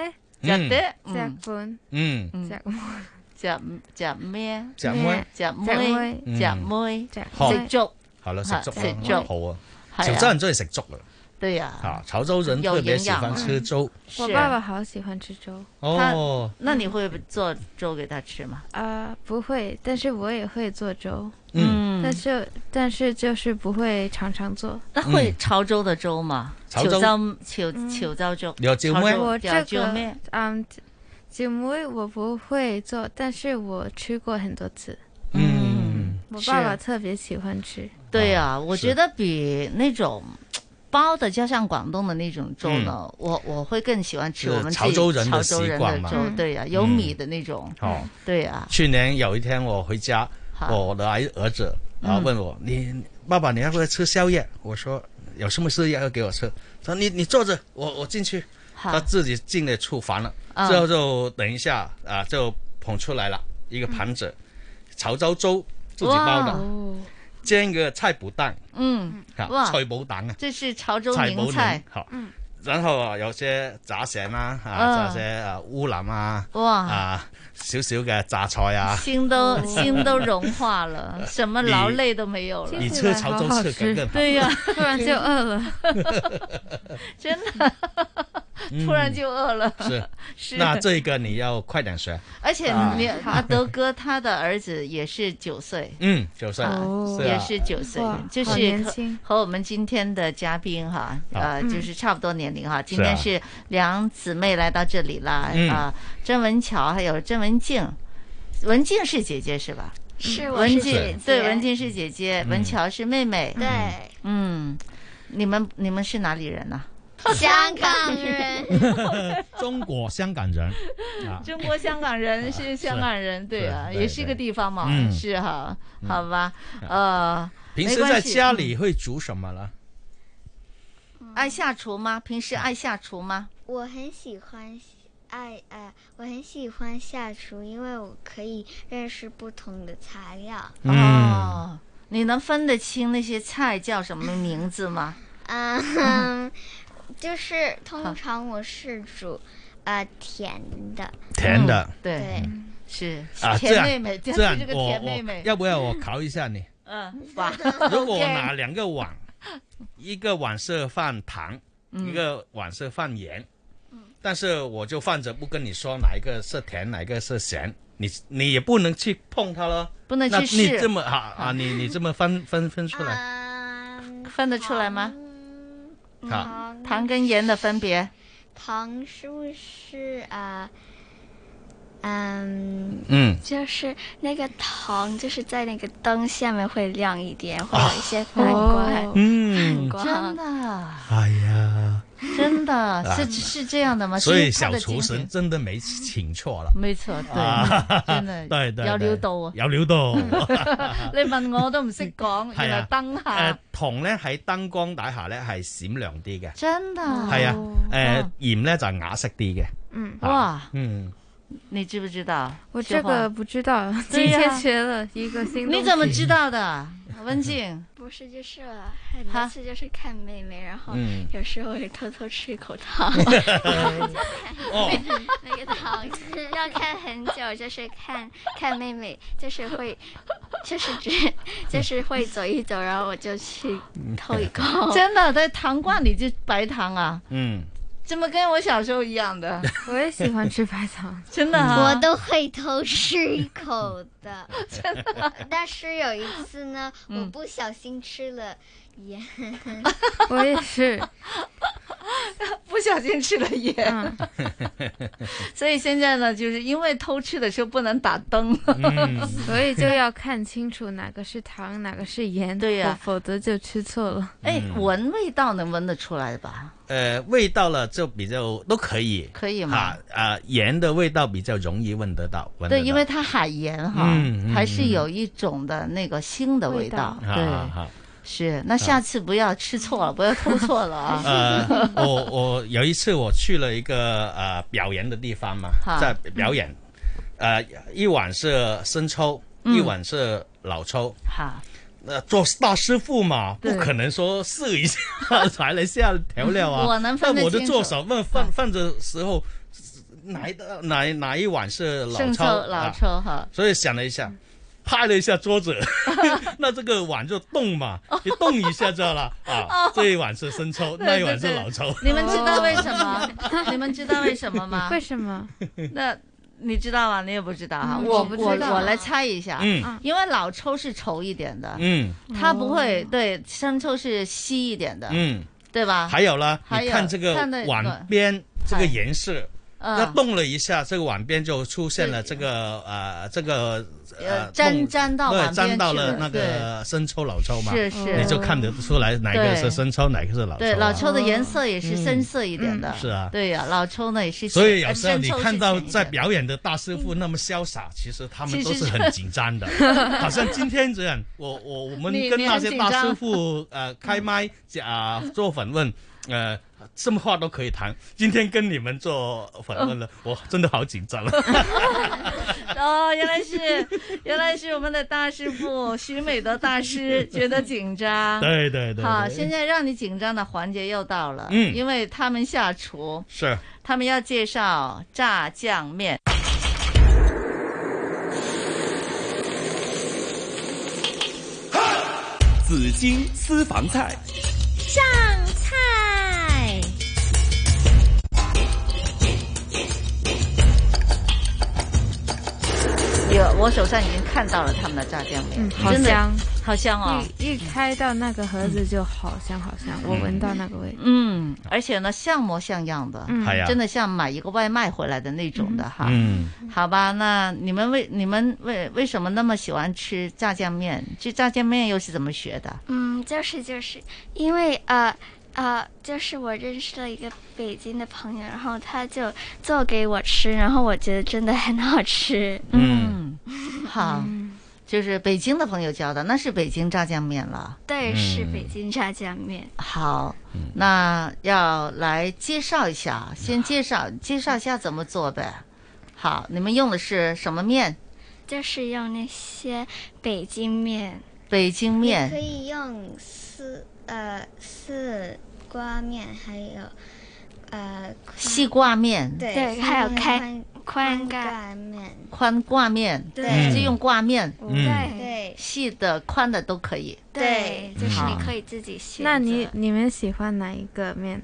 Speaker 6: 加
Speaker 25: 嗯
Speaker 6: 得，
Speaker 24: 哦加
Speaker 6: 嗯
Speaker 24: 本
Speaker 25: 嗯，
Speaker 24: 加本
Speaker 6: *laughs* 加加咩？
Speaker 25: 加咩
Speaker 6: 加
Speaker 24: 加
Speaker 6: 妹
Speaker 24: 妹，
Speaker 6: 加
Speaker 25: 嗯
Speaker 6: 妹，
Speaker 25: 好
Speaker 6: 食粥，
Speaker 25: 好啦，食
Speaker 6: 嚇
Speaker 25: 粥啦
Speaker 6: 食粥
Speaker 25: 好啊，
Speaker 6: 係啊
Speaker 25: 潮州人中意食粥啊，
Speaker 6: 对呀，
Speaker 25: 嚇，潮州人特別喜歡吃粥。
Speaker 6: 是
Speaker 24: 我爸爸好喜欢吃粥。
Speaker 25: 哦嗯
Speaker 6: 那你会做粥给他吃吗？
Speaker 24: 啊、不会，但是我也会做粥。
Speaker 6: 嗯
Speaker 24: 但是但是就是不会常常做。
Speaker 6: 那会潮州的粥吗？潮
Speaker 24: 潮州
Speaker 6: 州潮潮州粥，
Speaker 25: 嗯有照咩
Speaker 6: 潮
Speaker 24: 我
Speaker 6: 州有
Speaker 24: 这
Speaker 6: 照
Speaker 24: 个
Speaker 6: 咩？
Speaker 24: 嗯，酒妹我不会做，但是我吃过很多次。嗯，我爸爸
Speaker 6: 是
Speaker 24: 特别喜欢吃。
Speaker 6: 对
Speaker 25: 啊
Speaker 6: 呀、我觉得比那种包的加上广东的那种粥呢，我我会更喜欢
Speaker 25: 嗯
Speaker 6: 吃
Speaker 25: 是
Speaker 6: 我们自己
Speaker 25: 潮州人
Speaker 6: 潮
Speaker 25: 的
Speaker 6: 州人
Speaker 25: 习惯嘛
Speaker 6: 的粥，
Speaker 25: 嗯
Speaker 6: 对呀、有米的那种，
Speaker 25: 哦，
Speaker 6: 对呀、
Speaker 25: 去年有一天我回家，
Speaker 6: 啊好
Speaker 25: 我的儿儿子啊
Speaker 6: 嗯
Speaker 25: 问我：“你爸爸你要不要吃宵夜？”我说：“有什么宵夜要给我吃？”他说：“你你坐着，我我进去。”
Speaker 6: 好
Speaker 25: 他自己进了厨房了，
Speaker 6: 嗯
Speaker 25: 之后就等一下啊，就捧出来了一个盘子，潮州粥自己包
Speaker 6: 嗯哇
Speaker 25: 的，煎个菜脯蛋，
Speaker 6: 嗯，
Speaker 25: 啊
Speaker 6: 哇，
Speaker 25: 菜脯蛋啊，
Speaker 6: 这是潮州
Speaker 25: 菜
Speaker 6: 名
Speaker 25: 脯
Speaker 6: 菜
Speaker 25: 蛋，好。
Speaker 6: 嗯，
Speaker 25: 然後啊，有些炸鱔啦，
Speaker 6: 嗯
Speaker 25: 啊，炸些啊烏腩啊，
Speaker 6: 哇
Speaker 25: 啊少少嘅榨菜啊，
Speaker 6: 心都心都融
Speaker 25: *laughs*
Speaker 6: 化了，什么劳累都没有了。
Speaker 25: 你吃潮州吃梗更好
Speaker 6: 对呀、
Speaker 24: 突然就饿了，
Speaker 25: *laughs*
Speaker 6: 真的，
Speaker 25: 嗯
Speaker 6: *laughs* 突然就饿了。
Speaker 25: 是
Speaker 6: *laughs* 是
Speaker 25: 那这个你要快点学，
Speaker 6: 而且
Speaker 25: 啊
Speaker 6: 你阿德哥他的儿子也是九岁，
Speaker 25: 嗯，九岁
Speaker 6: 啊
Speaker 25: 是
Speaker 6: 也
Speaker 25: 啊 *laughs*
Speaker 6: 是九岁
Speaker 24: 哦哇，
Speaker 6: 就
Speaker 24: 好
Speaker 6: 是
Speaker 24: 年
Speaker 6: 和
Speaker 24: 轻
Speaker 6: 和我们今天的嘉宾哈，呃，
Speaker 24: 嗯
Speaker 6: 就是差不多年龄哈。今
Speaker 24: 是啊
Speaker 6: 天是两姊妹来到这里啦，
Speaker 24: 嗯
Speaker 6: 啊，甄文乔还有甄文静，文静是姐姐是吧？嗯
Speaker 9: 是我
Speaker 6: 文
Speaker 9: 是
Speaker 6: 静
Speaker 9: 姐姐
Speaker 6: 对，文静是姐
Speaker 25: 嗯
Speaker 6: 姐，文乔是妹妹。
Speaker 9: 对，
Speaker 6: 嗯，你们你们是哪里人呢？ *laughs*
Speaker 9: 香港
Speaker 25: *laughs*
Speaker 9: 人。
Speaker 25: 中国香港人啊，
Speaker 6: 中国香港人是香港人，对啊，
Speaker 25: 对
Speaker 6: 也是个地方嘛，
Speaker 25: 嗯
Speaker 6: 是哈，
Speaker 25: 嗯
Speaker 6: *laughs* 好吧，呃，
Speaker 25: 平
Speaker 6: 没
Speaker 25: 时
Speaker 6: 关
Speaker 25: 在
Speaker 6: 系
Speaker 25: 家里会煮什么呢？
Speaker 6: 嗯爱下厨吗？平时爱下厨吗？
Speaker 23: 我很喜欢爱呃，我很喜欢下厨，因为我可以认识不同的材料。
Speaker 25: 嗯
Speaker 6: 哦，你能分得清那些菜叫什么名字吗？
Speaker 23: 嗯， *laughs* 就是通常我是煮呃甜的，
Speaker 25: 甜的
Speaker 6: 嗯对，是
Speaker 25: 啊，这
Speaker 6: 嗯甜
Speaker 25: 样
Speaker 6: 妹妹，这 *laughs*
Speaker 25: 这样
Speaker 6: 是个
Speaker 25: 我
Speaker 6: 甜妹
Speaker 25: 我
Speaker 6: 妹，
Speaker 25: 要不要我考一下
Speaker 6: *laughs*
Speaker 25: 你？ *laughs*
Speaker 6: 嗯，哇，
Speaker 25: 如果我
Speaker 9: *laughs*
Speaker 6: OK
Speaker 25: 拿两个
Speaker 6: *laughs*
Speaker 25: 碗，一个碗是放糖，
Speaker 6: 嗯
Speaker 25: 一个碗是放盐，但是我就放着不跟你说哪一个是甜，哪一个是咸，你你也不能去碰它咯，
Speaker 6: 不能去
Speaker 25: 那
Speaker 6: 试
Speaker 25: 你这么啊啊，你你这么分分分出来，
Speaker 6: 分得出来吗？
Speaker 25: 啊，
Speaker 6: 糖跟盐的分别，
Speaker 23: 糖是不是啊？
Speaker 9: 呃嗯
Speaker 25: 嗯
Speaker 9: 就是那个糖，就是在那个灯下面会亮一点，会有一
Speaker 6: 哦
Speaker 9: 些反光，
Speaker 25: 嗯
Speaker 9: 反光，
Speaker 6: 真的，
Speaker 25: 哎呀，
Speaker 6: 真的
Speaker 25: 啊
Speaker 6: 嗯是是这样的吗？
Speaker 25: 所以
Speaker 6: 是他
Speaker 25: 小
Speaker 6: 的
Speaker 25: 厨
Speaker 6: 经
Speaker 25: 神
Speaker 6: 典
Speaker 25: 真的没请错了。
Speaker 6: 没错，
Speaker 25: 啊
Speaker 6: 对，
Speaker 25: *laughs*
Speaker 6: 真的
Speaker 25: 對對
Speaker 6: 有料
Speaker 25: 對
Speaker 6: 到啊！
Speaker 25: 有料
Speaker 6: *laughs*
Speaker 25: 到。哦
Speaker 6: 你問我我都唔識講，
Speaker 25: *laughs* 係啊
Speaker 6: 原來燈
Speaker 25: 誒
Speaker 6: 下
Speaker 25: 糖咧喺燈光底下咧係閃亮啲嘅，
Speaker 6: 真哦的
Speaker 25: 係啊，誒鹽咧就係啞色啲嘅，
Speaker 24: 哦嗯，
Speaker 6: 哇，
Speaker 25: 嗯，
Speaker 6: 你知不知道？
Speaker 24: 我这
Speaker 6: 實
Speaker 24: 个
Speaker 6: 話
Speaker 24: 不知道，今
Speaker 6: 對呀
Speaker 24: 天学了一个
Speaker 6: *laughs*
Speaker 24: 新东西。
Speaker 6: 你怎么知道的？ *laughs* 温静，
Speaker 9: 不是就是了，很多次就是看妹妹，然后 *laughs*
Speaker 6: 嗯
Speaker 9: 有时候也偷偷吃一口
Speaker 25: *laughs*
Speaker 9: 糖，
Speaker 6: 哦
Speaker 9: 那个糖要看很久，就是看看妹妹，就是会，就是只就是会走一走，然后我就去偷
Speaker 6: *laughs*
Speaker 9: 一口，
Speaker 6: 真的在糖罐里就白糖啊，
Speaker 25: 嗯，
Speaker 6: 怎么跟我小时候一样的？
Speaker 24: 我也喜欢吃白糖，
Speaker 6: *laughs* 真的啊
Speaker 23: 我都会偷吃一口的，
Speaker 6: 真的。
Speaker 23: *laughs* 但是有一次呢，
Speaker 6: 嗯
Speaker 23: 我不小心吃了盐，
Speaker 24: *laughs* 我也是，
Speaker 6: *laughs* 不小心吃了盐，
Speaker 24: 嗯
Speaker 6: 所以现在呢，就是因为偷吃的时候不能打灯， *laughs*
Speaker 24: 所以就要看清楚哪个是糖，哪个是盐，
Speaker 6: 对呀
Speaker 24: 否否则就吃错了。
Speaker 6: 哎，闻味道能闻得出来吧？
Speaker 25: 誒味道了就比較都可以，
Speaker 6: 可以吗
Speaker 25: 啊啊，鹽的味道比較容易聞得到，聞得
Speaker 6: 对，
Speaker 25: 到
Speaker 6: 因为它海盐哈
Speaker 25: 嗯嗯，
Speaker 6: 还是有一种的那个腥的味道，
Speaker 25: 啊啊
Speaker 6: 对。
Speaker 25: 啊！
Speaker 6: 是，那下次不要吃错了，不要偷错了啊
Speaker 25: *laughs* 呃，我我有一次我去了一个呃表演的地方嘛
Speaker 6: 哈，
Speaker 25: 在表演，呃，一碗是生抽，
Speaker 6: 嗯
Speaker 25: 一碗是老抽，
Speaker 6: 哈，
Speaker 25: 那、做大师傅嘛，
Speaker 6: 对
Speaker 25: 不可能说试一下 *laughs* 才能下调料啊。
Speaker 6: 我能分得
Speaker 25: 那我就
Speaker 6: 清
Speaker 25: 做
Speaker 6: 楚嗯
Speaker 25: 手问放放的时候，哪一道
Speaker 6: *laughs*
Speaker 25: 哪哪一碗是老
Speaker 6: 生
Speaker 25: 抽？
Speaker 6: 抽、老
Speaker 25: 啊
Speaker 6: 抽嗯哈，
Speaker 25: 所以想了一下，拍了一下桌
Speaker 6: *laughs*
Speaker 25: 子， *laughs* 那这个碗就动嘛，你动一下就好了啊。这一碗是生抽，
Speaker 6: 哦对
Speaker 25: 那一碗
Speaker 6: 对
Speaker 25: 是
Speaker 6: 对
Speaker 25: 老抽。
Speaker 6: 你们知道为什么？你们知道为什么吗？
Speaker 24: 为什么？
Speaker 6: *laughs* 那你知道吗？你也不知道啊！
Speaker 24: 嗯
Speaker 6: 我
Speaker 24: 我不
Speaker 6: 我
Speaker 24: 知道
Speaker 6: 我来猜一下，
Speaker 24: 嗯
Speaker 6: 因为老抽是稠一点的，
Speaker 25: 嗯
Speaker 6: 它不
Speaker 24: 哦
Speaker 6: 会对生抽是稀一点的，，
Speaker 25: 嗯，
Speaker 6: 对吧？
Speaker 25: 还有呢，
Speaker 6: 啊还
Speaker 25: 你
Speaker 6: 有
Speaker 25: 看这个
Speaker 6: 看那
Speaker 25: 碗边这个颜色。
Speaker 6: 嗯
Speaker 25: 那动了一下，这个碗边就出现了这个呃，这个
Speaker 6: 呃
Speaker 25: 呃，
Speaker 6: 沾
Speaker 25: 动
Speaker 6: 沾到
Speaker 25: 对
Speaker 6: 碗边
Speaker 25: 沾到
Speaker 6: 去
Speaker 25: 了
Speaker 6: 了
Speaker 25: 那个生抽、老抽嘛，
Speaker 6: 是是
Speaker 25: 你就看得出来哪个
Speaker 6: 对
Speaker 25: 是生抽，哪个是老抽啊。
Speaker 6: 对，老抽的颜色也是
Speaker 25: 嗯
Speaker 6: 深色一点的，
Speaker 25: 嗯是啊
Speaker 6: 对呀，老抽呢也是浅，
Speaker 25: 所以有
Speaker 6: 呃
Speaker 25: 时候
Speaker 6: 生
Speaker 25: 你
Speaker 6: 抽是
Speaker 25: 看到
Speaker 6: 浅一
Speaker 25: 在
Speaker 6: 点
Speaker 25: 表演的大师傅那么潇洒，其实他们
Speaker 6: 其
Speaker 25: 都
Speaker 6: 实
Speaker 25: 是
Speaker 6: 是
Speaker 25: 很紧张
Speaker 6: *laughs*
Speaker 25: 的，好像今天这样，我我我们
Speaker 6: 你
Speaker 25: 跟
Speaker 6: 你
Speaker 25: 那
Speaker 6: 很
Speaker 25: 些
Speaker 6: 紧
Speaker 25: 大师
Speaker 6: 张
Speaker 25: 傅 *laughs* 呃开麦讲啊做访问，呃什么话都可以谈。今天跟你们做访问了，我真的好紧张啊
Speaker 6: *laughs*
Speaker 25: 了。
Speaker 6: 哦，原来是原来是我们的大师傅徐美德
Speaker 25: *laughs*
Speaker 6: 大师觉得紧张，
Speaker 25: 对对对
Speaker 6: 好，
Speaker 25: 对
Speaker 6: 现在让你紧张的环节又到了，
Speaker 25: 嗯
Speaker 6: 因为他们下厨，
Speaker 25: 是
Speaker 6: 他们要介绍炸酱面。
Speaker 29: 紫金私房菜，
Speaker 17: 上菜。
Speaker 6: 有，我手上已经看到了他们的炸酱面，
Speaker 24: 嗯好
Speaker 6: 真的
Speaker 24: 香
Speaker 6: 好香哦。
Speaker 24: 一一开到那个盒子就好香好香，我闻到那个味。
Speaker 6: 嗯，而且呢，像模像样的，
Speaker 24: 嗯
Speaker 6: 真的像买一个外卖回来的那种的哈。
Speaker 24: 嗯，
Speaker 6: 好吧，那你们为你们为为什么那么喜欢吃炸酱面？这炸酱面又是怎么学的？
Speaker 9: 嗯，就是就是因为呃呃，就是我认识了一个北京的朋友，然后他就做给我吃，然后我觉得真的很好吃。
Speaker 6: 嗯，好，
Speaker 24: 嗯
Speaker 6: 就是北京的朋友教的，那是北京炸酱面了。
Speaker 9: 对，是北京炸酱面。
Speaker 6: 好，那要来介绍一下，先介绍介绍一下怎么做呗。好，你们用的是什么面？
Speaker 9: 就是用那些北京面，
Speaker 6: 北京面
Speaker 23: 你可以用丝呃丝瓜面，还有呃
Speaker 6: 西瓜面，
Speaker 23: 对
Speaker 9: 对还有开
Speaker 23: 宽盖面，
Speaker 6: 宽挂面，
Speaker 23: 对
Speaker 6: 是用挂面，
Speaker 23: 嗯对
Speaker 6: 细的、宽的都可以。嗯
Speaker 9: 对，就是你
Speaker 6: 好
Speaker 9: 可以自己选择。
Speaker 24: 那你你们喜欢哪一个面？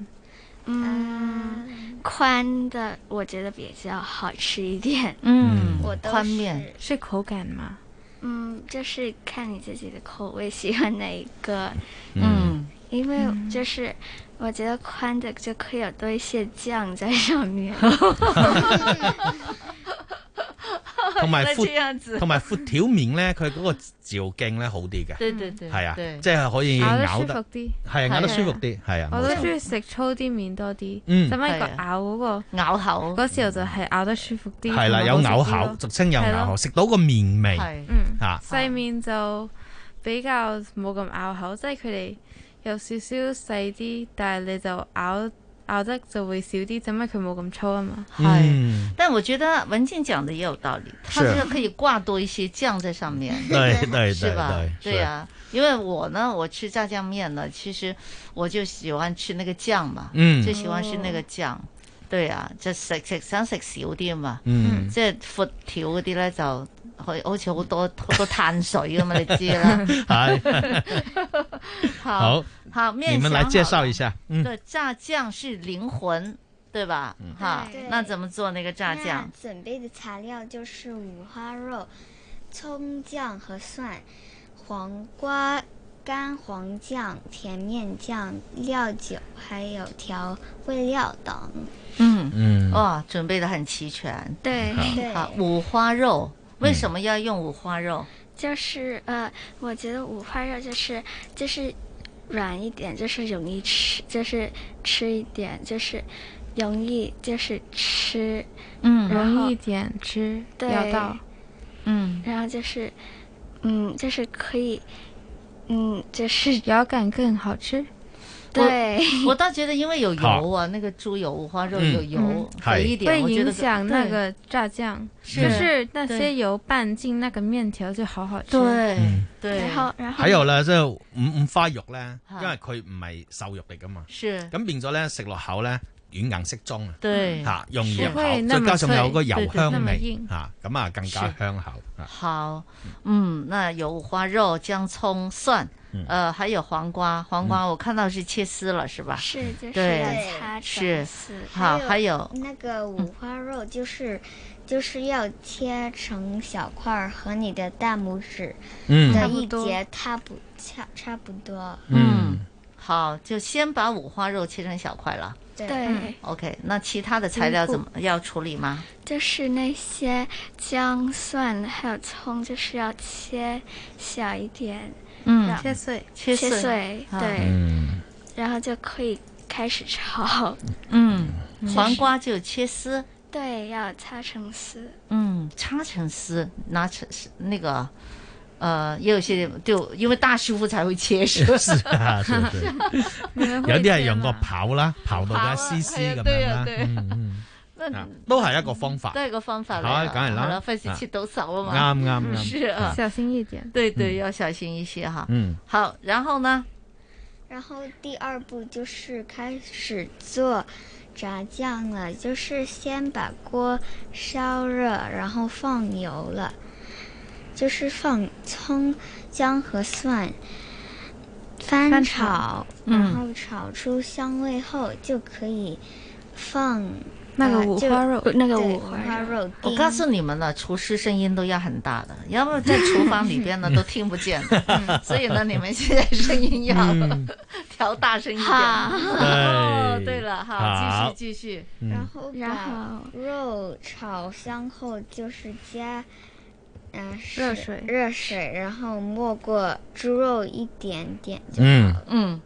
Speaker 9: 嗯，宽的我觉得比较好吃一点。
Speaker 24: 嗯
Speaker 9: 我都
Speaker 24: 宽
Speaker 9: 是
Speaker 24: 面是口感吗？
Speaker 9: 嗯，就是看你自己的口味喜欢哪一个。
Speaker 6: 嗯，
Speaker 9: 因为就是我觉得宽的就可以有多一些酱在上面。
Speaker 25: *laughs* 同埋
Speaker 6: 原來這樣子
Speaker 25: 闊，同埋闊條面咧，佢嗰個照鏡咧好啲嘅。
Speaker 6: 對對對
Speaker 25: 係啊
Speaker 6: 對，
Speaker 25: 即係可以
Speaker 24: 咬得
Speaker 25: 咬
Speaker 24: 舒
Speaker 25: 得
Speaker 24: 服啲
Speaker 25: 係啊咬得舒服啲，係
Speaker 24: 係
Speaker 25: 啊。
Speaker 24: 我都
Speaker 25: 冇錯
Speaker 24: 中意食粗啲面多啲，
Speaker 25: 嗯
Speaker 24: 使乜個
Speaker 6: 係
Speaker 24: 咬嗰個
Speaker 6: 咬口
Speaker 24: 嗰時候就係咬得舒服啲，
Speaker 25: 係啦，有
Speaker 24: 同埋好
Speaker 25: 咬
Speaker 24: 食啲咯
Speaker 25: 口，俗稱有
Speaker 24: 係咯
Speaker 25: 咬口，食到個面味啊
Speaker 24: 係，嗯，
Speaker 25: 嚇
Speaker 24: 細面就比較冇咁咬口，即係佢哋有少少細啲，但係你就咬咬得就會少啲，怎解佢冇咁粗啊嘛？
Speaker 6: 嗯但我觉得文静讲的也有道理，它
Speaker 24: 是
Speaker 6: 这个可以挂多一些酱在上面，
Speaker 24: 对对对
Speaker 6: 是吧
Speaker 24: 对？
Speaker 6: 对啊，因为我呢，我吃炸酱面呢，其实我就喜欢吃那个酱嘛，
Speaker 8: 嗯
Speaker 6: 就喜欢吃那个酱。對啊，就食食想食少啲啊嘛，
Speaker 8: 嗯
Speaker 6: 即係闊條嗰啲咧就可以好似好多好多碳水咁啊嘛，你知啦。
Speaker 25: 係好，
Speaker 6: *laughs* 好，
Speaker 25: 你
Speaker 6: 面
Speaker 25: 們
Speaker 6: 想
Speaker 25: 來介
Speaker 6: 好了
Speaker 25: 紹一下，嗯，
Speaker 6: 对，炸酱是灵魂，对吧？哈
Speaker 23: 对，
Speaker 6: 那怎么做那个炸酱？
Speaker 23: 那准备的材料就是五花肉、葱姜和蒜、黄瓜、干黄酱、甜面酱、料酒，还有调味料等。
Speaker 6: 嗯
Speaker 25: 嗯，
Speaker 6: 哇，准备的很齐全。
Speaker 23: 对
Speaker 6: 好
Speaker 23: 对
Speaker 6: 好，五花肉为什么要用五花肉？
Speaker 9: 就是呃，我觉得五花肉就是就是软一点，就是容易吃，就是吃一点就是容易就是吃，
Speaker 24: 嗯
Speaker 9: 然后
Speaker 24: 容易点吃
Speaker 9: 对，
Speaker 24: 要到，
Speaker 6: 嗯，
Speaker 9: 然后就是嗯，就是可以嗯，就是
Speaker 24: 咬感更好吃。
Speaker 9: 对
Speaker 6: 我，我倒觉得因为有油啊，那个猪油、五花肉有油，
Speaker 24: 嗯
Speaker 6: 肥一点，我
Speaker 24: 会
Speaker 6: 觉得
Speaker 24: 影响那个炸酱，
Speaker 6: 是
Speaker 24: 就是那
Speaker 6: 对
Speaker 24: 些油拌进那个面条就好好吃。
Speaker 6: 对对，
Speaker 24: 然
Speaker 6: 后
Speaker 24: 然
Speaker 25: 喺度啦，即係五五花肉咧，
Speaker 6: 嚇
Speaker 25: 因為佢唔係瘦肉嚟噶嘛，
Speaker 6: 是
Speaker 25: 咁變咗咧食落口咧軟硬適中啊，
Speaker 6: 對
Speaker 25: 嚇容易
Speaker 6: 是
Speaker 25: 入口，
Speaker 6: 會
Speaker 25: 再
Speaker 6: 那麼
Speaker 25: 加上有個
Speaker 6: 脆
Speaker 25: 油
Speaker 6: 對對那
Speaker 25: 香
Speaker 6: 麼
Speaker 25: 味
Speaker 6: 硬
Speaker 25: 嚇，咁啊更加
Speaker 6: 是
Speaker 25: 香口啊。
Speaker 6: 好，嗯，那有五花肉、姜、葱、蒜
Speaker 25: 嗯，
Speaker 6: 呃，还有黄瓜。黄瓜我看到是切丝了，是吧？ *laughs*
Speaker 23: 是就是
Speaker 6: 对
Speaker 23: 要擦
Speaker 6: 是
Speaker 23: 粉丝，
Speaker 6: 好，还有嗯
Speaker 23: 那个五花肉，就是、就是要切成小块儿，和你的大拇指
Speaker 6: 嗯
Speaker 23: 的
Speaker 6: 差不
Speaker 23: 一
Speaker 6: 多
Speaker 23: 节差不差差不多。
Speaker 6: 嗯，好，就先把五花肉切成小块了。嗯
Speaker 23: 对
Speaker 9: 对
Speaker 6: OK，那其他的材料怎么要处理吗？
Speaker 9: 就是那些姜、蒜还有葱，就是要切小一点，
Speaker 6: 嗯
Speaker 9: 然后
Speaker 6: 切碎
Speaker 9: 切
Speaker 6: 切碎啊
Speaker 9: 对，
Speaker 6: 嗯
Speaker 9: 然后就可以开始炒。
Speaker 6: 嗯
Speaker 9: 嗯，
Speaker 6: 黄瓜就切丝，
Speaker 9: 对，要擦成丝。
Speaker 6: 嗯，擦成丝，拿成丝那个，呃，也有些就因为大师傅才会切，是
Speaker 25: *laughs*
Speaker 6: 吧？
Speaker 25: 是啊是啊
Speaker 24: *laughs*
Speaker 25: 是啊有啲係用個刨啦，
Speaker 24: 啊
Speaker 25: 刨到佢一絲
Speaker 24: 哎
Speaker 25: 絲咁樣
Speaker 6: 係
Speaker 25: 啦
Speaker 6: 啊，對啊
Speaker 25: 嗯嗯
Speaker 6: *laughs* 那
Speaker 25: 啊都係一個方法
Speaker 6: 都。係個方法嚟
Speaker 25: 係
Speaker 6: 㗎，
Speaker 25: 梗係啦
Speaker 6: 係費事
Speaker 25: 啊
Speaker 6: 切到手啊嘛。
Speaker 25: 啱啱啱
Speaker 6: *laughs* 是啊，
Speaker 24: 小心一点。
Speaker 6: 对对，要小心一些哈。
Speaker 25: 嗯，
Speaker 6: 好，然后呢？
Speaker 23: 然后第二步就是开始做炸酱了，就是先把锅烧热，然后放油了，就是放葱、姜和蒜，翻翻炒炒，然嗯后炒出香味后就可以放
Speaker 6: 那个
Speaker 23: 呃
Speaker 6: 五
Speaker 23: 就
Speaker 6: 花肉
Speaker 23: 对
Speaker 6: 那个
Speaker 23: 五
Speaker 6: 五花
Speaker 23: 花肉
Speaker 6: 我
Speaker 23: 丁
Speaker 6: 告诉你们呢，厨师声音都要很大的，要不然在厨房里边呢都听不见的。嗯所以呢，你们现在声音要
Speaker 25: 嗯
Speaker 6: 调大声一点。
Speaker 25: 哎
Speaker 6: 哦，对了，好，继续继续。
Speaker 25: 嗯
Speaker 23: 然后
Speaker 9: 然
Speaker 23: 把肉炒香后，就是加，嗯、
Speaker 6: 热
Speaker 23: 水，热水，然后没过猪肉一点点就嗯
Speaker 25: 嗯
Speaker 6: 嗯，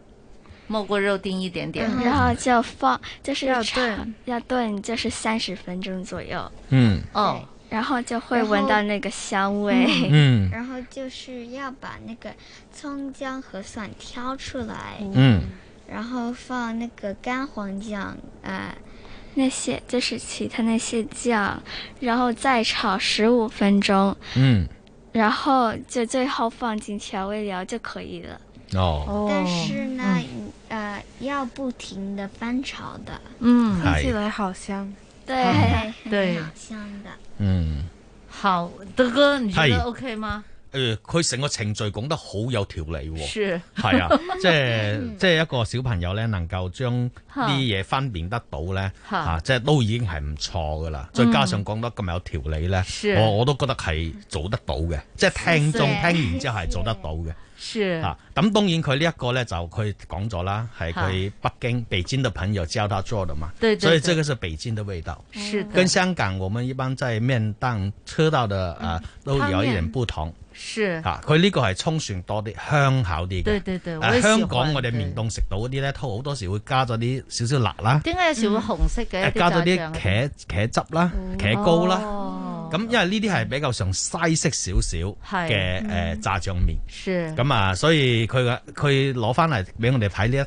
Speaker 6: 没过肉丁一点嗯点，
Speaker 9: 嗯然后就放，就是
Speaker 23: 要
Speaker 9: 炒
Speaker 23: 炖，
Speaker 9: 要炖就是三十分钟左右。
Speaker 25: 嗯
Speaker 6: 哦，
Speaker 9: 然后就会
Speaker 23: 然后
Speaker 9: 闻到那个香味。 *laughs*
Speaker 6: *laughs*
Speaker 25: 嗯
Speaker 23: 然后就是要把那个葱姜和蒜挑出来，
Speaker 25: 嗯，
Speaker 23: 然后放那个干黄酱，呃，
Speaker 9: 那些就是其他那些酱，然后再炒十五分钟，
Speaker 25: 嗯，
Speaker 9: 然后就最后放进调味料就可以了。
Speaker 25: 哦
Speaker 23: 但是呢，呃，要不停的翻炒的，
Speaker 6: 嗯
Speaker 23: 看起
Speaker 24: 来好香，
Speaker 23: 对
Speaker 6: 嗯，
Speaker 23: 很
Speaker 6: 对
Speaker 23: 好香的。
Speaker 25: 嗯，
Speaker 6: 好，德哥，你觉
Speaker 25: 係
Speaker 6: 得 OK 吗？
Speaker 25: 誒呃佢成個程序講得好有條理喎。
Speaker 6: 是 *laughs* 嗯
Speaker 25: 係啊，即係即係一個小朋友咧，能夠將
Speaker 6: 嚇
Speaker 25: 啲嘢分辨得到咧，
Speaker 6: 嚇
Speaker 25: 啊，即係都已經係唔錯噶啦。再加上講得咁有條理咧
Speaker 6: 嗯是，
Speaker 25: 我我都覺得係做得到嘅，即係聽眾聽完之後係做得到嘅。
Speaker 6: *laughs* 是
Speaker 25: 啊，咁當然佢呢一個咧就佢講咗啦，係佢北京北京的朋友教他做的嘛，
Speaker 6: 對對
Speaker 25: 所以這
Speaker 6: 對
Speaker 25: 個是北京的味道。
Speaker 6: 是的
Speaker 25: 跟香港我們一般在面檔吃到的
Speaker 6: 嗯
Speaker 25: 啊、都有一
Speaker 6: 湯
Speaker 25: 點
Speaker 6: 麵
Speaker 25: 不同。
Speaker 6: 是
Speaker 25: 啊，佢呢個係葱蒜多啲，香口啲嘅。
Speaker 6: 對對對
Speaker 25: 啊
Speaker 6: 我也喜歡
Speaker 25: 香港我哋麵檔食到嗰啲咧，都好多時會加咗啲少少辣啦。
Speaker 6: 點解有時會紅色嘅？
Speaker 25: 誒
Speaker 6: 一
Speaker 25: 加咗
Speaker 6: 炸醬
Speaker 25: 啲茄茄汁啦、茄膏啦
Speaker 6: 哦，
Speaker 25: 咁因為呢啲係比較上西式少少
Speaker 6: 係
Speaker 25: 嘅誒
Speaker 6: 嗯
Speaker 25: 炸醬麵，
Speaker 6: 是
Speaker 25: 咁啊，所以佢嘅佢攞翻嚟俾我哋睇呢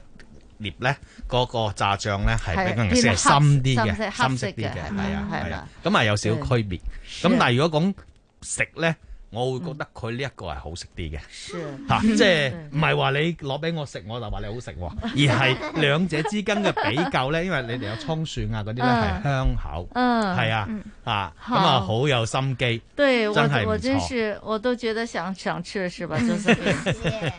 Speaker 25: 一碟咧，嗰個炸醬咧係比較
Speaker 6: 係
Speaker 25: 色係
Speaker 6: 偏
Speaker 25: 深啲
Speaker 6: 黑
Speaker 25: 嘅，
Speaker 6: 色黑
Speaker 25: 深
Speaker 6: 色
Speaker 25: 色
Speaker 6: 嘅
Speaker 25: 啲嘅，
Speaker 6: 嗯
Speaker 25: 係啊
Speaker 6: 係
Speaker 25: 係
Speaker 6: 啦
Speaker 25: 啊，咁啊有少少
Speaker 6: 對
Speaker 25: 區別。咁但係如果講食咧，我會覺得佢呢一個係好食啲嘅。
Speaker 6: 是
Speaker 25: 吓，即係唔係話你攞俾我食，我就話你好食
Speaker 6: *laughs*
Speaker 25: 喎，而係兩者之間嘅比較咧，因為你哋有葱蒜啊嗰啲咧
Speaker 6: 嗯
Speaker 25: 係香口，
Speaker 6: 嗯
Speaker 25: 係啊
Speaker 6: 嗯，
Speaker 25: 啊咁
Speaker 6: 好
Speaker 25: 啊好有心機，
Speaker 6: 对我
Speaker 25: 真係
Speaker 6: 我
Speaker 25: 唔
Speaker 6: 真
Speaker 25: 錯。
Speaker 6: 是我都觉得想想吃是吧？
Speaker 9: *laughs*
Speaker 6: 就是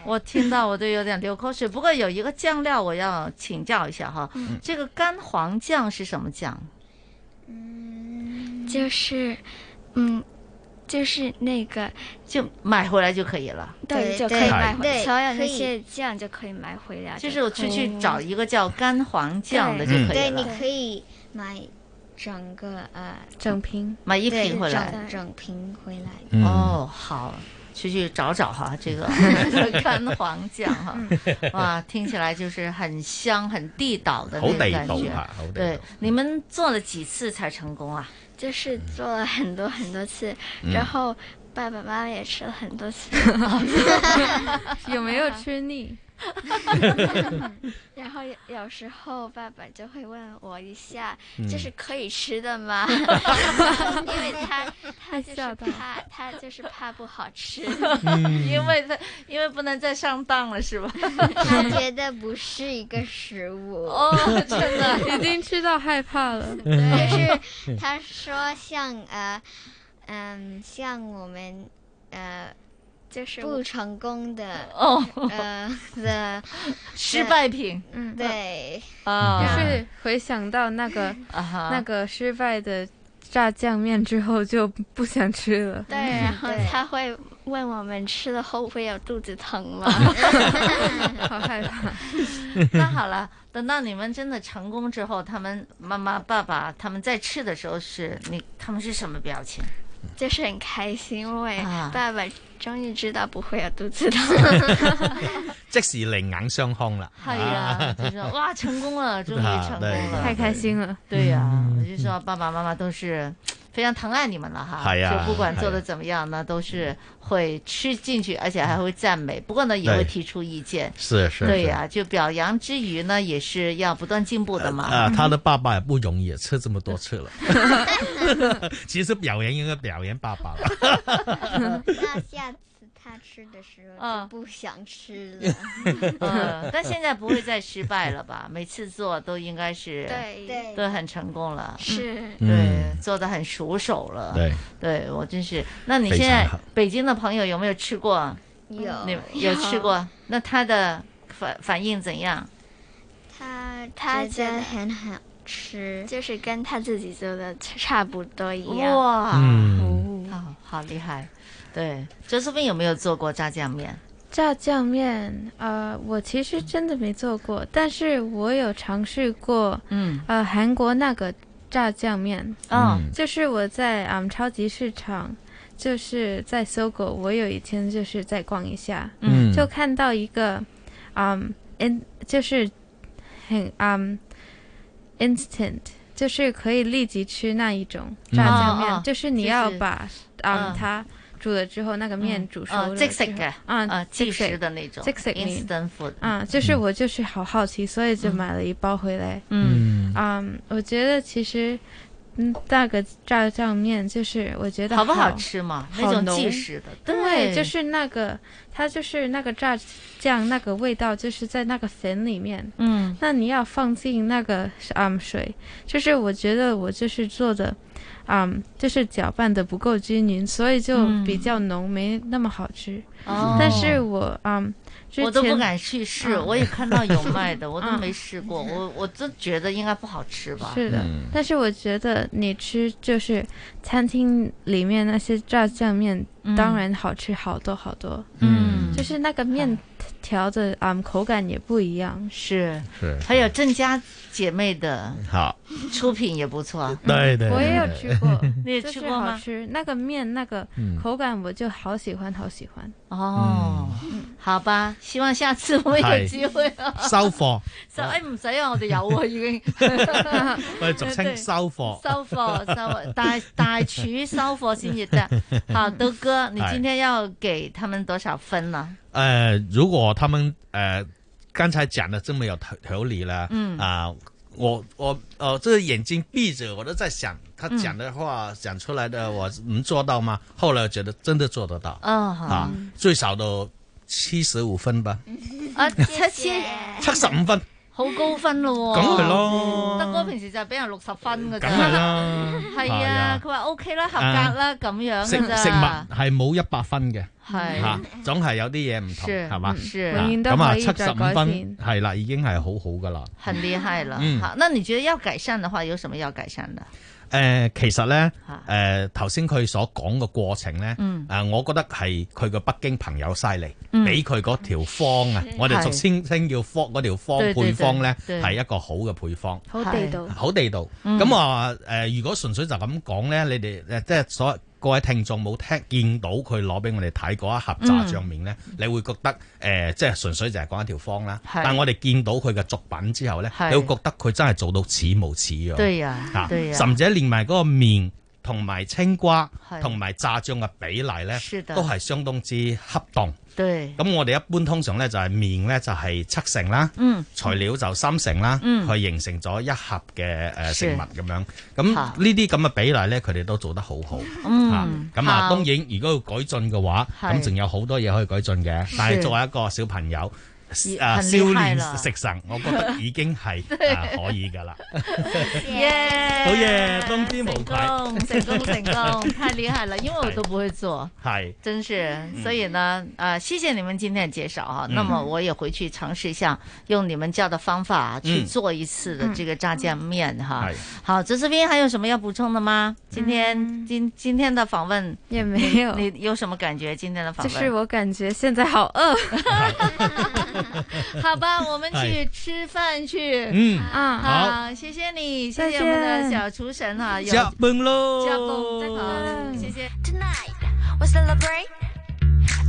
Speaker 6: 我听到我都有点流口水。不过有一个酱料我要请教一下哈，
Speaker 9: 嗯
Speaker 6: 这个干黄酱是什么酱？
Speaker 9: 就是，嗯，就是那个
Speaker 6: 就买回来就可以了。
Speaker 9: 对就可以买回
Speaker 23: 对
Speaker 9: 所有那
Speaker 23: 可以
Speaker 9: 些酱就可以买回来。
Speaker 6: 就是我出去找一个叫干黄酱的就可以
Speaker 23: 对，
Speaker 6: 了。
Speaker 23: 你可以买整个呃
Speaker 6: 整瓶买一
Speaker 23: 对
Speaker 6: 瓶回来
Speaker 23: 整整瓶回来。
Speaker 6: 嗯哦，好，出去找找哈，这
Speaker 23: *laughs*
Speaker 6: 个干黄酱哈，哇，听起来就是很香、很地道的那
Speaker 23: 好
Speaker 6: 种
Speaker 23: 地
Speaker 6: 感
Speaker 23: 道
Speaker 6: 觉
Speaker 23: 啊好地。
Speaker 6: 对
Speaker 23: 道，
Speaker 6: 你们做了几次才成
Speaker 23: *laughs*
Speaker 6: 功啊？ *laughs*
Speaker 9: 就是做了很多很多次，
Speaker 6: 嗯
Speaker 9: 然后爸爸妈妈也吃了很多
Speaker 6: *laughs*
Speaker 9: 次，
Speaker 24: 有没有吃腻？
Speaker 9: *laughs* 然后有有时候爸爸就会问我一下，
Speaker 24: 嗯
Speaker 9: 这是可以吃的
Speaker 6: *laughs*
Speaker 9: 吗？因为他他就是怕他就是怕不好吃，
Speaker 6: 嗯 *laughs* 因为他因为不能再上当了，是吧？
Speaker 23: 他觉得不是一个食物
Speaker 6: *laughs* 哦真的
Speaker 9: *laughs*
Speaker 24: 已经吃到害怕了。
Speaker 6: *laughs*
Speaker 23: 就是他说像呃嗯像我们呃
Speaker 9: 就是
Speaker 23: 不成功的
Speaker 6: 哦
Speaker 23: 呃
Speaker 9: *laughs*
Speaker 23: 的
Speaker 6: 失败品，
Speaker 23: 嗯对
Speaker 6: 啊
Speaker 24: 就是回想到那个
Speaker 6: 啊哈
Speaker 24: 那个失败的炸酱面之后，就不想吃了。
Speaker 9: 对，然后
Speaker 24: 嗯
Speaker 9: 他会问我们吃了后会有肚子疼吗？
Speaker 24: 好害怕。
Speaker 6: 那好了，等到你们真的成功之后，他们妈妈、爸爸他们在吃的时候是你他们是什么表情？
Speaker 9: 就是很开心，因为
Speaker 6: 啊
Speaker 9: 爸爸终于知道不会有肚子疼。
Speaker 25: 即時另眼相看啦。
Speaker 6: 系啊，就说哇，成功了，终于成功了，
Speaker 25: 啊对太
Speaker 24: 开心了。
Speaker 6: 对呀、
Speaker 25: 嗯
Speaker 6: 我就说爸爸妈妈都是非常疼爱你们了哈，
Speaker 25: 是啊
Speaker 6: 就不管做的怎么样呢，都是会吃进去，而且还会赞美，不过呢也会提出意
Speaker 25: *laughs*
Speaker 6: 见。
Speaker 25: 是是
Speaker 6: 对
Speaker 25: 是
Speaker 6: 呀、就表扬之余呢，也是要不断进步的嘛。。
Speaker 25: 啊，他的爸爸也不容易，吃這麼多次了。其實表演應該表演爸爸啦。 *laughs*
Speaker 23: 那下次他吃的时候
Speaker 9: 嗯
Speaker 23: 就不想吃了
Speaker 6: *laughs*
Speaker 23: *laughs*
Speaker 6: 嗯，但现在不会再失败了吧？每次做都应该是
Speaker 23: 对对
Speaker 6: 都很成功了，嗯
Speaker 23: 是
Speaker 6: 对，做的很熟手了。
Speaker 23: 对，
Speaker 6: 对我真是。那你
Speaker 23: 非
Speaker 6: 现
Speaker 23: 常
Speaker 6: 在
Speaker 23: 好
Speaker 6: 北京的朋友有没有吃过？嗯
Speaker 23: 有
Speaker 6: 你有吃过？那他的反反应怎样？
Speaker 23: 他
Speaker 9: 他
Speaker 23: 觉得
Speaker 9: 觉得
Speaker 23: 很好吃，
Speaker 9: 就是跟他自己做的差不多一样。
Speaker 6: 哇，
Speaker 25: 嗯
Speaker 6: 哦，好厉害。对，周斯斌有没有做过炸酱面？
Speaker 24: 炸酱面，呃，我其实真的没做过，但是我有尝试过，
Speaker 6: 嗯，
Speaker 24: 呃，韩国那个炸酱面，
Speaker 6: 嗯嗯
Speaker 24: 就是我在嗯超级市场，就是在搜狗，我有一天就是在逛一下，
Speaker 8: 嗯
Speaker 24: 就看到一个，嗯，嗯，就是很嗯，instant，就是可以立即吃那一种
Speaker 6: 嗯
Speaker 24: 炸酱面，
Speaker 6: 哦哦
Speaker 24: 就是你要
Speaker 6: 就是
Speaker 24: 把嗯
Speaker 6: 嗯
Speaker 24: 它煮了之后那个面
Speaker 6: 嗯
Speaker 24: 煮熟
Speaker 6: 哦
Speaker 24: 了
Speaker 6: 即
Speaker 24: 之
Speaker 6: 食
Speaker 24: 后
Speaker 6: 嘅
Speaker 24: 啊，
Speaker 6: 呃即
Speaker 24: 食
Speaker 6: 食的那种
Speaker 24: 即食麵
Speaker 6: instant food
Speaker 24: 啊，就是我就是好好奇，所以就买了一包回来。
Speaker 6: 嗯
Speaker 24: 嗯，我觉得其实嗯，那个炸酱面就是我觉得
Speaker 6: 好不好
Speaker 24: 好
Speaker 6: 吃嘛那
Speaker 24: 好
Speaker 6: 种
Speaker 24: 浓
Speaker 6: 即食的
Speaker 24: 对，
Speaker 6: 对
Speaker 24: 就是那个它就是那个炸酱那个味道，就是在那个粉里面。
Speaker 6: 嗯，
Speaker 24: 那你要放进那个嗯水，就是我觉得我就是做的嗯、就是搅拌的不够均匀，所以就
Speaker 6: 嗯
Speaker 24: 比较浓，没那么好吃。
Speaker 6: 哦
Speaker 24: 但是我嗯，之
Speaker 6: 我都不
Speaker 24: 前
Speaker 6: 敢去试，
Speaker 24: 嗯
Speaker 6: 我也看到有卖的，我都
Speaker 24: 嗯
Speaker 6: 没试过，我我真觉得应该不好吃吧？
Speaker 24: 是的，但是我觉得你吃就是餐厅里面那些炸酱面，
Speaker 6: 嗯
Speaker 24: 当然好吃好多好多。
Speaker 6: 嗯
Speaker 24: 就是那个面条的嗯口感也不一样。
Speaker 6: 是
Speaker 25: 是
Speaker 6: 还有郑家姐妹的
Speaker 25: 好，
Speaker 6: 出品也不错，，
Speaker 25: 对对
Speaker 24: 我也有吃过
Speaker 6: *laughs* 你也
Speaker 24: 就是
Speaker 6: 吃过吗
Speaker 24: 好吃那个面那个
Speaker 6: 嗯
Speaker 24: 口感，我就好喜欢，好喜欢。
Speaker 6: 哦，好吧，希望下次我有
Speaker 24: 係
Speaker 6: 機會啊
Speaker 25: 收貨，
Speaker 6: 收誒唔使啊，我哋有啊已經。
Speaker 25: 我哋俗稱收貨。
Speaker 6: 收貨收貨大大廚收貨先至得。
Speaker 25: *laughs*
Speaker 6: 好，都哥，你
Speaker 25: 係
Speaker 6: 今天要給他們多少分啊呢？
Speaker 25: 呃，如果他们呃刚才讲的这么有条条理了，
Speaker 6: 嗯
Speaker 25: 啊、我我呃，这个眼睛闭着，我都在想他讲的话、讲出来的，我能做到吗？后来我觉得真的做得到，
Speaker 6: 哦
Speaker 25: 啊，最少都七十五分吧，
Speaker 6: 啊，七千
Speaker 25: 七十五分，
Speaker 6: 好高分咯喎，
Speaker 25: 梗係咯
Speaker 6: 德哥平時就係俾人六十分㗎咋，
Speaker 25: 梗係啦
Speaker 6: *laughs* 係
Speaker 25: 係
Speaker 6: 啊
Speaker 25: 啊，
Speaker 6: 佢話 OK 啦，合格啦，咁樣
Speaker 25: 食食
Speaker 6: 㗎
Speaker 25: 物
Speaker 6: 咋，
Speaker 25: 係冇一百分嘅，
Speaker 6: 係
Speaker 25: 嚇總係有啲嘢唔同，
Speaker 6: 是
Speaker 25: 係嘛？
Speaker 6: 嗯是
Speaker 25: 啊
Speaker 6: 永遠都
Speaker 25: 咁啊，
Speaker 6: 可以
Speaker 25: 七
Speaker 6: 再
Speaker 25: 十五
Speaker 6: 改
Speaker 25: 分
Speaker 6: 善
Speaker 25: 係啦，已經係好好噶啦。
Speaker 6: 很厲害了。
Speaker 25: 嗯
Speaker 6: 好，那你覺得要改善的話，有什麼要改善的？
Speaker 25: 誒、呃其實咧，誒頭先佢所講嘅過程咧，誒、
Speaker 6: 啊嗯
Speaker 25: 我覺得係佢個北京朋友犀利
Speaker 6: 嗯，
Speaker 25: 俾佢嗰條方啊，我哋俗稱稱叫方嗰條方
Speaker 7: 對對
Speaker 25: 配方咧，
Speaker 7: 對
Speaker 25: 係一個好嘅配方，
Speaker 7: 好地道
Speaker 25: 好地道。
Speaker 7: 嗯
Speaker 25: 咁啊誒，如果純粹就咁講咧，你哋誒即係所各位聽眾冇聽見到佢攞俾我哋睇嗰一盒炸
Speaker 6: 嗯
Speaker 25: 醬面咧，你會覺得誒、即係純粹就係講一條方啦。
Speaker 6: 係
Speaker 25: 但我哋見到佢嘅作品之後咧，
Speaker 6: 係
Speaker 25: 你會覺得佢真係做到似模似樣。
Speaker 6: 對呀
Speaker 25: 嚇
Speaker 6: 對呀
Speaker 25: 甚而且連埋嗰個面同埋青瓜
Speaker 6: 係
Speaker 25: 同埋炸醬嘅比例呢
Speaker 6: 是，的
Speaker 25: 都係相當之恰當。
Speaker 6: 對，
Speaker 25: 咁我哋一般通常呢，就係面呢，就係七成啦，
Speaker 6: 嗯
Speaker 25: 材料就三成啦，
Speaker 6: 嗯
Speaker 25: 佢形成咗一盒嘅誒
Speaker 6: 是
Speaker 25: 食物咁樣。咁
Speaker 6: 好
Speaker 25: 呢啲咁嘅比例呢，佢哋都做得好好。
Speaker 6: 嗯
Speaker 25: 啊咁啊，
Speaker 6: 好
Speaker 25: 當然如果要改進嘅話，
Speaker 6: 係
Speaker 25: 咁仲有好多嘢可以改進嘅。但係作為一個小朋友，
Speaker 6: 已
Speaker 25: 啊
Speaker 6: 很
Speaker 25: 少
Speaker 6: 厲害
Speaker 25: 年
Speaker 6: 啦
Speaker 25: 食神，我覺得已經
Speaker 6: *laughs*
Speaker 25: 係
Speaker 6: 對
Speaker 25: 啊可以㗎啦。
Speaker 6: 耶！
Speaker 25: 好嘢，當之無愧。
Speaker 6: 成功成
Speaker 25: *laughs*
Speaker 6: 功，太厉害了！因为我都不会做，
Speaker 25: 系
Speaker 6: 真是。
Speaker 25: 嗯
Speaker 6: 所以呢，呃，谢谢你们今天的介绍啊。
Speaker 25: 嗯
Speaker 6: 那么我也回去尝试一下，用你们教的方法去做一次的这个炸酱面
Speaker 2: 嗯
Speaker 6: 哈。好，泽志斌还有什么要补充的吗？今天今今天的访问
Speaker 24: 嗯也没有
Speaker 6: 你你有什么感觉？今天的访
Speaker 24: 就
Speaker 6: 问
Speaker 24: 是我感觉现在好饿。
Speaker 6: *laughs* 好吧，我们去
Speaker 24: 哎
Speaker 6: 吃饭去。
Speaker 24: 嗯
Speaker 6: 啊，
Speaker 24: 好
Speaker 6: 好，谢谢你，谢
Speaker 24: 再
Speaker 6: 谢我们的
Speaker 24: 见
Speaker 6: 小厨神哈，有
Speaker 24: 加
Speaker 25: 崩喽
Speaker 6: 加崩，再见，谢谢。
Speaker 17: Tonight, we celebrate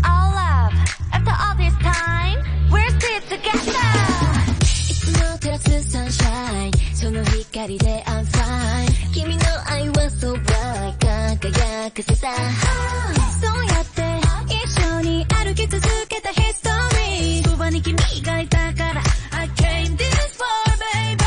Speaker 17: our love. After all this time, we're still together. It's more than just sunshine. その光で I'm fine. 君の愛はそば輝かせた。そうやって一緒に歩き続けた history。そばに君がいたから I came this far, baby.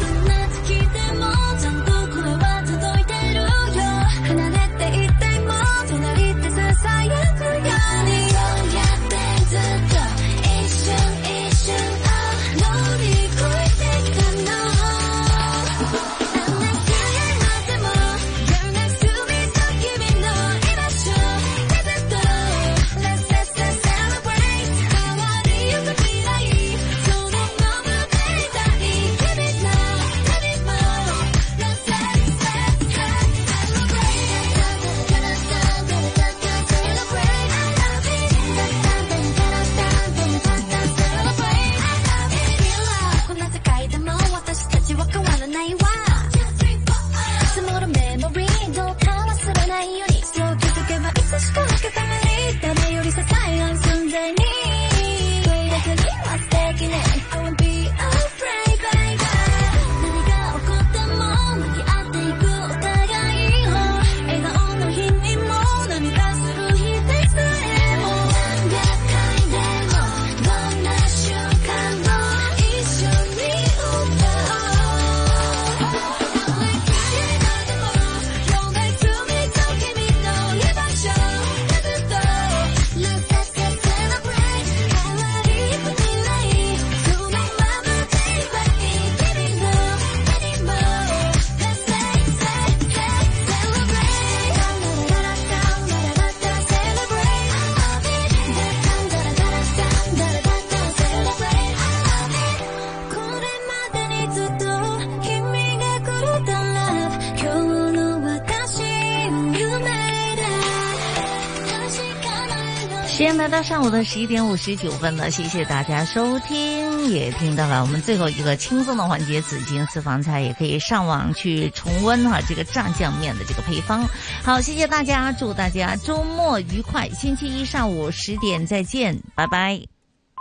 Speaker 17: どんな月でもちゃんと声は届いてるよ。離れていても隣で支えるよ。何をやってずっと一瞬一瞬を乗り越えてきたの。何年経っても You're next to me と君の居場所。
Speaker 6: 间来到上午的十一点五十九分了，谢谢大家收听，也听到了我们最后一个轻松的环节——紫金私房菜，也可以上网去重温哈、这个炸酱面的这个配方。好，谢谢大家，祝大家周末愉快，星期一上午十点再见，拜拜。